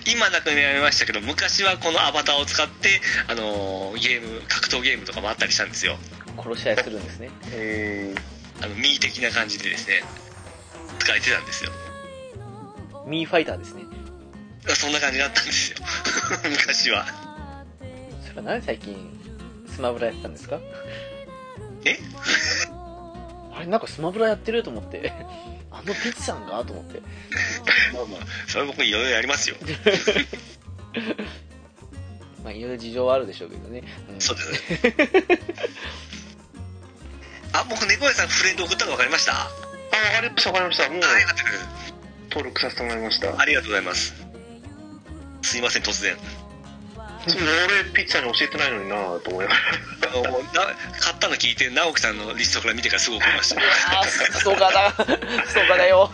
Speaker 2: 今なくなりましたけど昔はこのアバターを使って、あのーゲーム格闘ゲームとかもあったりしたんですよ
Speaker 1: 殺し合いするんですね
Speaker 3: え
Speaker 2: あのミー的な感じでですね使えてたんですよ
Speaker 1: ミーファイターですね
Speaker 2: そんな感じだったんですよ 昔は
Speaker 1: それは何で最近スマブラやってたんですか
Speaker 2: え
Speaker 1: あれなんかスマブラやってると思って あのピッチさんがと思 って
Speaker 2: まあまあそれは僕いろいろやりますよ
Speaker 1: まあいろいろ事情はあるでしょうけどね、うん
Speaker 2: そうですねあ僕猫屋さんフレンド送ったの分かりましたは
Speaker 3: ー、あありましたわかりましたもう
Speaker 2: いよかったです
Speaker 3: 登録させてもらいました
Speaker 2: ありがとうございますすいません突然
Speaker 3: そう俺ピッチャーに教えてないのになと思いながら
Speaker 2: あのもうな買ったの聞いて直樹さんのリストから見てからすぐ送りました
Speaker 1: あーストーカー だストーカーだよ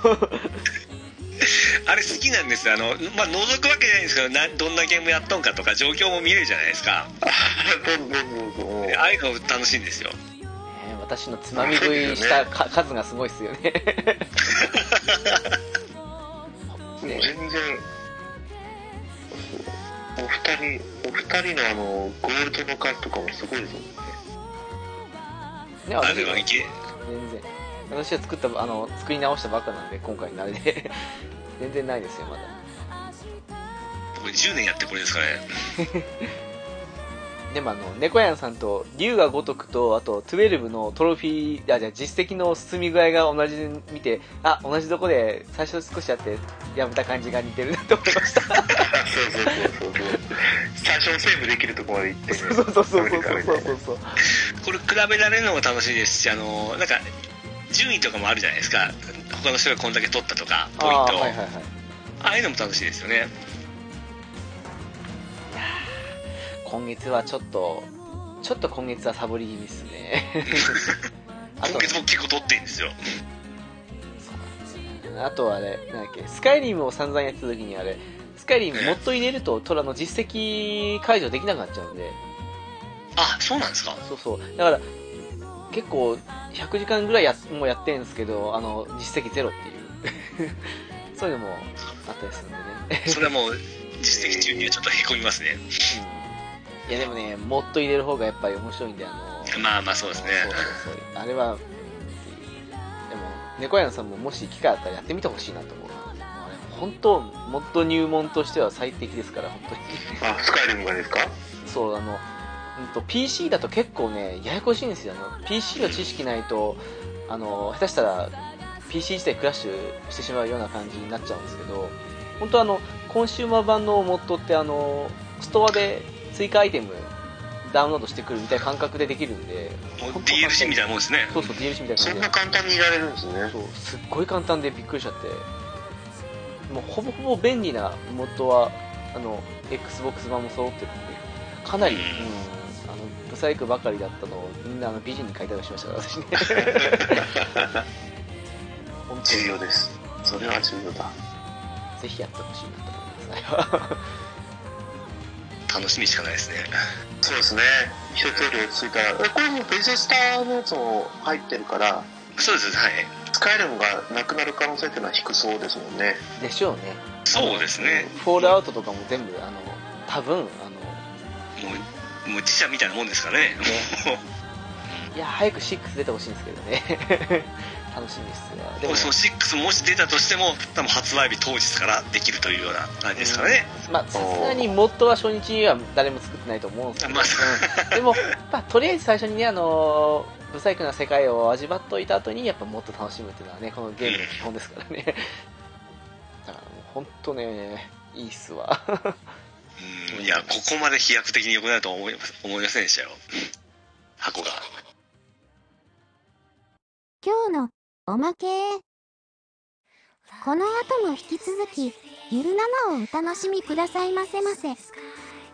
Speaker 2: あれ好きなんですよあのまあ覗くわけじゃないんですけどなどんなゲームやっとんかとか状況も見れるじゃないですか
Speaker 3: どんどんどんどんもう
Speaker 2: ああいうの楽しいんですよ
Speaker 1: ね私のつまみ食いしたか数がすごいっすよ ね
Speaker 3: もう全然お二人お二人のあのゴールド の数とかもすごいですもんね
Speaker 1: ね
Speaker 2: あれは
Speaker 1: 私
Speaker 2: ゲ
Speaker 1: 全然私は作ったあの作り直したばっかなんで今回慣れで全然ないですよまだ
Speaker 2: 僕10年やってこれですからね
Speaker 1: でもあの猫やんさんと龍が如くとあと12のトロフィーあじゃあ実績の進み具合が同じで見てあ同じとこで最初少しやってやめた感じが似てるなと思いました
Speaker 3: そうそうそうそうそう最初のセーブできるとこまで行ってね
Speaker 1: そうそうそうそうそうそうそうそう
Speaker 2: これ比べられるのも楽しいですしあのなんか順位とかもあるじゃないですか他の人がこんだけ取ったとかポイン
Speaker 1: ああ
Speaker 2: ト
Speaker 1: ー
Speaker 2: を
Speaker 1: はいはいはい
Speaker 2: ああいうのも楽しいですよ ね
Speaker 1: 今月はちょっとちょっと今月はサボり気味ですね あと
Speaker 2: 今月僕結構取ってるんですよ
Speaker 1: あとあれなんだっけスカイリムを散々やってた時にあれスカイリムもっと入れるとトラの実績解除できなくなっちゃうんで
Speaker 2: あそうなんですか
Speaker 1: そうそうだから結構100時間ぐらいやもうやってるんですけどあの実績ゼロっていう そういうのもあったりするんでね、
Speaker 2: それはもう実績中にはちょっとへこみますね
Speaker 1: うんいやでもねもっと入れる方がやっぱり面白いんであの
Speaker 2: まあまあそうですね
Speaker 1: そうそうそうあれはでも猫屋さんももし機会あったらやってみてほしいなと思うもうあれ本当もっと入門としては最適ですから本当に
Speaker 3: あスカイルームがですか
Speaker 1: そうあの、うん、と PC だと結構ねややこしいんですよあの PC の知識ないとあの下手したら PC 自体クラッシュしてしまうような感じになっちゃうんですけど本当あのコンシューマー版のモッドってあのストアで追加アイテムダウンロードしてくるみたいな感覚でできるんで
Speaker 2: もう
Speaker 1: 本当
Speaker 2: DLC みたいなもんですね
Speaker 1: そうそう DLC みたいな感じ
Speaker 3: そんな
Speaker 1: で
Speaker 3: 簡単にいられるんですね
Speaker 1: そうすっごい簡単でびっくりしちゃってもうほぼほぼ便利なモッドはあの XBOX 版も揃ってるんでかなり、うん、あのブサイクばかりだったのをみんなあの美人に書いたりしましたから 私ね本当に
Speaker 3: 重要ですそれは重要だ
Speaker 1: ぜひやってほしいなと思います
Speaker 2: 楽しみしかないですね
Speaker 3: そうですね一通り落ち着いたらえこれもベゼスターのやつも入ってるから
Speaker 2: そうですはい
Speaker 3: スカイルームがなくなる可能性っていうのは低そうですもんね
Speaker 1: でしょうね
Speaker 2: そうですね
Speaker 1: フォールアウトとかも全部あの多分あの
Speaker 2: もうもう自社みたいなもんですからね
Speaker 1: いや早く6出てほしいんですけどね 楽しみですが
Speaker 2: もうその6もし出たとしても多分発売日当日からできるというような感じですからね
Speaker 1: まあさすがにモッドは初日には誰も作ってないと思うんですけど、
Speaker 2: まあ
Speaker 1: うんでも、まあ、とりあえず最初にねあのー不細工な世界を味わっといた後にやっぱもっと楽しむっていうのはねこのゲームの基本ですからねだからもう本当ねいいっすわ
Speaker 2: うんいやここまで飛躍的に良くなるとは思います思いませんでしたよ箱が
Speaker 4: 今日のおまけこの後も引き続きゆる7をお楽しみくださいませませ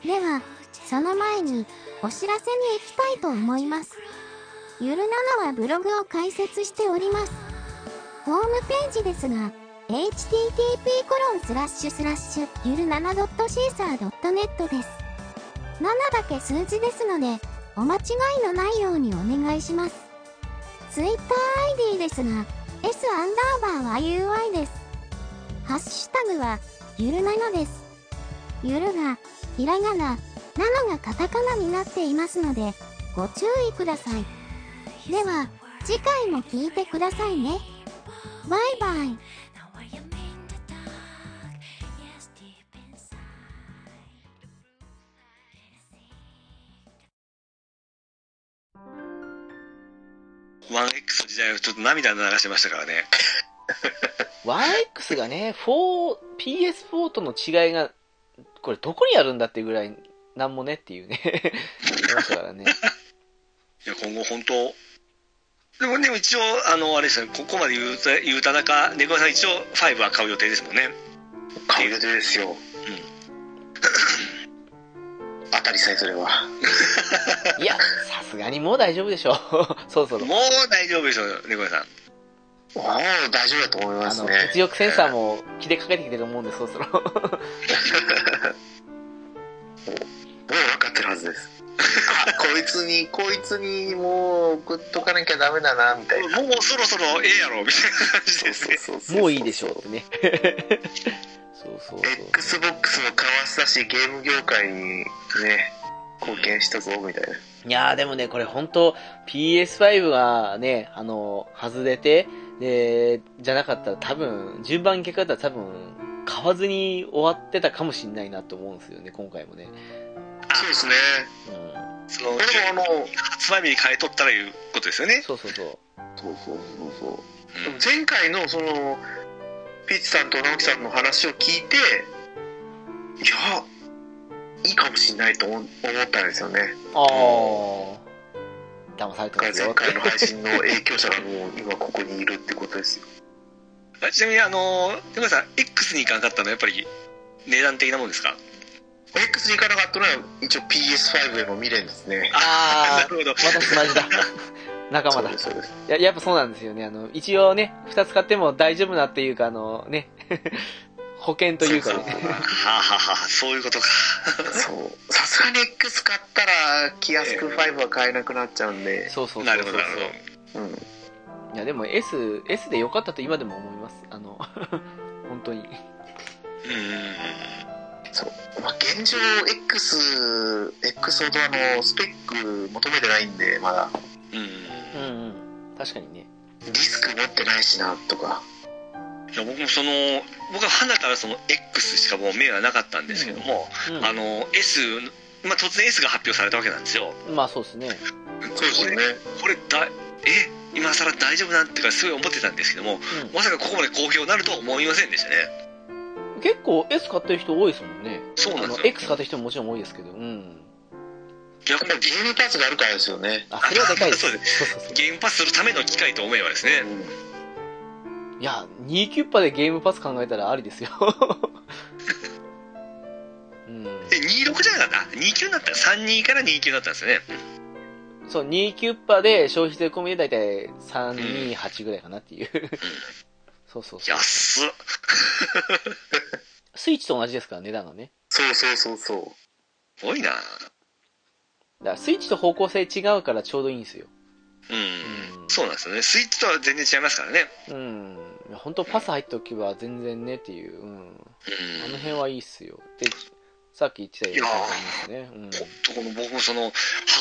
Speaker 4: ではその前にお知らせに行きたいと思いますゆる7はブログを開設しておりますホームページですが http コロンスラッシュスラッシュゆる 7.caesar.net です7だけ数字ですのでお間違いのないようにお願いしますツイッター ID ですが、S アンダーバーは UI です。ハッシュタグは、ゆるなのです。ゆるが、ひらがな、なのがカタカナになっていますので、ご注意ください。では、次回も聞いてくださいね。バイバイ。
Speaker 5: Now what you mean to talk? Yes, deep inside. Inside.
Speaker 2: 1X の時代はちょっと涙流してましたからね
Speaker 1: 1X がね4 PS4 との違いがこれどこにあるんだっていうぐらいなんもねっていうね 言いましたからね
Speaker 2: いや今後本当でもでも一応あのあれですねここまで言うた言うた中猫さん一応5は買う予定ですもんね
Speaker 3: 買う予定ですよ、 当たりさえすれば
Speaker 1: いやさすがにもう大丈夫でしょう そろそろ
Speaker 2: もう大丈夫でしょう猫さん
Speaker 3: もう大丈夫だと思いま
Speaker 1: あ
Speaker 3: す
Speaker 1: の
Speaker 3: ね
Speaker 1: 物欲センサーも切れかけてきてると思うんでそろそろ
Speaker 3: もう分かってるはずですあこいつに こいつにもう送っとかなきゃダメだなみたいな
Speaker 2: もうもうそろそろええやろみたいな感じですね
Speaker 3: そう
Speaker 1: もういいでしょうって ねそうそうそう
Speaker 3: XBOX もかわしたしゲーム業界にね貢献したぞみたいな
Speaker 1: いやーでもね、これ本当 PS5 がね、あの、外れて、で、じゃなかったら多分、順番結果だったら多分、買わずに終わってたかもしんないなと思うんですよね、今回もね。
Speaker 3: そうですね。
Speaker 1: う
Speaker 2: その
Speaker 3: これでもあの、
Speaker 2: 発売日に変えとったらいうことですよ
Speaker 1: ん。
Speaker 2: ね
Speaker 1: そうそうそう。
Speaker 3: そうそうそうそう。
Speaker 2: うん
Speaker 3: でも前回のそのピッツさんと直樹さんの話を聞いていやいいかもしれないと思思ったんですよね
Speaker 1: あー。騙されて
Speaker 3: だか
Speaker 1: ま
Speaker 3: ら
Speaker 1: すよ
Speaker 3: 前。回の配信の影響者がもう今ここにいるってことですよ
Speaker 2: あちなみにあのー、でもさん X に行かなかったのはやっぱり値段的なもんですか
Speaker 3: X に行かなかったのは一応 PS5 への未練ですね
Speaker 1: あ
Speaker 2: なるほど
Speaker 1: ー、私同じだ。 仲間だ
Speaker 3: そうで。すそうです
Speaker 1: いや、やっぱそうなんですよね。あの、一応ね、二つ買っても大丈夫なっていうか、あのね、 保険というか
Speaker 3: そう
Speaker 1: ね。
Speaker 3: そう
Speaker 2: はあはあはあそういうことか
Speaker 3: そうさすがに X 買ったら気安く5は買えなくなっちゃうんで、
Speaker 1: そうそうそうそう。
Speaker 2: なるほどなるほど
Speaker 3: うん、
Speaker 1: いや、でも S、S で良かったと今でも思います。あの、 本当に。
Speaker 2: うんうんうん
Speaker 3: まあ、現状 X X ほどあのスペック求めてないんでまだ
Speaker 2: うん
Speaker 1: うんうん。確かにね。
Speaker 3: ディスク持ってないしなとか
Speaker 2: いや僕もその僕は花からその X しかもう目がなかったんですけども、あの S まあ、突然 S が発表されたわけなんですよ
Speaker 1: うん。まあそうですね。
Speaker 3: そうですね
Speaker 2: これだえ今更大丈夫なんてかすごい思ってたんですけどもまさかここまで好評になるとは思いませんでしたね
Speaker 1: うん。結構 S 買ってる人多いですもんね。
Speaker 2: そ
Speaker 1: あ
Speaker 2: うなんで
Speaker 1: の
Speaker 2: す、よ
Speaker 1: X 買ってる人ももちろん多いですけど。うん。
Speaker 2: 逆
Speaker 3: やっぱ
Speaker 2: に
Speaker 3: りゲームパーツがあるからですよね
Speaker 1: あ、それはでかいです。
Speaker 2: そうで
Speaker 1: そうそうそう
Speaker 2: ゲームパスするための機会と思えばですね
Speaker 1: いや、2キュッパでゲームパス考えたらありですよ。 うん。
Speaker 2: え26じゃなかった29になった32から29になったんですよね
Speaker 1: そう、2キュッパで消費税込みでだいたい328ぐらいかなっていう。そうそうそう。
Speaker 2: 安っ
Speaker 1: スイッチと同じですから、値段がね。
Speaker 3: そうそうそうそ
Speaker 2: すごいな
Speaker 1: だからスイッチと方向性違うからちょうどいいんですよ。
Speaker 2: うん、
Speaker 1: うん
Speaker 2: そうなんですよねスイッチとは全然違いますからね
Speaker 1: うん。いや本当パス入っておけば全然ねっていう。うん。あの
Speaker 2: うん
Speaker 1: 辺はいいっすよ。で、さっき言ってたように
Speaker 2: いやー
Speaker 1: ありますね。
Speaker 2: とこの僕もその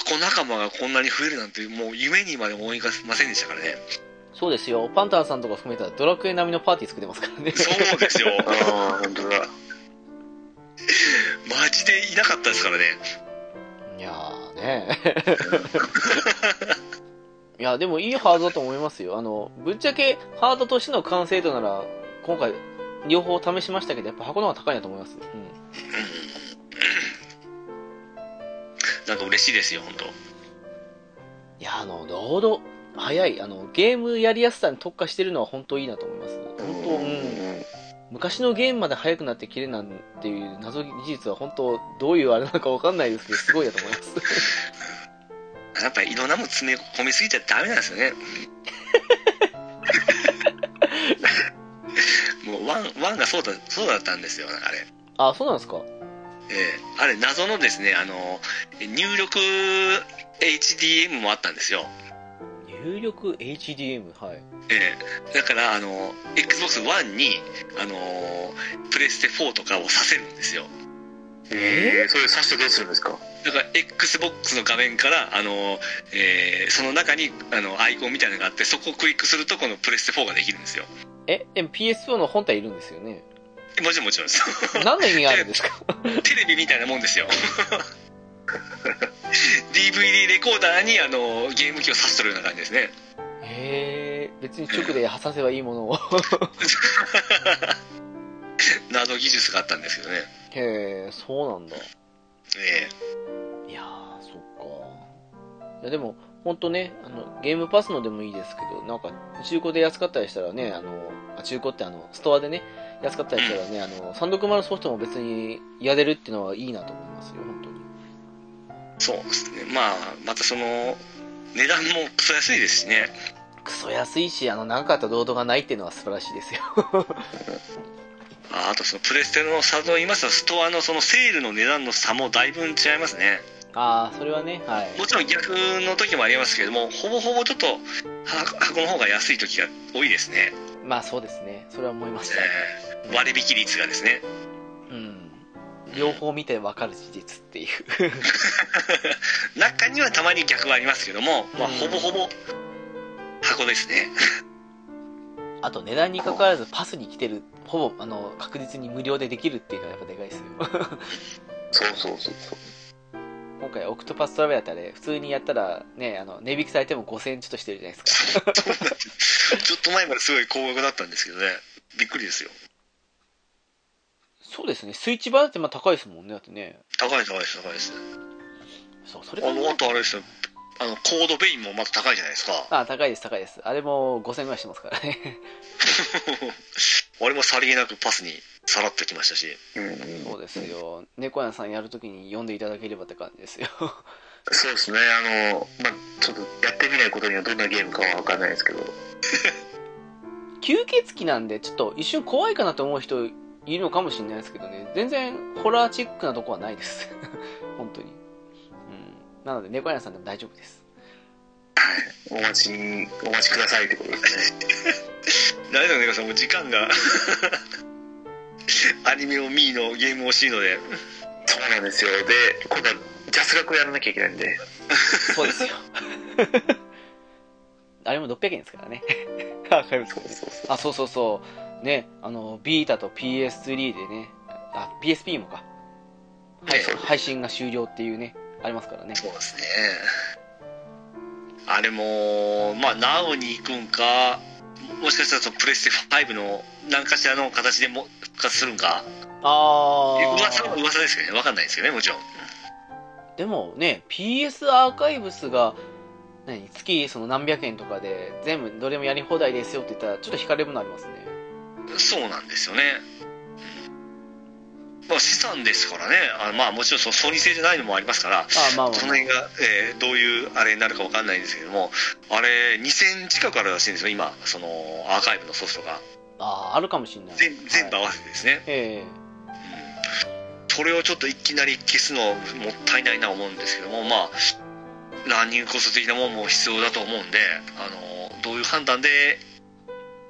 Speaker 2: 箱仲間がこんなに増えるなんてもう夢にまで思いませんでしたから ね
Speaker 1: うん。そうですよ。パンタンさんとか含めたらドラクエ並みのパーティー作ってますからね。
Speaker 2: そうですよ
Speaker 3: うああ本当だ
Speaker 2: マジでいなかったですからね
Speaker 1: いやーね。 いや、でもいいハードだと思いますよ。あの、ぶっちゃけハードとしての完成度なら、今回、両方試しましたけど、やっぱ箱の方が高いなと思います。うん。
Speaker 2: なんか嬉しいですよ本当
Speaker 1: いや、あの、ロード、早い。あの、ゲームやりやすさに特化してるのは本当いいなと思います。本当、う。
Speaker 3: うんん
Speaker 1: 昔のゲームまで速くなって綺麗なんていう謎技術は本当どういうあれなのかわかんないですけどすごいだと思います
Speaker 2: やっぱりいろんなもの詰め込みすぎちゃダメなんですよねもうワンワンがそうだそうだったんですよなんかあれ
Speaker 1: あそうなんですか
Speaker 2: ええあれ謎のですねあの入力 HDM もあったんですよ、
Speaker 1: 入力 HDM はい
Speaker 2: ええだからあの Xbox One にあのプレステ4とかをさせるんですよ
Speaker 3: ええそれさしてどうするんですか
Speaker 2: だから XBOX の画面からあの、ええその中にあのアイコンみたいなのがあってそこをクリックするとこのプレステ4ができるんですよ
Speaker 1: えでも PS4 の本体いるんですよね
Speaker 2: もちろんもちろんです
Speaker 1: 何の意味があるんですか
Speaker 2: テレビみたいなもんですよ DVD レコーダーにあのゲーム機を挿しとるような感じですね
Speaker 1: へえ別に直で挟せばいいものを
Speaker 2: 謎技術があったんですけどね
Speaker 1: へえそうなんだ
Speaker 2: え
Speaker 1: いやーそっかいやでも本当ねあのゲームパスのでもいいですけどなんか中古で安かったりしたらねあのあ中古ってあのストアでね安かったりしたらねあの360ソフトも別にやれるっていうのはいいなと思いますよ本当に
Speaker 2: えそうですねまあまたその値段もクソ安いですしね
Speaker 1: クソ安いしあの長かった動画がないっていうのは素晴らしいですよ
Speaker 2: ああとそのプレステの差と言いますとストアのそのセールの値段の差もだいぶ違いますね
Speaker 1: ああそれはねはい
Speaker 2: もちろん逆の時もありますけれどもほぼほぼちょっとは箱の方が安い時が多いですね、
Speaker 1: まあそうですねそれは思いました
Speaker 2: ええ割引率がですね
Speaker 1: うん
Speaker 2: うん
Speaker 1: 両方見てわかる事実っていう。
Speaker 2: 中にはたまに逆はありますけども、まあ、
Speaker 1: うん
Speaker 2: ほぼほぼ箱ですね
Speaker 1: あと値段に関わらずパスに来てる、ほぼ、あの、確実に無料でできるっていうのはやっぱでかいですよ。
Speaker 3: そうそうそうそう。
Speaker 1: 今回オクトパストラベラーってあれ、普通にやったらね、あの、値引きされても5000円ちょっとしてるじゃないですか。
Speaker 2: ちょっと前まですごい高額だったんですけどねびっくりですよ
Speaker 1: そうですね、スイッチ版ってまあ高いですもんね、だってね。
Speaker 2: 高いです高いです高いです
Speaker 1: そう、それ
Speaker 2: あ
Speaker 1: が、
Speaker 2: のあとあれですよあのコードベインもまた高いじゃないですか
Speaker 1: あ、高いです、高いです。あれも5000円ぐらいしてますからね。
Speaker 2: あれもさりげなくパスにさらっときましたし
Speaker 3: うん
Speaker 1: そうですよ。猫屋さんやるときに読んでいただければって感じですよ。
Speaker 3: そうですね、あの、まあ、ちょっとやってみないことにはどんなゲームかは分かんないですけど、
Speaker 1: 吸血鬼なんで、ちょっと一瞬怖いかなと思う人いるのかもしれないですけどね、全然ホラーチックなとこはないです。 本当に。うん。なので、猫屋さんでも大丈夫です。
Speaker 3: お待ち、お待ちくださいってことですね。
Speaker 2: 大丈夫ねかさんもう時間が アニメを見ーのゲーム欲しいので
Speaker 3: そうなんですよ。で、今度はジャスラクをやらなきゃいけないんで、
Speaker 1: そうですよ。 あれも600円ですからね。アーカイブ
Speaker 3: そうそうそう。
Speaker 1: あ、そうそうそう。ね、あの、ビータと PS3 でね、あ、PSP もか。はい
Speaker 3: そう、
Speaker 1: 配信が終了っていうね、ありますからね。
Speaker 2: そうですねあれもまあなおに行くんかもしかしたらそのプレステ5の何かしらの形でも復活するんか
Speaker 1: あー
Speaker 2: 噂は噂ですけどね分かんないですけどねもちろん
Speaker 1: でもね、PS アーカイブスが、何、月その何百円とかで、全部どれもやり放題ですよって言ったら、ちょっと惹かれるものありますね。
Speaker 2: そうなんですよねまあ資産ですからねあまあもちろんそのソニー製じゃないのもありますから
Speaker 1: あまあまあ、
Speaker 2: そ
Speaker 1: ま
Speaker 2: の
Speaker 1: あ
Speaker 2: 辺が、えーどういうあれになるか分かんないんですけどもあれ2000近くあるらしいんですよ今そのアーカイブのソフトが
Speaker 1: あー、あるかもしれない。
Speaker 2: 全全部合
Speaker 1: はい
Speaker 2: わせてですね、
Speaker 1: え
Speaker 2: それをちょっといきなり消すのはもったいないな思うんですけどもまあランニングコスト的なもんも必要だと思うんであのどういう判断で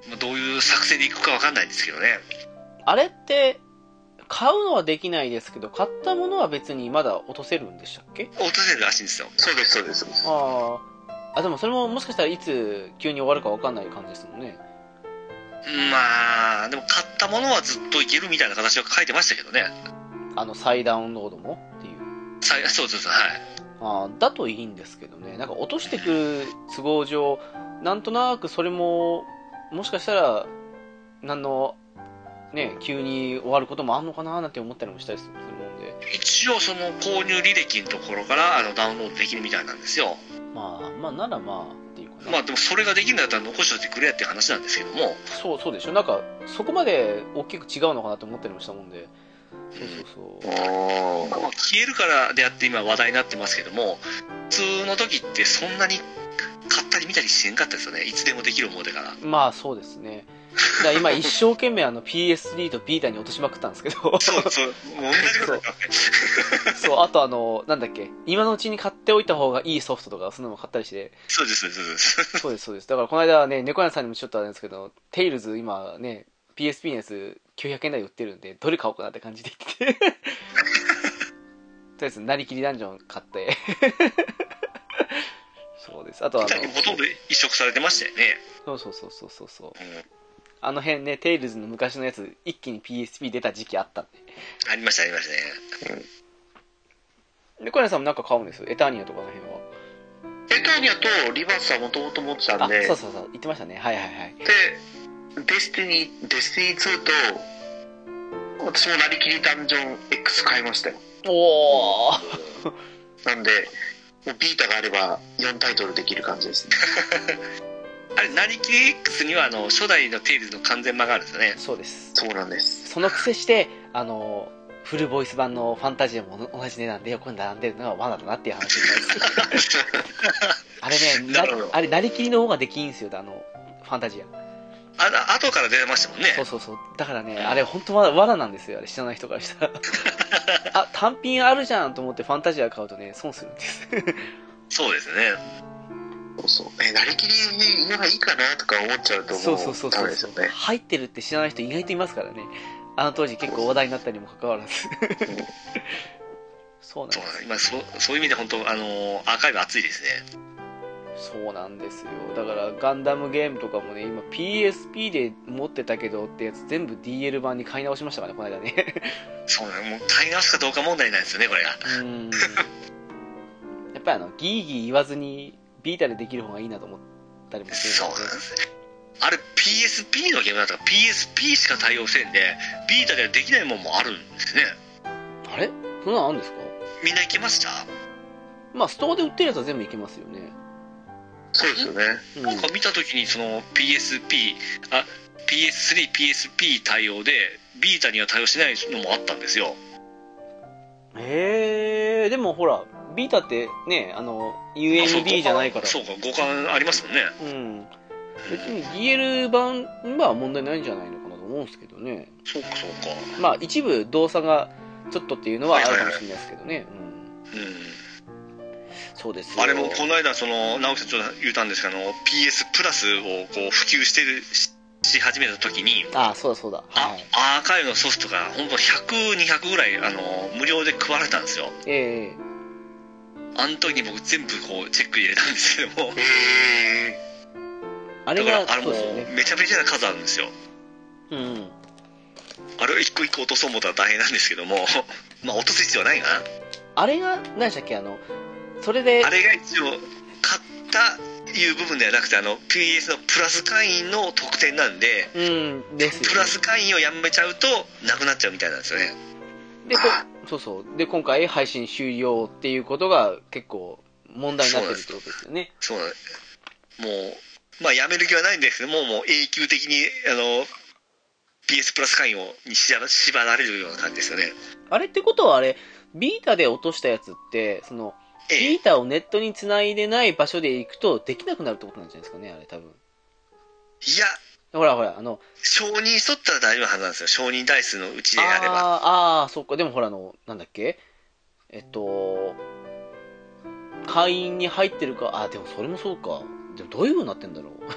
Speaker 2: まあどういう作戦でいくか分かんないんですけどね
Speaker 1: えあれって、買うのはできないですけど、買ったものは別にまだ落とせるんでしたっけ
Speaker 2: 落とせるらしいんですよ
Speaker 3: そうです、そうです、そうです。
Speaker 1: あーあ、でもそれももしかしたらいつ急に終わるかわかんない感じですもんね。
Speaker 2: まあでも買ったものはずっといけるみたいな形を書いてましたけどね
Speaker 1: あの、再ダウンロードもっていう。
Speaker 2: さいそうそうそうはい
Speaker 1: あーだといいんですけどね、なんか落としてくる都合上、なんとなくそれも、もしかしたら、なんの、ね、急に終わることもあんのかななんて思ったりもしたりするもんで、
Speaker 2: 一応その購入履歴のところからあのダウンロードできるみたいなんですよ
Speaker 1: まあ、まあ、ならまあっていうかな、
Speaker 2: まあでもそれができるんだったら残しておいてくれやっていう話なんですけども
Speaker 1: そうそうでしょ、なんか、そこまで大きく違うのかなと思ったりもしたもんで、そうそうそう、
Speaker 3: お
Speaker 2: まあ
Speaker 3: ー。
Speaker 2: 消えるからであって今話題になってますけども普通の時ってそんなに買ったり見たりしてんかったですよねいつでもできる思うてから
Speaker 1: まあそうですね、だから今、一生懸命あの PS3 とビータに落としまくったんですけど。
Speaker 2: そうそうもう同じことだから ね
Speaker 1: そう、あとあの、なんだっけ、今のうちに買っておいた方がいいソフトとか、そんなのも買ったりして、
Speaker 2: そうですそうですそうです
Speaker 1: そうです、そうです。だからこの間はね、猫屋さんにもちょっとあれですけど、テイルズ今ね、PSP のやつ900円台売ってるんで、どれ買おうかなって感じで言ってて。と りあえず、なりきりダンジョン買って。 そうです。あとあ
Speaker 2: み
Speaker 1: の、
Speaker 2: たいにほとんど移植されてましたよね、
Speaker 1: そうそうそうそうそうそう。
Speaker 2: うん
Speaker 1: あの辺ね、テイルズの昔のやつ、一気に PSP 出た時期あったんで。
Speaker 2: ありましたありましたね
Speaker 1: 猫屋さんもなんか買うんですよ。エターニアとかの辺は。
Speaker 3: エターニアとリバースはもともと持ってた
Speaker 1: あ
Speaker 3: んで、、
Speaker 1: そうそうそう。言ってましたね。はいはいはい。
Speaker 3: で、デスティニー、デスティニー2と、私もなりきりダンジョン X 買いましたよ。
Speaker 1: おお
Speaker 3: なんで、もうビータがあれば4タイトルできる感じですね。
Speaker 2: あれ「なりきり X」にはあの初代のテイルズの完全版があるんですよね
Speaker 1: そうです
Speaker 3: そうなんです。
Speaker 1: そのくせしてあのフルボイス版のファンタジアも同じ値段で横に並んでるのが罠だなっていう話になりますあれねな
Speaker 2: なるほど
Speaker 1: あれなりきりの方ができんすよあのファンタジア
Speaker 2: あの後から出てましたもんね
Speaker 1: そうそうそうだからねあれ本当は罠なんですよあれ知らない人からしたらあ単品あるじゃんと思ってファンタジア買うとね損するんです
Speaker 2: そうですね
Speaker 3: そうそう。え、なりきりがいいかなとか思っちゃうと
Speaker 1: そう
Speaker 3: も
Speaker 1: そうそうう
Speaker 3: ダ
Speaker 1: そう
Speaker 3: メですよね。
Speaker 1: 入ってるって知らない人意外といますからねあの当時結構話題になったにもかかわらずそうなんで
Speaker 2: そう
Speaker 1: す
Speaker 2: 今そうそういう意味で本当あのーアーカイブ熱いですね
Speaker 1: そうなんですよだからガンダムゲームとかもね今 PSP で持ってたけどってやつ全部 DL 版に買い直しましたからねこの間ね
Speaker 2: そうなのもう買い直すかどうか問題なんですよねこれが
Speaker 1: うーんやっぱりあのギーギー言わずにビータでできる方がいいなと思ったりもす
Speaker 2: そ
Speaker 1: る
Speaker 2: う
Speaker 1: の
Speaker 2: なん
Speaker 1: で
Speaker 2: ですあれ PSP のゲームだったら PSP しか対応せんでビータではできないもんもあるんですね
Speaker 1: あれそんなのあるんですか
Speaker 2: みんないけました
Speaker 1: まあストアで売ってるやつは全部いけますよね
Speaker 3: そうですよね。
Speaker 1: うん
Speaker 2: なんか見た時にその PSP あ PS3PSP 対応でビータには対応しないのもあったんですよ
Speaker 1: へえでもほらビータってねあの UMB じゃないから
Speaker 2: そうか互換ありますもんね
Speaker 1: うん別に DL 版は問題ないんじゃないのかなと思うんですけどね
Speaker 2: そうかそうか
Speaker 1: まあ一部動作がちょっとっていうのはあるかもしれないですけどね、うん、
Speaker 2: う
Speaker 1: そうです
Speaker 2: ん
Speaker 1: よ
Speaker 2: あれもこの間その直樹さんちょっと言ったんですけどあの PS プラスをこう普及してるしし始めた時に
Speaker 1: ああそうだそうだ
Speaker 2: あ
Speaker 1: はい
Speaker 2: アーカイブのソフトが本当100200ぐらいあの無料で配られたんですよ
Speaker 1: ええ
Speaker 2: あの時に僕全部こうチェック入れたんですけども
Speaker 3: え
Speaker 1: あ
Speaker 2: だ
Speaker 1: れ
Speaker 2: から
Speaker 1: が
Speaker 2: あれ
Speaker 1: そう
Speaker 2: も
Speaker 1: ですよね
Speaker 2: うめちゃめちゃな数あるんですよ
Speaker 1: うん
Speaker 2: あれを一個一個落とそう思ったら大変なんですけども まあ落とす必要はないかな
Speaker 1: あれが何でしたっけあのそれで
Speaker 2: あれが一応買ったいう部分ではなくてあの PS のプラス会員の特典なんで
Speaker 1: うんですよね
Speaker 2: プラス会員をやめちゃうとなくなっちゃうみたいなんですよね
Speaker 1: でこそうそうで今回配信終了っていうことが結構問題になってるってことですよね
Speaker 2: そうだねもうまあやめる気はないんですけどももう永久的にあの PS プラス会員をにしば縛られるような感じですよね
Speaker 1: あれってことはあれビータで落としたやつってその
Speaker 2: え
Speaker 1: ビ
Speaker 2: え
Speaker 1: ータをネットにつないでない場所で行くとできなくなるってことなんじゃないですかねあれ多分
Speaker 2: いや
Speaker 1: ほらほらあの
Speaker 2: 承認しとったら大丈夫なはずなんですよ承認台数のうちであれ
Speaker 1: あ
Speaker 2: ば
Speaker 1: ーあーそっかでもほらあのなんだっけえっと会員に入ってるかあでもそれもそうかでもどういうふうになってんだろう わ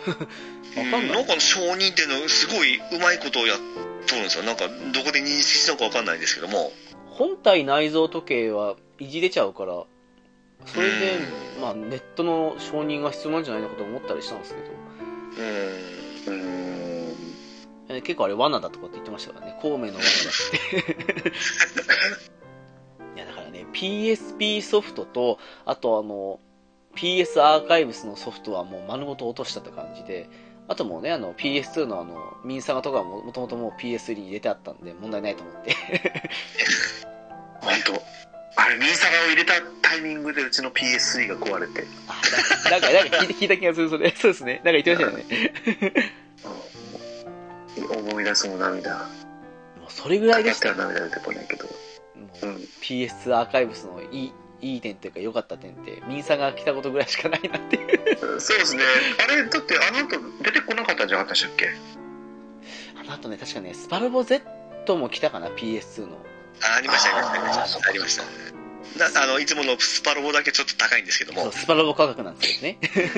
Speaker 1: かん
Speaker 2: うん
Speaker 1: な
Speaker 2: なん
Speaker 1: い
Speaker 2: か承認っていうのすごいうまいことをやっとるんですよなんかどこで認識したのかわかんないんですけども
Speaker 1: 本体内蔵時計はいじれちゃうからそれで、まあ、ネットの承認が必要なんじゃないのかと思ったりしたんですけど
Speaker 2: うん
Speaker 3: ー。うーん。
Speaker 1: えー結構あれ罠だとかって言ってましたからね孔明の罠だって いやだからね PSP ソフトとあとあの PS アーカイブスのソフトはもう丸ごと落としたって感じであともうねあの PS2 のあのミンサガとかももともともう PS3 に入れてあったんで問題ないと思って
Speaker 3: 本当。あれ、ミンサガを入れたタイミングでうちの PS3 が壊れて。
Speaker 1: あなんかなんか聞いた聞いた気がするそれ そうですねなんか言ってましたよね
Speaker 3: うん思い出すも涙。
Speaker 1: もうそれぐらいで
Speaker 3: っ
Speaker 1: したた
Speaker 3: ら
Speaker 1: よも
Speaker 3: 涙出てこないけど。
Speaker 1: う
Speaker 3: うん
Speaker 1: PS アーカイブスのいいいい点というか良かった点ってミンサガが来たことぐらいしかないなっていう
Speaker 3: そうですね。あれ、だってあの後出てこなかったんじゃなかったでしたっけ
Speaker 1: あのあとね確かねスパルボ Z も来たかな PS2 の
Speaker 2: あありましたありま
Speaker 3: あー
Speaker 2: し
Speaker 3: そう
Speaker 2: た
Speaker 3: か
Speaker 2: ありましただあのいつものスパロボだけちょっと高いんですけど
Speaker 1: そう
Speaker 2: も
Speaker 1: スパロボ価格なんですけど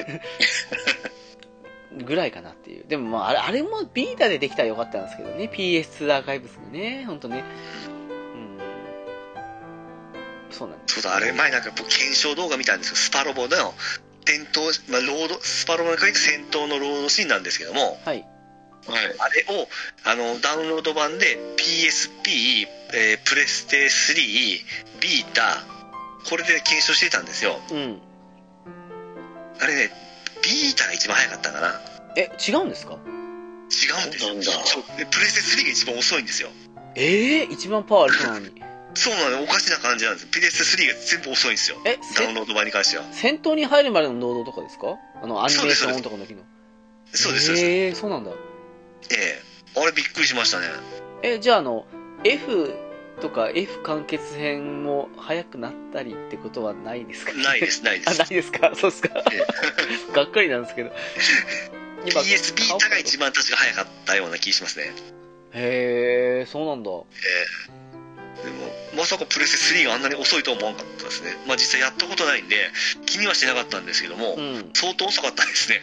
Speaker 1: ね ぐらいかなっていうでもまああれあれもビータでできたらよかったんですけどね PS2 アーカイブスもね本当ねうんそうなんです
Speaker 2: そうだあれ前なんか僕検証動画見たんですけどスパロボの戦闘、まあ、ロードスパロボの限り戦闘のロードシーンなんですけども
Speaker 1: はい
Speaker 3: はい。
Speaker 2: あれをあのダウンロード版で PSP、えープレステ3ビータこれで検証してたんですよ
Speaker 1: うん
Speaker 2: あれねビータが一番早かったかな
Speaker 1: え違うんですか
Speaker 2: 違うんですよ
Speaker 3: そうなんだ
Speaker 2: そうでプレステ3が一番遅いんですよ
Speaker 1: ええ一番パワーあるのに
Speaker 2: そうなのおかしな感じなんですプレステ3が全部遅いんですよ
Speaker 1: え
Speaker 2: ダ
Speaker 1: せ
Speaker 2: ウンロード版に関しては
Speaker 1: 戦闘に入るまでの能動とかですかあのアニメーションオンとかの時の
Speaker 2: そうですそうです
Speaker 1: ええそうなんだ
Speaker 2: ええあれびっくりしましたね
Speaker 1: えじゃああの F とか F 完結編も早くなったりってことはないですか
Speaker 2: ないですない で
Speaker 1: あ
Speaker 2: す
Speaker 1: ないですかそうっす か
Speaker 2: え
Speaker 1: がっかりなんですけど
Speaker 2: PS ビータが一
Speaker 1: 番
Speaker 2: 番確か早かったような気しますね
Speaker 1: へえそうなんだ
Speaker 2: でもまさかプレステ3があんなに遅いとは思わなかったですねまあ実際やったことないんで気にはしてなかったんですけども、
Speaker 1: うん
Speaker 2: 相当遅かったですね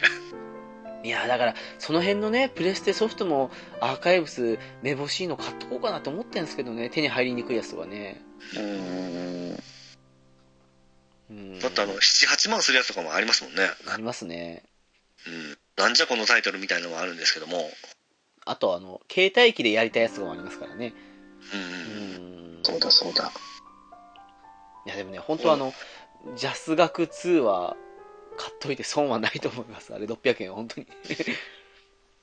Speaker 1: いやだからその辺のねプレステソフトもアーカイブスめぼしいの買っとこうかなと思ってるんですけどね手に入りにくいやつとかね
Speaker 3: うん
Speaker 1: うん
Speaker 2: だってあの78万するやつとかもありますもんね、
Speaker 1: ありますね
Speaker 2: うん、なんじゃこのタイトルみたいのもあるんですけども、
Speaker 1: あとあの携帯機でやりたいやつとかもありますからね
Speaker 2: う
Speaker 1: うんん
Speaker 3: そうだそうだ
Speaker 1: いやでもね本当あの、ジャス学2は買っといて損はないと思いますあれ600円は本当に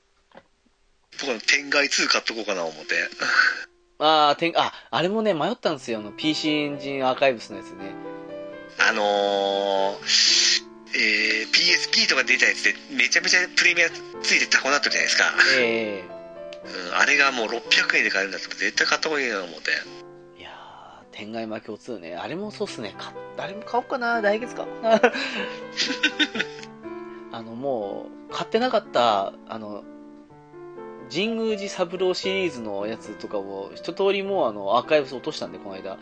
Speaker 2: 僕は天外2買っとこうかな思って
Speaker 1: ああてんああれもね迷ったんですよあの PC エンジンアーカイブスのやつね
Speaker 2: あのーえー PSP とか出たやつでめちゃめちゃプレミアついて高くなってるじゃないですか、
Speaker 1: ええ
Speaker 2: うん、あれがもう600円で買えるんだったら絶対買った方がいいなと思って
Speaker 1: いやー、天外魔境2ね。あれもそうっすね。かあれも買おうかな。来月買おうかな。 あの、もう、買ってなかった、あの、神宮寺三郎シリーズのやつとかを、一通りもうあの、アーカイブス落としたんで、この間。
Speaker 2: はい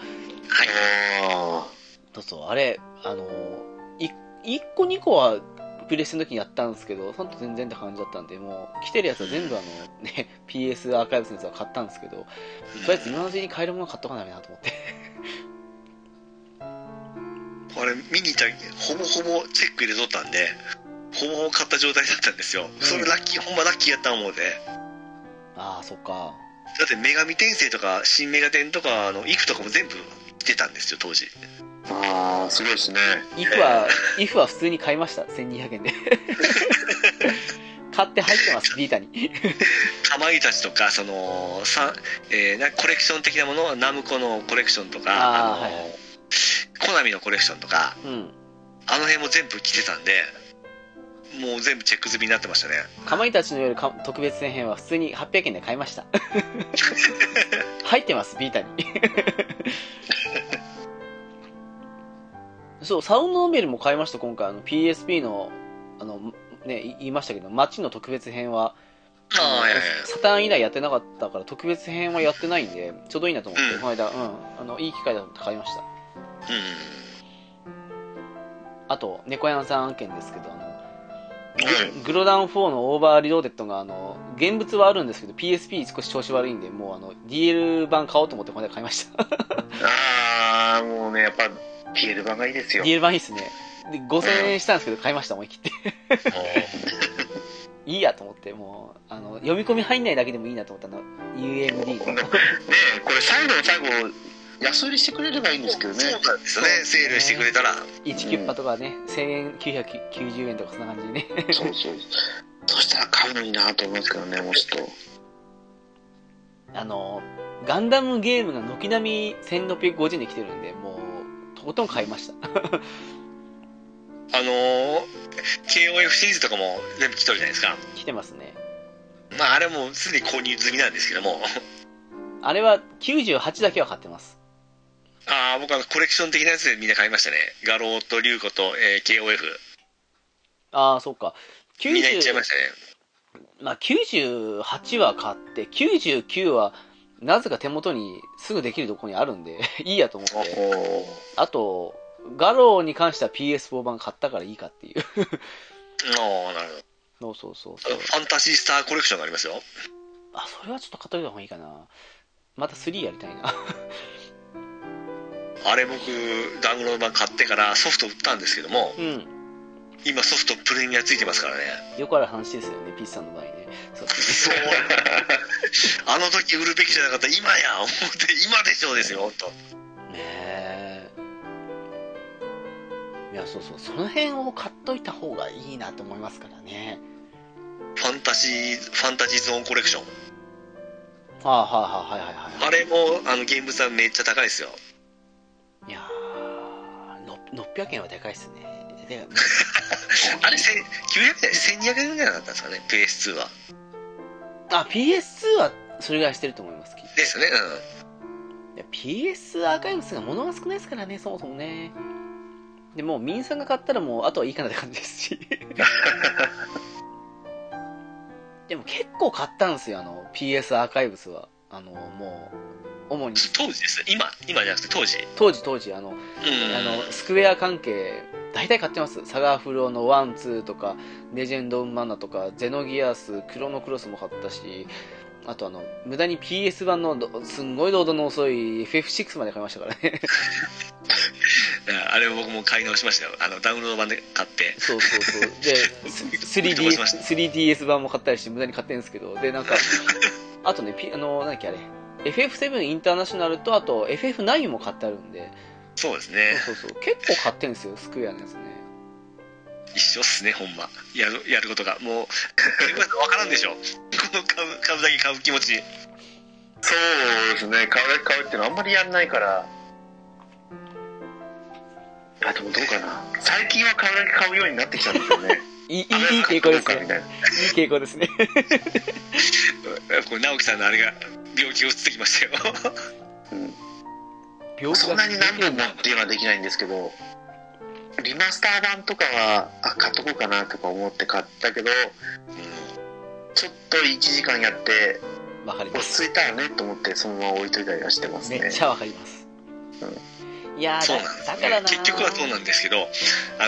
Speaker 3: あ
Speaker 1: そうそう、あれ、あの、い、一個二個は、プレステの時にやったんですけど、その時全然って感じだったんで、もう、来てるやつは全部あの、 ね、PS アーカイブスのやつは買ったんですけど、とりあえず今のうちに買えるものは買っとかなきゃなと思って。
Speaker 2: あれ見に行ったらほぼほぼチェック入れとったんでほぼほぼ買った状態だったんですよそれラッキー、ほんまラッキーやった思うで
Speaker 1: ああ、そっか。
Speaker 2: だって女神転生とか新女神転とかあのイフとかも全部出たんですよ当時
Speaker 3: ーあーすごいですね
Speaker 1: イフは、イフは普通に買いました。1200円で。 買って入ってます、ビータに。
Speaker 2: かまいたちとかそのさ、えーなコレクション的なものはナムコのコレクションとか
Speaker 1: あー
Speaker 2: の
Speaker 1: はいはい
Speaker 2: コナミのコレクションとか
Speaker 1: うん。
Speaker 2: あの辺も全部来てたんでもう全部チェック済みになってましたね
Speaker 1: かまいたちの夜か特別編編は普通に800円で買いま した。入ってます、ビータに。 そう、サウンドノベルも買いました、今回。あの PSP の、あの、ね、い言いましたけど、街の特別編は、
Speaker 2: ああはいはい
Speaker 1: サターン以来やってなかったから、特別編はやってないんで、ちょうどいいなと思って、
Speaker 2: うん
Speaker 1: この間、うん、あの、いい機会だと思って買いました。
Speaker 2: う
Speaker 1: あと、猫屋さん案件ですけど、あの、
Speaker 3: はい
Speaker 1: グロダウン4のオーバーリローデッドが、あの、現物はあるんですけど、PSP 少し調子悪いんで、もうあの、DL 版買おうと思ってこの間買いました。
Speaker 3: ああもうねやっぱ PL 版がいいですよ
Speaker 1: DL 版いいっすね。で、5000円したんですけど、買いました、思い切って。
Speaker 2: んも
Speaker 1: いいやと思って、もう、あの、読み込み入んないだけでもいいなと思ったの、UMD
Speaker 3: ね
Speaker 1: の。
Speaker 3: えこれ最後の最後安売りしてくれればいいんですけど
Speaker 2: う
Speaker 3: ね
Speaker 2: そうなんですねセールしてくれたら
Speaker 1: 1キュッパとかね、1990円とかそんな感じでね。
Speaker 3: そうそうそしたら買うのになと思うんですけどねもうちょっ
Speaker 1: あの、ガンダムゲームが軒並み1650円で来てるんで、もう、とことん買いました。
Speaker 2: あのー KOF シリーズとかも全部来とるじゃないですか
Speaker 1: 来てますね。
Speaker 2: まああれもすでに購入済みなんですけども
Speaker 1: あれは98だけは買ってます。
Speaker 2: ああ僕はコレクション的なやつでみんな買いましたね画廊と龍子と、えー KOF
Speaker 1: ああ、そっか。
Speaker 2: みんな行っちゃいま
Speaker 1: 90
Speaker 2: したね
Speaker 1: まあ、98は買って、99は、なぜか手元にすぐできるところにあるんで、 いいやと思っ
Speaker 3: と
Speaker 1: て。
Speaker 3: お
Speaker 1: あと、ガローに関しては PS4 版買ったからいいかっていう。
Speaker 2: ああなるほど
Speaker 1: そうそうそうそ
Speaker 2: あの
Speaker 1: う。
Speaker 2: ファンタシースターコレクションがありますよ
Speaker 1: あ、それはちょっと買っといた方がいいかな。また3やりたいな。
Speaker 2: あれ僕ダウンロード版買ってからソフト売ったんですけども
Speaker 1: うん。
Speaker 2: 今ソフトプレミアついてますからね
Speaker 1: よくある話ですよね、ピッチさんの場合ね。そう
Speaker 2: く
Speaker 1: です
Speaker 2: そー あの時売るべきじゃなかった今や思って今でしょうですよ本当
Speaker 1: ね。ねえ。いや、そうそう。その辺を買っといた方がいいなと思いますからね。
Speaker 2: ファンタジーファンタジーゾーンコレクション
Speaker 1: はあはあはあ、はいはいはい。
Speaker 2: あれもあの現物はめっちゃ高いですよ
Speaker 1: いやー、の600円はでかいっすね。で
Speaker 2: あれせん900円じゃない1200円ぐらいだったんですかね PS2 は
Speaker 1: あ、PS2 はそれぐらいしてると思います、きっ
Speaker 2: ですね
Speaker 1: といや PS アーカイブスが物が少ないですからね、そもそもね。でもう、ミンさんが買ったらもう、あとはいいかなって感じですし。 でも結構買ったんですよ、あの、PS アーカイブスは。あの、もう、主に、
Speaker 2: 当時です今今じゃなくて当時うん
Speaker 1: 当時当時、あの、
Speaker 2: あ
Speaker 1: あの、スクエア関係大体買ってますサガフロのワンツーとかレジェンド・オブ・マナとかゼノギアスクロノクロスも買ったしあとあの無駄に PS 版のどすんごいロードの遅い FF6 まで買いましたからね
Speaker 2: あれを僕も買い直しましたよあのダウンロード版で買って
Speaker 1: そうそうそうで 3D
Speaker 2: 飛ばしました
Speaker 1: 3DS 版も買ったりして無駄に買ってるんですけどでなん かあとね、P、あのなんだっけあれ FF7 インターナショナルとあと FF9 も買ってあるんで
Speaker 2: そうで すね
Speaker 1: そうそうそう結構買ってんですよスクエアのやつね
Speaker 2: 一緒っすねほんまやるやることがもう 分からんでしょこの買う買うだけ買う気持ち
Speaker 3: そうですね買う買うってのはあんまりやんないからあでもどうかな最近は買うだけ買うようになってきたんですよ ね
Speaker 1: いいいい
Speaker 3: あれ
Speaker 1: いい
Speaker 3: 買
Speaker 1: 傾
Speaker 3: っと
Speaker 1: 向
Speaker 3: こ
Speaker 1: で
Speaker 3: う
Speaker 1: す
Speaker 3: か
Speaker 1: ね
Speaker 3: みたいない
Speaker 1: い傾向ですね
Speaker 2: これ直樹さんのあれが病気を移ってきましたよ
Speaker 1: 病気
Speaker 3: そ
Speaker 1: が
Speaker 3: んなに何本もっていうのはできないんですけどリマスター版とかはあ買っとこうかなとか思って買ったけどちょっと1時間やって
Speaker 1: わかりま
Speaker 3: 落
Speaker 1: す
Speaker 3: ち着いたらねと思ってそのまま置いといたりはしてますね
Speaker 1: めっちゃわかります、いやー
Speaker 2: そう
Speaker 1: だ
Speaker 2: なんです
Speaker 1: だ
Speaker 2: よ
Speaker 1: から
Speaker 2: ね
Speaker 1: な
Speaker 2: 結局はそうなんですけどあ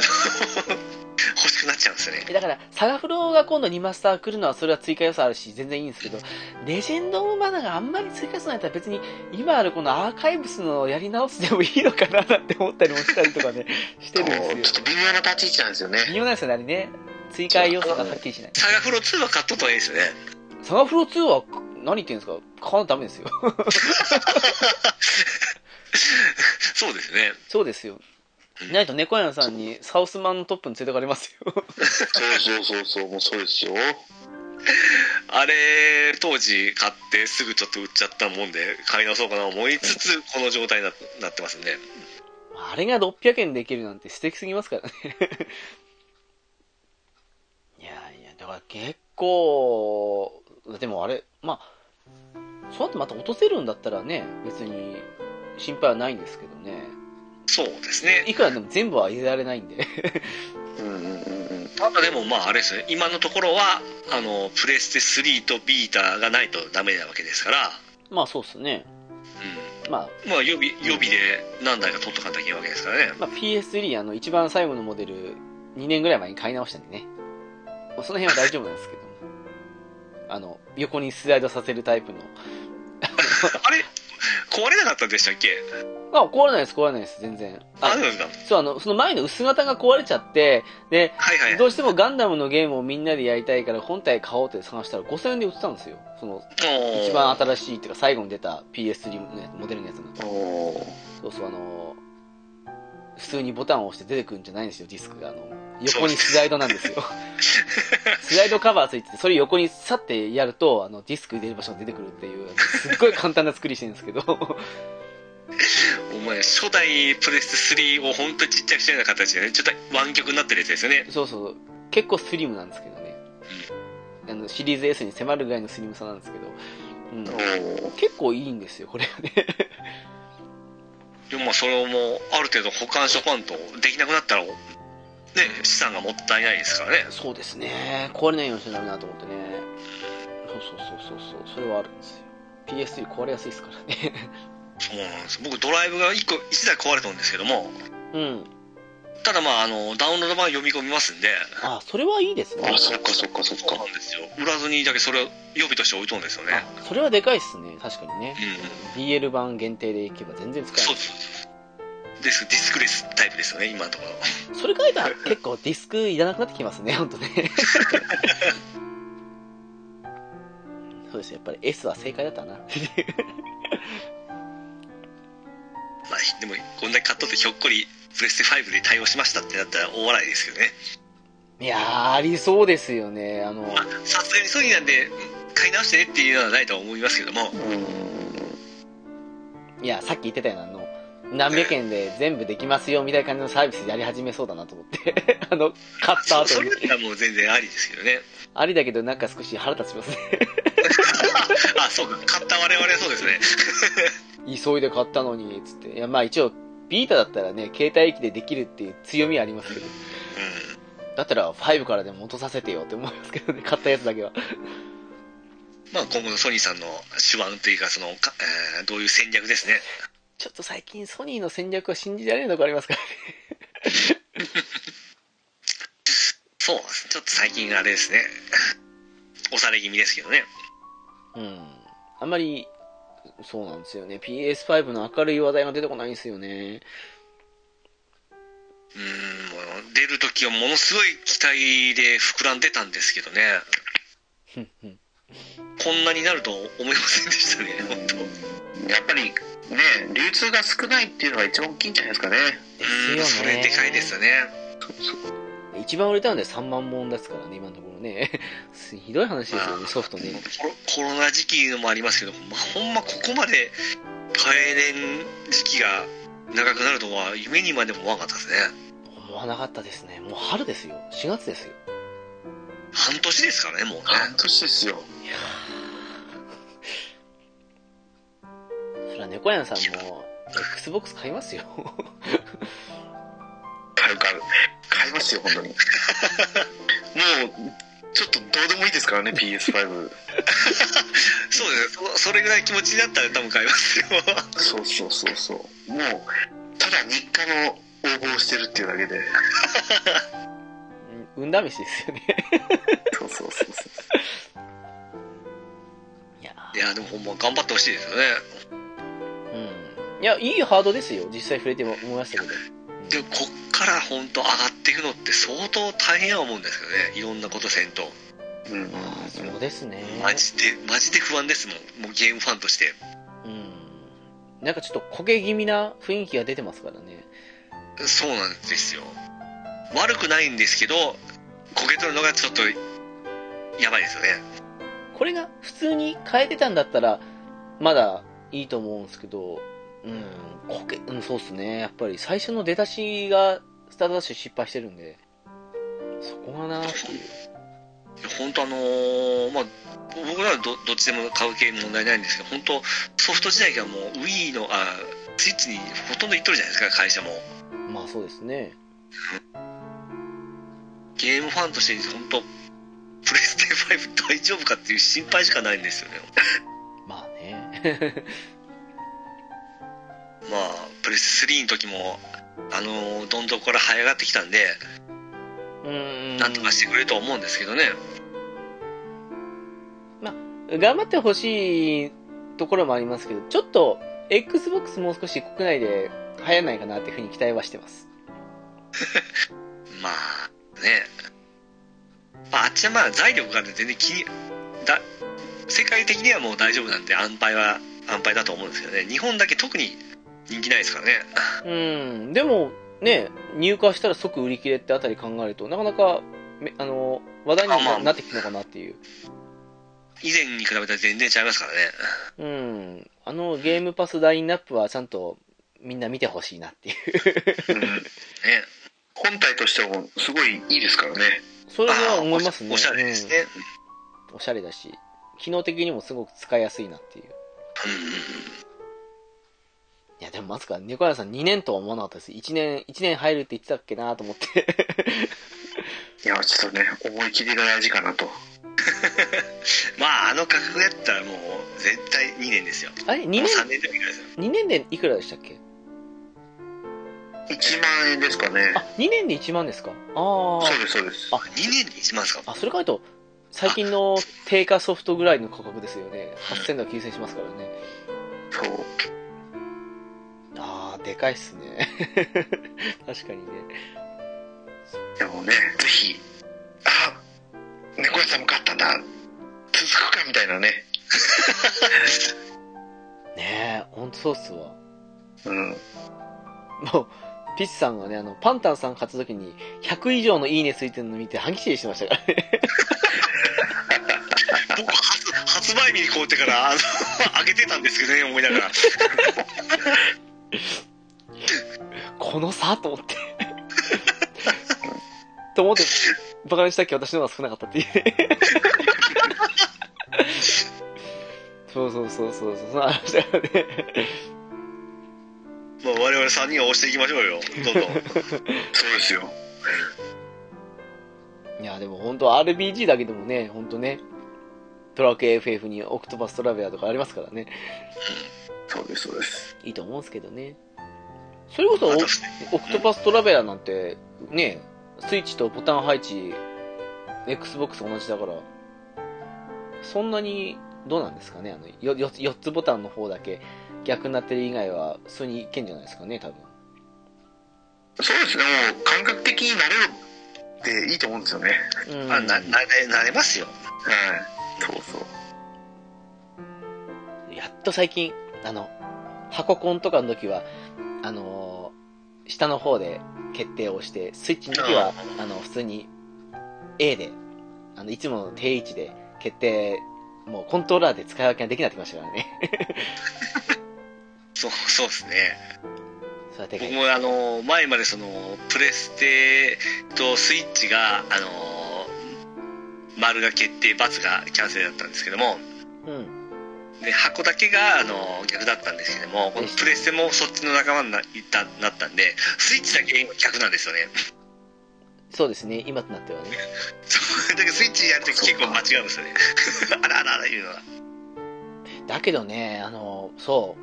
Speaker 2: の 欲しくなっちゃうんですよね
Speaker 1: だからサガフローが今度リマスター来るのはそれは追加要素あるし全然いいんですけどレジェンド・オブ・マナーがあんまり追加要素ないったら別に今あるこのアーカイブスのやり直すでもいいのかななんて思ったりもしたりとかねしてるん
Speaker 3: こう
Speaker 1: で
Speaker 3: ち
Speaker 1: す
Speaker 3: ょ
Speaker 1: よ
Speaker 3: っと微妙な立ち位置なんですよね
Speaker 1: 微妙なんですよねあれね追加要素がはっきりしない
Speaker 2: サガフロ2は買っとった方がいいですよね
Speaker 1: サガフロー2は何言ってんですか買わないとダメですよ
Speaker 2: そうですね
Speaker 1: そうですよないと猫屋さんにサウスマンのトップに連れてかれますよ
Speaker 3: そうそうそうそうもうそうですよ
Speaker 2: あれ当時買ってすぐちょっと売っちゃったもんで買い直そうかな思いつつこの状態にななってますね
Speaker 1: あれが600円できるなんて素敵すぎますからね いやいやだから結構でもあれまあそうやってまた落とせるんだったらね別に心配はないんですけどね
Speaker 2: そうですね
Speaker 1: いくらでも全部は入れられないんで
Speaker 3: うんうんうんうん
Speaker 2: ただでもまああれですね今のところはあのプレステ3とビータがないとダメなわけですから、
Speaker 1: まあそうっすね
Speaker 2: う
Speaker 1: まあ
Speaker 2: ん、まあ予備予備で何台か取っとかなきゃいけないわけですからね
Speaker 1: まあ、PS3 あの一番最後のモデル2年ぐらい前に買い直したんでね、まあその辺は大丈夫なんですけどあの横にスライドさせるタイプの
Speaker 2: あれ壊れなかったでしたっけ
Speaker 1: あ壊れないです壊れないです全然
Speaker 2: あ
Speaker 1: あ
Speaker 2: るんですか
Speaker 1: そうあのその前の薄型が壊れちゃってで
Speaker 2: はいはい
Speaker 1: どうしてもガンダムのゲームをみんなでやりたいから本体買おうって探したら5000円で売ってたんですよその
Speaker 2: おー
Speaker 1: 一番新しいっていうか最後に出た PS3 のやつモデルのやつの
Speaker 3: おー
Speaker 1: そうそうあの普通にボタンを押して出てくるんじゃないんですよディスクがあの横にスライドなんです よスライドカバーついててそれ横にさってやるとあのディスク入れる場所が出てくるっていうすっごい簡単な作りしてるんですけど
Speaker 2: お前初代プレステ3を本当にちっちゃくしたような形でねちょっと湾曲になってるやつですよね
Speaker 1: そうそう結構スリムなんですけどねあのシリーズ S に迫るぐらいのスリムさなんですけど、うん
Speaker 3: お、ー
Speaker 1: 結構いいんですよこれはね
Speaker 2: でもまあそれをもうある程度保管しとかんとできなくなったらね資産がもったいないですからね
Speaker 1: そうですね壊れないようにしなきゃなと思ってねそうそうそうそうそうそれはあるんですよ PS3 壊れやすいですからね
Speaker 2: そうなんです僕ドライブが1個1台壊れたんですけども
Speaker 1: うん
Speaker 2: ただまああのダウンロード版読み込みますんで
Speaker 1: あそれはいいですね
Speaker 3: あそっかそっかそっ
Speaker 2: そうな
Speaker 3: か
Speaker 2: んですよ売らずにだけそれを予備として置いとんですよね
Speaker 1: あそれはでかいっすね確かにね
Speaker 2: うん
Speaker 1: DL 版限定でいけば全然使え
Speaker 2: そ
Speaker 1: な
Speaker 2: う
Speaker 1: い
Speaker 2: そうですディスクレスタイプですよね今のところ
Speaker 1: それ書いたら結構ディスクいらなくなってきますね本当ね そうですねやっぱり S は正解だったな
Speaker 2: まあでもこんだけ買っとってひょっこりプレステ5で対応しましたってなったら大笑いですけどね
Speaker 1: いやーありそうですよねあの
Speaker 2: まあさすがにソニーなんで買い直してねっていうのはないとは思いますけども
Speaker 3: うんうんうん
Speaker 1: いやさっき言ってたようなあの何百円で全部できますよみたいな感じのサービスやり始めそうだなと思って あの買った
Speaker 2: そ
Speaker 1: 後
Speaker 2: そ
Speaker 1: に
Speaker 2: れだったらもう全然ありですけどね
Speaker 1: ありだけどなんか少し腹立ちますね
Speaker 2: あそうか買った我々はそうですね
Speaker 1: 急いで買ったのにつっていやまあ一応ビータだったらね携帯機でできるっていう強みはありますけど
Speaker 2: うん
Speaker 1: だったら5からでも落とさせてよって思いますけどね、買ったやつだけは。
Speaker 2: まあ、今後のソニーさんの手腕というかそのか、えーどういう戦略ですね
Speaker 1: ちょっと最近ソニーの戦略は信じられないとこありますからね。
Speaker 2: ちょっと最近あれですね押され気味ですけどね
Speaker 1: うん。あんまり、そうなんですよね。PS5 の明るい話題が出てこないんですよね。
Speaker 2: うーんもう出る時はものすごい期待で膨らんでたんですけどねこんなになると思いませんでしたね本当
Speaker 3: やっぱりね流通が少ないっていうのが一番大きいんじゃないですかね
Speaker 2: うん
Speaker 1: です
Speaker 2: そ
Speaker 1: よね。
Speaker 2: れでかいですよね
Speaker 1: 一番売れたので3万本ですからね、今のところね。 ひどい話ですよ
Speaker 2: ま
Speaker 1: ね、
Speaker 2: あ
Speaker 1: ソフトね。
Speaker 2: コロコロナ時期のもありますけど、まあ、ほんまここまで耐えれん時期が長くなるとは夢にまでも思わなかったですね
Speaker 1: 思わなかったですね。もう春ですよ。4月ですよ。
Speaker 2: 半年ですからねもうね
Speaker 3: 半年ですよ
Speaker 1: いやーそりゃ猫やんさんも、Xbox 買いますよ。
Speaker 3: 買う買う買いますよ本当にもうちょっとどうでもいいですからね PS5
Speaker 2: そうですねそそれぐらい気持ちになったら多分買いますよ
Speaker 3: そうそうそうそうもうただ日課の応募をしてるっていうだけで
Speaker 1: うん、運試しですよね。
Speaker 3: そうそうそうそう
Speaker 1: いや
Speaker 2: いやでもほんま頑張ってほしいですよね
Speaker 1: ーうん。いや、いいハードですよ。実際触れても思いましたけど。
Speaker 2: でもこっから本当上がっていくのって相当大変や思うんですけどねいろんなことせんと
Speaker 3: うん
Speaker 1: ああ、そうですね。
Speaker 2: マジでマジで不安ですもんもうゲームファンとして
Speaker 1: うん。なんかちょっと焦げ気味な雰囲気が出てますからね。
Speaker 2: そうなんですよ悪くないんですけど焦げ取るのがちょっとやばいですよね
Speaker 1: これが普通に変えてたんだったら、まだいいと思うんですけど、うん、こけ、うん、そうっすね。やっぱり最初の出だしが、スタートダッシュ失敗してるんで、そこがなっていう。
Speaker 2: 本当あのーまあ僕らはどどっちでも買う系問題ないんですけど本当ソフト自体がもう Wii のあスイッチにほとんどいっとるじゃないですか会社も
Speaker 1: まあそうですね。
Speaker 2: ゲームファンとして本当プレステ5大丈夫かっていう心配しかないんですよね
Speaker 1: まあね。
Speaker 2: まあプレステ3の時もあのーどんどんこれ這い上がってきたんで
Speaker 1: うん。
Speaker 2: なんとかしてくれると思うんですけどね
Speaker 1: 頑張ってほしいところもありますけど、ちょっと、Xbox もう少し国内で流行らないかなっていうふうに期待はしてます。
Speaker 2: まあね、まあ、あっちはまあ財力がね全然気にだ世界的にはもう大丈夫なんで安牌は安牌だと思うんですけどね日本だけ特に人気ないですからね
Speaker 1: うん、でも、ね、入荷したら即売り切れってあたり考えると、なかなか、めあの、話題にな,、
Speaker 2: あまあ
Speaker 1: なってきたのかなっていう。
Speaker 2: 以前に比べたら全然違いますからね
Speaker 1: うん、あのゲームパスラインナップはちゃんとみんな見てほしいなっていう。
Speaker 3: うん
Speaker 2: ね
Speaker 3: 本体としてもすごいいいですからね
Speaker 1: それは思いますね。
Speaker 2: あーおしゃおしゃれですね、
Speaker 1: うんおしゃれだし、機能的にもすごく使いやすいなっていう。
Speaker 2: うんうん
Speaker 1: いや、でもまさか、猫屋さん2年とは思わなかったです。1年、一年入るって言ってたっけなと思って。
Speaker 3: いやちょっとね思い切りが大事かなと
Speaker 2: まああの価格やったらもう絶対2年ですよも
Speaker 1: あれ ?2
Speaker 2: う
Speaker 1: 年、
Speaker 2: 3年でもいいぐらいですよ
Speaker 1: 2年でいくらでしたっけ
Speaker 3: 1万円ですかね
Speaker 1: あ、2年で1万ですかああ。
Speaker 3: そうですそうです
Speaker 1: あ
Speaker 2: 2年で1万ですか
Speaker 1: あ、それ考えると、最近の定価ソフトぐらいの価格ですよね。8000とか9000しますからね。
Speaker 3: そう
Speaker 1: あー、でかいっすね。 確かにね。
Speaker 3: でもねぜひあ猫屋さんも買ったんだ続くかみたいなね
Speaker 1: ねえ、ほんとそうっすわ。
Speaker 3: うん
Speaker 1: もう、ピッチさんがね、あの、パンタンさん買った時に、100以上のいいねついてるの見て、歯ぎしりしてましたからね。
Speaker 2: 僕発発売日に買うてからあの 上げてたんですけどね思いながら
Speaker 1: この差と思って。と思って、バカにしたっけ私の方が少なかったっていう。そうそうそうそうそう、その話だよね。
Speaker 2: まあ、我々3人は押していきましょうよどんどん
Speaker 3: そうですよ
Speaker 1: いや、でも本当 RPG だけでもね、本当ね、ドラクエ FF にオクトパストラベラーとかありますからね、
Speaker 3: そうですそうです
Speaker 1: いいと思うんですけどね。それこそオ
Speaker 2: あと
Speaker 1: オクトパストラベラーなんて、ね、スイッチとボタン配置 Xbox 同じだから、そんなに、どうなんですかねあのよよ ?4 つボタンの方だけ逆になってる以外は、普通にいけんじゃないですかね多分。
Speaker 3: そうですね、もう感覚的になれるっていいと思うんですよね。
Speaker 1: うん
Speaker 2: あななれなれますよ
Speaker 3: はい。そうそう。
Speaker 1: やっと最近、あの、箱コンとかの時は、あのー下の方で決定を押して、スイッチの時は、あの、普通に A で、あの、いつもの定位置で決定、もうコントローラーで使い分けができなくなってきましたからね。
Speaker 2: そうそうですね
Speaker 1: それはでか
Speaker 2: 僕
Speaker 1: い。
Speaker 2: もあの前までそのプレステとスイッチがあの丸が決定×がキャンセルだったんですけども
Speaker 1: うん。
Speaker 2: で箱だけがあの逆だったんですけどもこのプレステもそっちの仲間になったなったんでスイッチだけ今逆なんですよね
Speaker 1: そうですね、今となってはね。
Speaker 2: そうだけどスイッチやるとき結構間違うんですよねあらあらあらいうのは
Speaker 1: だけどね、あのーそ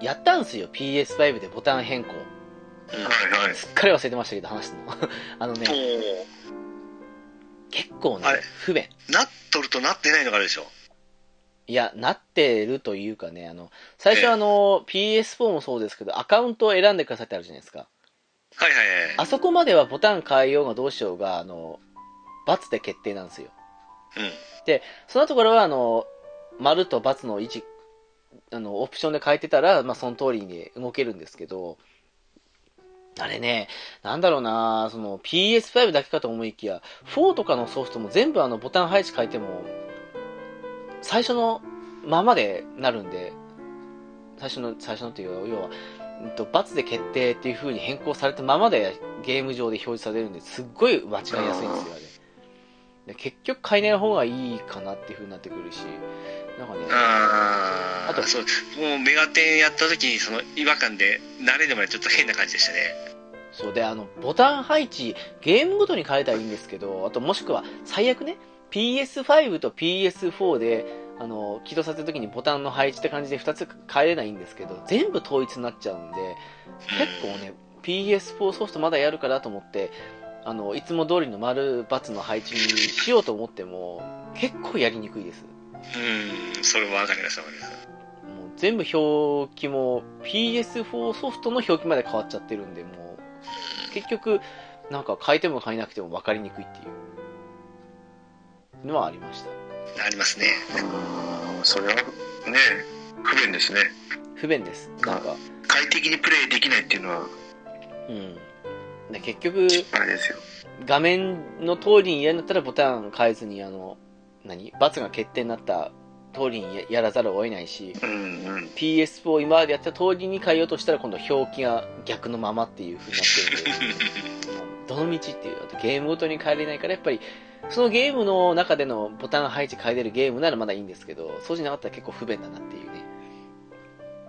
Speaker 1: う。やったんすよ、PS5 でボタン変更。
Speaker 3: はいはい。
Speaker 1: すっかり忘れてましたけど、話すの。 あのね、
Speaker 2: も
Speaker 1: 結構ね
Speaker 2: あれ、
Speaker 1: 不便。
Speaker 2: うなっとるとなってないのがあるでしょ
Speaker 1: いや、なってるというかね、あの、最
Speaker 2: え
Speaker 1: 初
Speaker 2: え
Speaker 1: あの、PS4 もそうですけど、アカウントを選んでくださいってあるじゃないですか。
Speaker 2: はいはいはい
Speaker 1: あそこまではボタン変えようがどうしようが、あの、×で決定なんですよ。
Speaker 2: うん
Speaker 1: で、そのところはあの、丸と×の位置、あの、オプションで変えてたら、まあ、その通りに動けるんですけど、あれね、なんだろうなその PS5 だけかと思いきや、4とかのソフトも全部あのボタン配置変えても、最初のままでなるんで、最初の、最初のっていうか、要は、うんと、×で決定っていう風に変更されたままでゲーム上で表示されるんで、すっごい間違いやすいんですよ、あれ。で結局変えない方がいいかなっていう風になってくるし、なんかね、
Speaker 2: あ
Speaker 1: あと
Speaker 2: とそうもうメガテンやった時にその違和感で慣れるまでちょっと変な感じでしたね
Speaker 1: そうで、あの、ボタン配置、ゲームごとに変えたらいいんですけど、あともしくは、最悪ね、PS5 と PS4 で、あの、起動させた時にボタンの配置って感じで2つ変えれないんですけど、全部統一になっちゃうんで、結構ね、PS4 ソフトまだやるからと思って、あの、いつも通りの丸×の配置にしようと思っても、結構やりにくいです。
Speaker 2: うんそれも分かります分かります
Speaker 1: もう全部表記も PS4 ソフトの表記まで変わっちゃってるんで、もう、結局、なんか変えても変えなくても分かりにくいっていうのはありました。
Speaker 2: ありますね
Speaker 3: うーん、それはね、不便ですね。
Speaker 1: 不便です。なんか、
Speaker 3: 快適にプレイできないっていうのは、
Speaker 1: うん。で結局、
Speaker 3: あれですよ。
Speaker 1: 画面の通りにやるんだったらボタン変えずに、あの、何×が決定になった通りにややらざるを得ないし、
Speaker 3: うんうん。
Speaker 1: PS4 今までやった通りに変えようとしたら今度表記が逆のままっていう風になってるんで、どの道っていう、あとゲームごとに変えれないから、やっぱり、そのゲームの中でのボタン配置変えれるゲームならまだいいんですけど、そうじゃなかったら結構不便だなっていうね。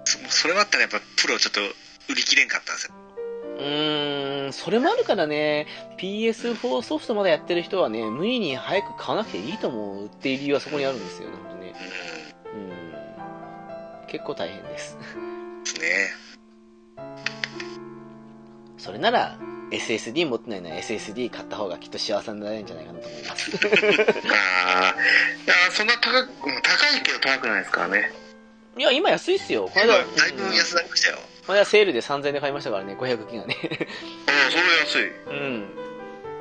Speaker 2: そそれだったらやっぱプロちょっと売り切れんかったんですよ
Speaker 1: うーん、それもあるからね、PS4 ソフトまだやってる人はね、無理に早く買わなくていいと思うっていう理由はそこにあるんですよね、本当ね。
Speaker 2: う
Speaker 1: うん。結構大変です。
Speaker 2: んですね
Speaker 1: それなら、SSD 持ってないなら SSD 買った方がきっと幸せになれるんじゃないかなと思い ます。
Speaker 3: ああ、いやそんな高く、うん高いけど高くないですからね。
Speaker 1: いや、今安いっすよ。この間、うん
Speaker 2: だいぶ安くなりましたよ
Speaker 1: この間セールで3000円で買いましたからね、500ギガね。
Speaker 3: ああ、それ安い。
Speaker 1: うん。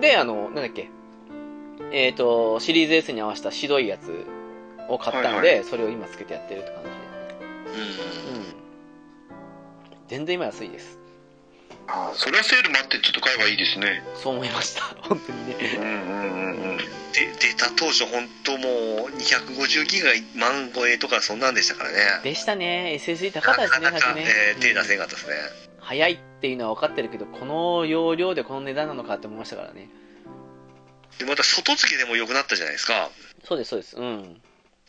Speaker 1: で、あの、なんだっけ。えっ、と、シリーズ S に合わせた白いやつを買ったんで、
Speaker 3: はい
Speaker 1: それを今つけてやってるって感じ
Speaker 2: うん
Speaker 1: で。うん。全然今安いです。
Speaker 3: ああ、それはセール待ってちょっと買えばいいですね。
Speaker 1: そう思いました。本当にね。
Speaker 3: うんうんうんうん。
Speaker 2: で出た当初本当もう250ギガ万超えとかそんなんでしたからね
Speaker 1: でしたね。SSD 高か
Speaker 2: な
Speaker 1: ったで
Speaker 2: か
Speaker 1: すね、
Speaker 2: なか、
Speaker 1: 100ね。
Speaker 2: えー手出せ
Speaker 1: うん
Speaker 2: んかったですね、
Speaker 1: 早いっていうのは分かってるけど、この容量でこの値段なのかって思いましたからね。
Speaker 2: でまた外付けでも良くなったじゃないですか
Speaker 1: そうです、そうです。うん。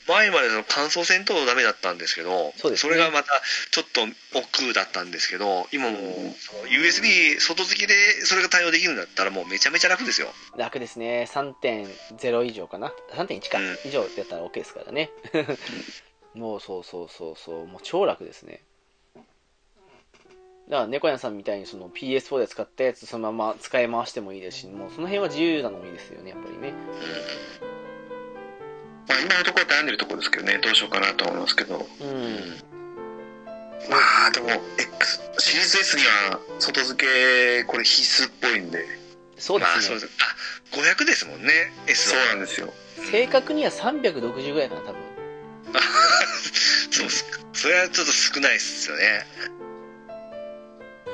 Speaker 2: 前までの乾燥戦闘ダメだったんですけど
Speaker 1: そうですね
Speaker 2: れがまたちょっと億劫だったんですけど今もうその USB 外付きでそれが対応できるんだったらもうめちゃめちゃ楽ですよ
Speaker 1: 楽ですね。3.0以上かな。3.1か。
Speaker 2: うん
Speaker 1: 以上だったら OK ですからね。 もうそうそうそうそう。もう超楽ですね。だから猫屋さんみたいにその PS4 で使ったやつそのまま使い回してもいいですしもうその辺は自由なのもいいですよねやっぱりね
Speaker 3: まあ、今のところ悩んでるところですけどねどうしようかなとは思いますけど
Speaker 1: うん
Speaker 3: まあでも X シリーズ S には外付けこれ必須っぽいんで
Speaker 1: そうで
Speaker 2: まあ
Speaker 1: す
Speaker 2: そう
Speaker 1: ね
Speaker 2: ですあ500ですもんね S
Speaker 3: そう
Speaker 2: は
Speaker 3: なんですよ
Speaker 1: 正確には360ぐらいかな多分
Speaker 2: そうっすそれはちょっと少ないっすよね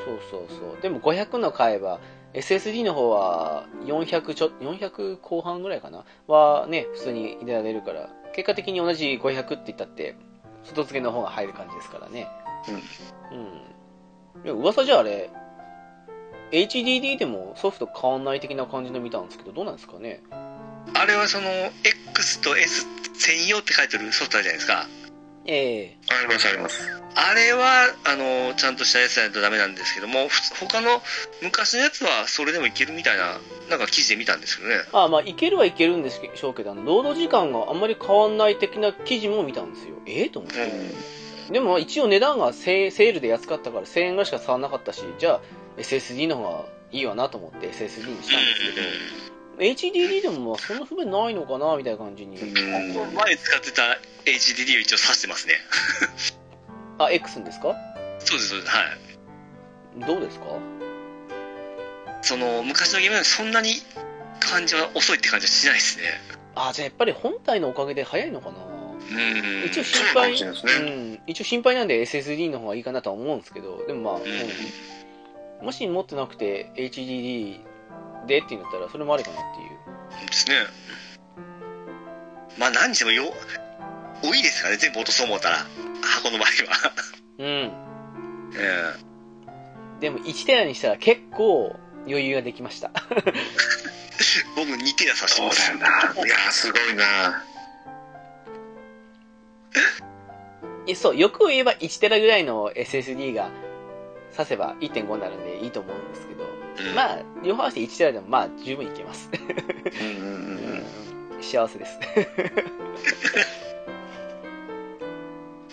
Speaker 1: そうそうそうでも500の買えば SSD の方は400ちょ400後半ぐらいかなはね普通に入れられるから結果的に同じ500って言ったって外付けの方が入る感じですからねうん、いや噂じゃあれ HDD でもソフト変わんない的な感じの見たんですけどどうなんですかね
Speaker 2: あれはその X と S 専用って書いてるソフトあるじゃないですか
Speaker 1: ええ
Speaker 3: ありますあります
Speaker 2: あれはあのちゃんとしたやつじゃないとダメなんですけどもふつ他の昔のやつはそれでもいけるみたいななんか記事で見たんですけどね
Speaker 1: あまあいけるはいけるんでしょうけどあの労働時間があんまり変わんない的な記事も見たんですよええと思ってでも一応値段がセセールで安かったから1000円ぐらいしか差はなかったしじゃあ SSD の方がいいわなと思って SSD にしたんですけど HDD でもまあその不便ないのかなみたいな感じに
Speaker 3: うんうん
Speaker 2: 前使ってた HDD を一応挿してますね
Speaker 1: あ X んですか
Speaker 2: そうですそうですはい
Speaker 1: どうですか
Speaker 2: その昔のゲームはそんなに感じは遅いって感じはしないですね
Speaker 1: あじゃあやっぱり本体のおかげで早いのかな
Speaker 2: うん
Speaker 1: 一応
Speaker 3: そ
Speaker 1: 心
Speaker 3: うかも
Speaker 1: 配
Speaker 3: しれないです
Speaker 1: う
Speaker 3: ね、
Speaker 1: ん、一応心配なんで SSD の方がいいかなとは思うんですけどでもまあ、うんもし持ってなくて HDD でっていうんだったらそれもありかなっていう
Speaker 2: ですねまあ何にしてもよ多いですからね全部落とそう思ったら箱の場合は
Speaker 1: う
Speaker 2: うん
Speaker 1: んでも1テラにしたら結構余裕ができました
Speaker 2: 僕2手出させて
Speaker 3: そ
Speaker 2: も
Speaker 3: う
Speaker 2: ら
Speaker 3: だよないやーすごいな
Speaker 1: えそう欲を言えば1テラぐらいの SSD が挿せば1.5になるんでいいと思うんですけど、
Speaker 2: うん
Speaker 1: まあ両方合わせて1テラでもまあ十分いけます
Speaker 3: うんうんうんう ん
Speaker 1: 幸せです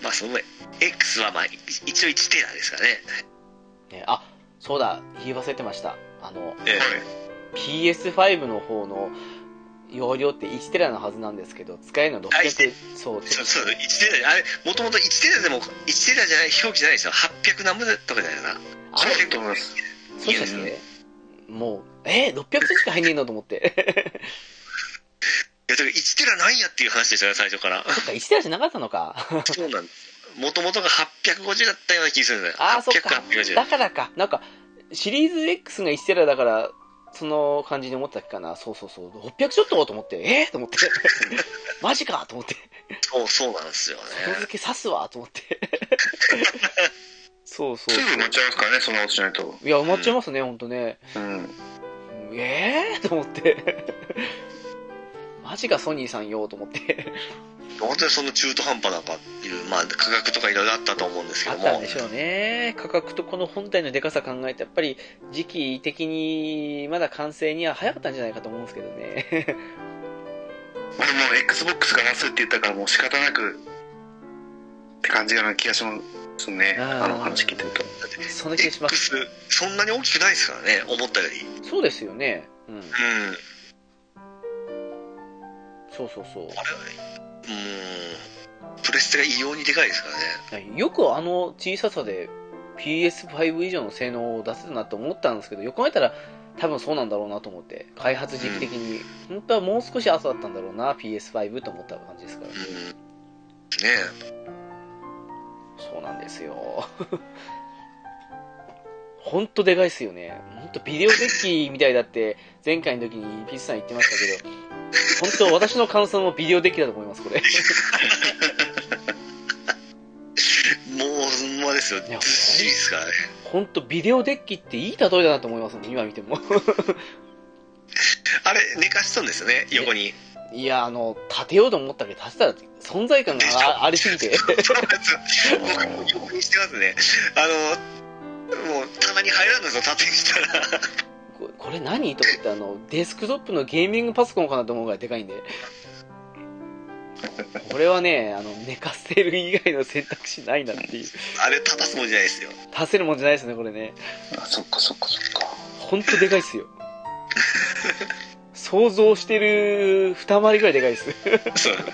Speaker 2: まあその前 X はまあい一応1テラですからね
Speaker 1: ね、あそうだ言い忘れてましたあの
Speaker 2: ええ
Speaker 1: PS5 の方の容量って1テラのはずなんですけど使えるの
Speaker 2: あ1
Speaker 1: 600そう
Speaker 2: そうそう1テラあれもともと1テラでも1テラじゃない表記じゃないですよ800何分とかじゃないかな
Speaker 1: あ
Speaker 3: そうだと思います
Speaker 1: そうですねもうえー、600しか入んねえのと思って
Speaker 2: いやだから1テラないやっていう話でしたね最初から
Speaker 1: そっか1テラじゃなかったのか
Speaker 2: そうなん ですもともとが850だったような気がするんですよ
Speaker 1: ああそっ
Speaker 2: 800
Speaker 1: か
Speaker 2: か850
Speaker 1: だからかなんかシリーズ X が1テラだからその感じに思ってたっけかなそうそうそう600ちょっとと思ってえー、と思 ってマジかと思って
Speaker 2: そうそうなんですよね
Speaker 1: 外付け刺すわと思って そうそう
Speaker 3: す
Speaker 1: そう
Speaker 3: ぐ乗っちゃいますからねそんなことしないと
Speaker 1: いや埋まっちゃいますね、ほんとね
Speaker 3: うん
Speaker 1: ええー、と思ってマジかソニーさんよと思って
Speaker 2: 本当にその中途半端なかっていう、まあ、価格とかいろいろあったと思うんですけ
Speaker 1: あ
Speaker 2: ど
Speaker 1: っ
Speaker 2: も
Speaker 1: たんでしょうね価格とこの本体のでかさ考えてやっぱり時期的にまだ完成には早かったんじゃないかと思うんですけどね
Speaker 3: まあでも XBOX が出すって言ったからもう仕方なくって感じがな気がしますね
Speaker 1: あー
Speaker 3: あの話聞いてると
Speaker 1: そんな気がします
Speaker 2: X そんなに大きくないですからね思ったよりうん
Speaker 1: そうですよねうんそうそうそう
Speaker 2: あれはうんプレステが異様にでかいですからね
Speaker 1: よくあの小ささで PS5 以上の性能を出せたなと思ったんですけどよく考えたら多分そうなんだろうなと思って開発時期的に、本当はもう少し朝だったんだろうな PS5 と思った感じですから、
Speaker 2: うんね
Speaker 1: そうなんですよ ほんとでかいっすよねほんとビデオデッキみたいだって前回の時にピッチさん言ってましたけど本当私の感想もビデオデッキだと思いますこれ
Speaker 2: えもうほんまですよず
Speaker 1: いや
Speaker 2: っしりですからね
Speaker 1: 本当ビデオデッキっていい例えだなと思いますもん今見ても
Speaker 2: あれ寝かしとんですよね横に
Speaker 1: いや、あの、立てようと思ったけど、立てたら存在感があありすぎて。
Speaker 2: そうなんですよ僕も横にしてますねあのもう棚に入らんのですよ縦にしたら
Speaker 1: ここれ何と思って、あの、デスクトップのゲーミングパソコンかなと思うぐらいでかいんで。これはね、あの、寝かせる以外の選択肢ないなっていう。
Speaker 2: あれ、立たすもんじゃないですよ。
Speaker 1: 足せるもんじゃないですね、これね。
Speaker 3: あそっかそっかそっか
Speaker 1: ほんとでかいっすよ。想像してる二回りぐらいでかいっす。
Speaker 2: そう。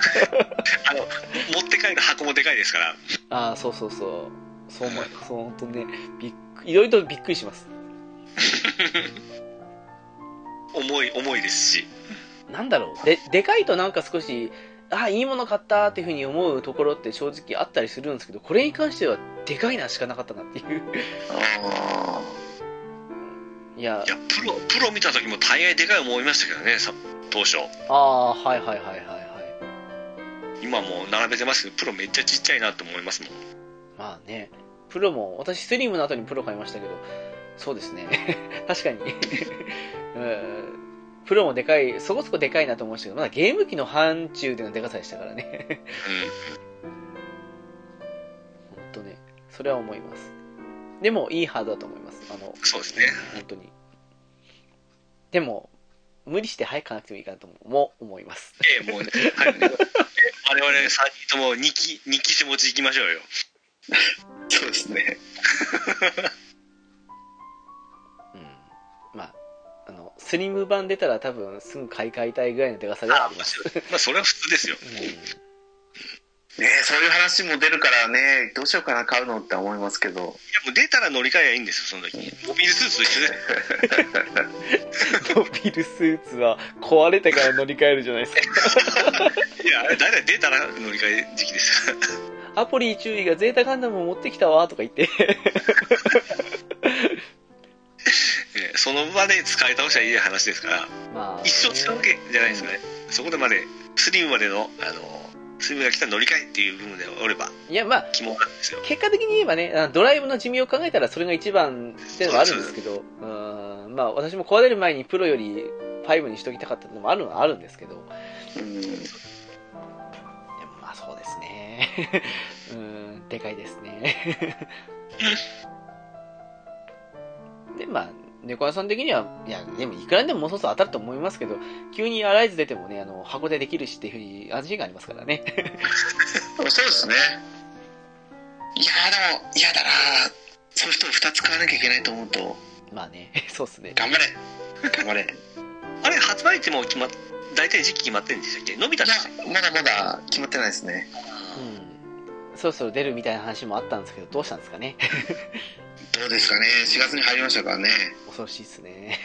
Speaker 2: あの、持って帰る箱もでかいですから。
Speaker 1: ああ、そうそうそう。そう思う。そう、ほんとね、びっく、いろいろとびっくりします。
Speaker 2: 重い、重いですし。
Speaker 1: なんだろう。で、でかいとなんか少し、ああ、いいもの買ったっていうふうに思うところって正直あったりするんですけど、これに関しては、でかいなしかなかったなっていう。
Speaker 3: あ
Speaker 1: いや
Speaker 2: い、や、プロ、プロ見た時も大概でかい思いましたけどね、さ当初。
Speaker 1: ああ、はいはいはいはいはい。
Speaker 2: 今もう並べてますけど、プロめっちゃちっちゃいなと思いますもん。
Speaker 1: まあね、プロも、私スリムの後にプロ買いましたけど、そうですね。 確かに。うんプロもでかい、そこそこでかいなと思いましたけど、まだゲーム機の範疇でのでかさでしたからね。 本当ね、それは思います。でも、いいハードだと思います。あの、
Speaker 2: うん、そうですね。
Speaker 1: 本当に。でも、無理して早く買わなくてもいいかなともも思います。
Speaker 2: ええ、もうね、はい。え我々3人とも2期、二期手持ち行きましょうよ。
Speaker 3: ーそうですね
Speaker 1: うん。まあ、あの、スリム版出たら多分すぐ買い替えたいぐらいのでかさではあ
Speaker 2: あ
Speaker 1: り
Speaker 2: ま
Speaker 1: ま
Speaker 2: あ
Speaker 1: す。
Speaker 2: それまあ、それは普通ですよ。
Speaker 1: うん
Speaker 3: ねそういう話も出るからねどうしようかな買うのって思いますけど
Speaker 2: いや、もう出たら乗り換えはいいんですよ、その時に。モビルスーツと一緒で。
Speaker 1: モビルスーツは壊れてから乗り換えるじゃないですか。
Speaker 2: いや、あれ、だいたい出たら乗り換え時期ですから。
Speaker 1: アポリー注意がゼータガンダムを持ってきたわとか言 って。
Speaker 2: ええその場で使い倒したらいい話ですから、
Speaker 1: まあ、
Speaker 2: 一生使うわけじゃないですかね。そこでまで、スリムまでの、あの、スリムが来たら乗り換えっていう部分でおれば、
Speaker 1: いや、まあ、
Speaker 2: 肝なんですよ。
Speaker 1: 結果的に言えばね、あのドライブの寿命を考えたらそれが一番っていうのはあるんですけど、うーん、まあ私も壊れる前にプロより5にしときたかったのもあるのはあるんですけど、でも
Speaker 3: うん
Speaker 1: まあそうですね。 うーん、でかいですね。 で、まあ、猫屋さん的には、いや、でもいくらでももうそろそろ当たると思いますけど、急にアライズ出てもね、あの、箱でできるしっていうふうに安心感ありますからね。
Speaker 3: そうですねいやーでも嫌だなーソフトを2つ買わなきゃいけないと思うと
Speaker 1: まあね、そうっすね。
Speaker 3: 頑張れ頑張れい
Speaker 2: あれ、発売ってもう決まっ、大体時期決まってるんでしたっけ伸びたんでしたっ
Speaker 3: や まだまだ決まってないですね
Speaker 1: うん。そろそろ出るみたいな話もあったんですけど、どうしたんですかね。
Speaker 3: どうですかね4月に入りましたからね
Speaker 1: 恐ろしいっすね。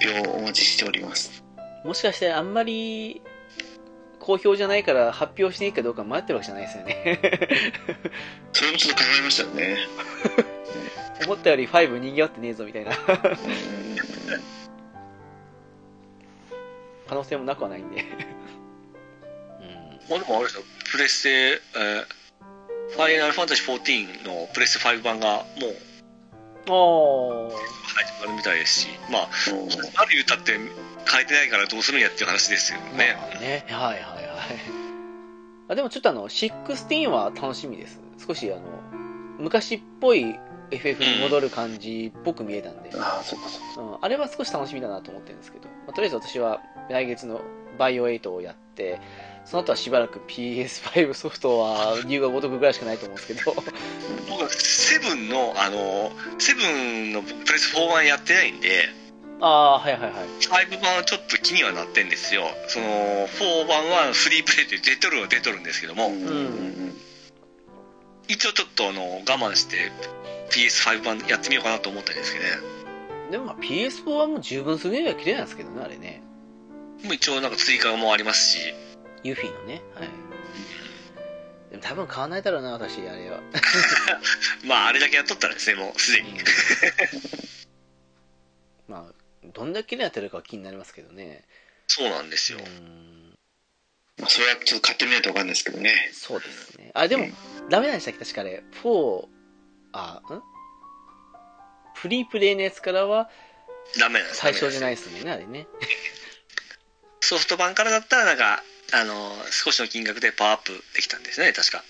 Speaker 3: 要お待ちしております
Speaker 1: もしかしてあんまり、好評じゃないから発表していいかどうか迷ってるわけじゃないですよね。
Speaker 3: それもちょっと考えましたよね
Speaker 1: 思ったより5人気わってねえぞみたいな可能性もなくはないんで。うん。
Speaker 2: けもうでもあれですよ、プレステ、えー、ファイナルファンタジー14のプレステ5版がもう
Speaker 1: おー。
Speaker 2: 始まるみたいですし、まあ、
Speaker 3: うん
Speaker 2: ある言うたって変えてないからどうするんやっていう話ですよね。
Speaker 1: まあね。はいはいはい。あでもちょっとあの、16は楽しみです。少しあの、昔っぽい FF に戻る感じっぽく見えたんで、うん
Speaker 3: ああそっかそっか
Speaker 1: あれは少し楽しみだなと思ってるんですけど、まあとりあえず私は来月のバイオ8をやって、その後はしばらく PS5 ソフトは理由がごとくぐらいしかないと思うんですけど、
Speaker 2: 僕はセブンの、あの、セブンのプレス4版やってないんで、
Speaker 1: ああー、はいはいはい。
Speaker 2: 5版はちょっと気にはなってんですよ。その、4版はフリープレイで出とるは出とるんですけども、
Speaker 3: うんうん
Speaker 2: 一応ちょっとあの、我慢して PS5 版やってみようかなと思ったんですけどね。
Speaker 1: でもまあ PS4 はもう十分すぎるには綺麗なんですけどね、あれね。
Speaker 2: もう一応なんか追加もありますし、
Speaker 1: ユフィのね。はい。でも多分買わないだろうな、私、あれは。
Speaker 2: まああれだけやっとったらですね、もうすでに。
Speaker 1: まあ、どんだけに当てるかは気になりますけどね。
Speaker 2: そうなんです
Speaker 1: う
Speaker 2: よ。
Speaker 1: ん、
Speaker 3: まあそれはちょっと買ってみないと分かんないですけどね
Speaker 1: そうですね。あ、でも
Speaker 3: うん、
Speaker 1: ダメなんでしたっけ確かあれ。4、あ、んフリープレイのやつからは
Speaker 2: ダメなんです
Speaker 1: 対象じゃ
Speaker 2: い。
Speaker 1: ないですもんね、あれね。
Speaker 2: ソフト版からだったらなんか、あの、少しの金額でパワーアップできたんですね、確か。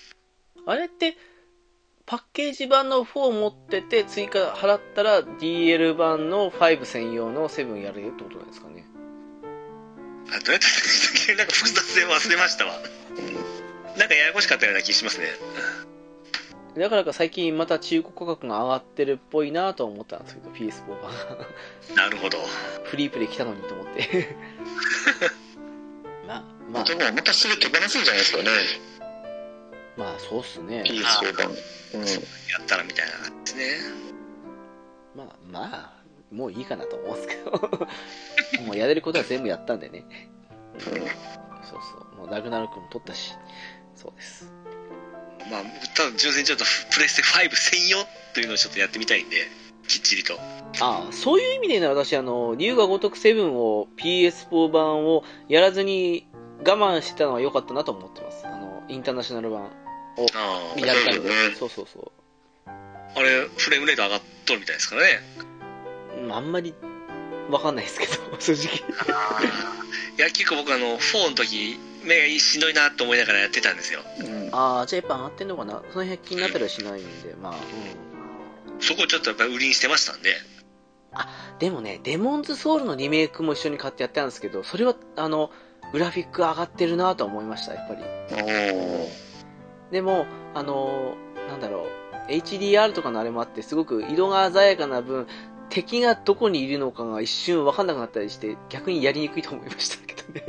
Speaker 1: あれって、パッケージ版の4持ってて、追加払ったら DL 版の5専用の7やるよってことなんですかね。
Speaker 2: あどうやったんだっけなんか複雑で忘れましたわ。なんかややこしかったような気しますね
Speaker 1: だからか最近また中古価格が上がってるっぽいなとは思ったんですけど PS4 が
Speaker 2: なるほど
Speaker 1: フリープレイ来たのにと思って まあまあ
Speaker 3: でもまたすぐ手放すんじゃないですかね
Speaker 1: まあそうっすね
Speaker 3: PS4 版うん
Speaker 2: やったらみたいな感じですね
Speaker 1: まあまあもういいかなと思うんですけど もうやれることは全部やったんでねそうそうもうラグナロクも取ったしそうです
Speaker 2: まあただ純粋にちょっとプレステ5専用というのをちょっとやってみたいんできっちりと
Speaker 1: ああそういう意味でね私あの竜が如く7を PS4 版をやらずに我慢してたのは良かったなと思ってますあのインターナショナル版
Speaker 2: あ
Speaker 1: リアルタイ
Speaker 3: そう
Speaker 1: ム
Speaker 3: だよね
Speaker 1: そうそうそう
Speaker 2: あれフレームレート上がっとるみたいですからね
Speaker 1: うんあんまりわかんないですけど 正直
Speaker 2: いや結構僕あの4の時目がしんどいなと思いながらやってたんですよ
Speaker 3: うん
Speaker 1: ああじゃあやっぱ上がってんのかなその辺気になったりはしないんでまあうん
Speaker 2: そこをちょっとやっぱ売りにしてましたんで
Speaker 1: でもね、デモンズソウルのリメイクも一緒に買ってやったんですけど、それは、あの、グラフィック上がってるなとは思いました、やっぱり。
Speaker 3: おー
Speaker 1: でも、あの、なんだろう、HDR とかのあれもあって、すごく色が鮮やかな分、敵がどこにいるのかが一瞬わかんなくなったりして、逆にやりにくいと思いましたけどね。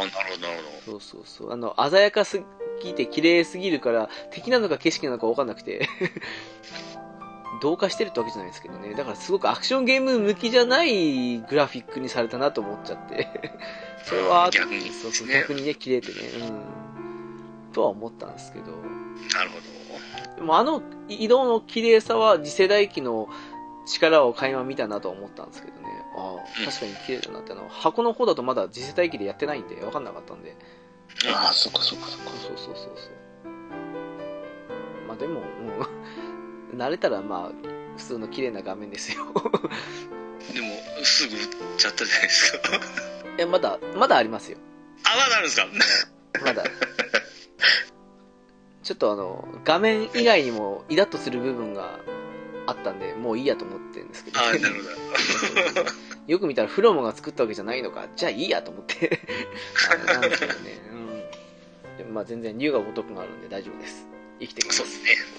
Speaker 2: ああなるほどなるほ
Speaker 1: そうそうそう。あの、鮮やかすぎて綺麗すぎるから、敵なのか景色なのかわかんなくて。 同化してるってわけじゃないですけどね。だからすごくアクションゲーム向きじゃないグラフィックにされたなと思っちゃって。 それは、
Speaker 2: 逆に
Speaker 1: そうそう
Speaker 2: ね
Speaker 1: 逆にね、綺麗でね。うん。とは思ったんですけど。
Speaker 2: どなるほど
Speaker 1: でもあの色の綺麗さは次世代機の力を垣間見たなとは思ったんですけどね。あ
Speaker 2: うん
Speaker 1: あ、確かに綺麗だなって。あの、箱の方だとまだ次世代機でやってないんで、わかんなかったんで。
Speaker 3: ああそっかそっかそっか
Speaker 1: そうそうそうそうそうまあでも、うん、慣れたらまあ普通の綺麗な画面です よ
Speaker 2: でもすぐ売っちゃったじゃないですか
Speaker 1: いやまだまだありますよ
Speaker 2: あまだあるんですか
Speaker 1: ま だちょっとあの画面以外にもイラッとする部分があったんでもういいやと思ってるんですけど
Speaker 2: ああなるほど
Speaker 1: よく見たらフロモが作ったわけじゃないのかじゃあいいやと思って あれなんですけどね、うん、でもまあ全然竜が如くがあるんで大丈夫です生きてきま
Speaker 2: そう
Speaker 1: す
Speaker 2: ですね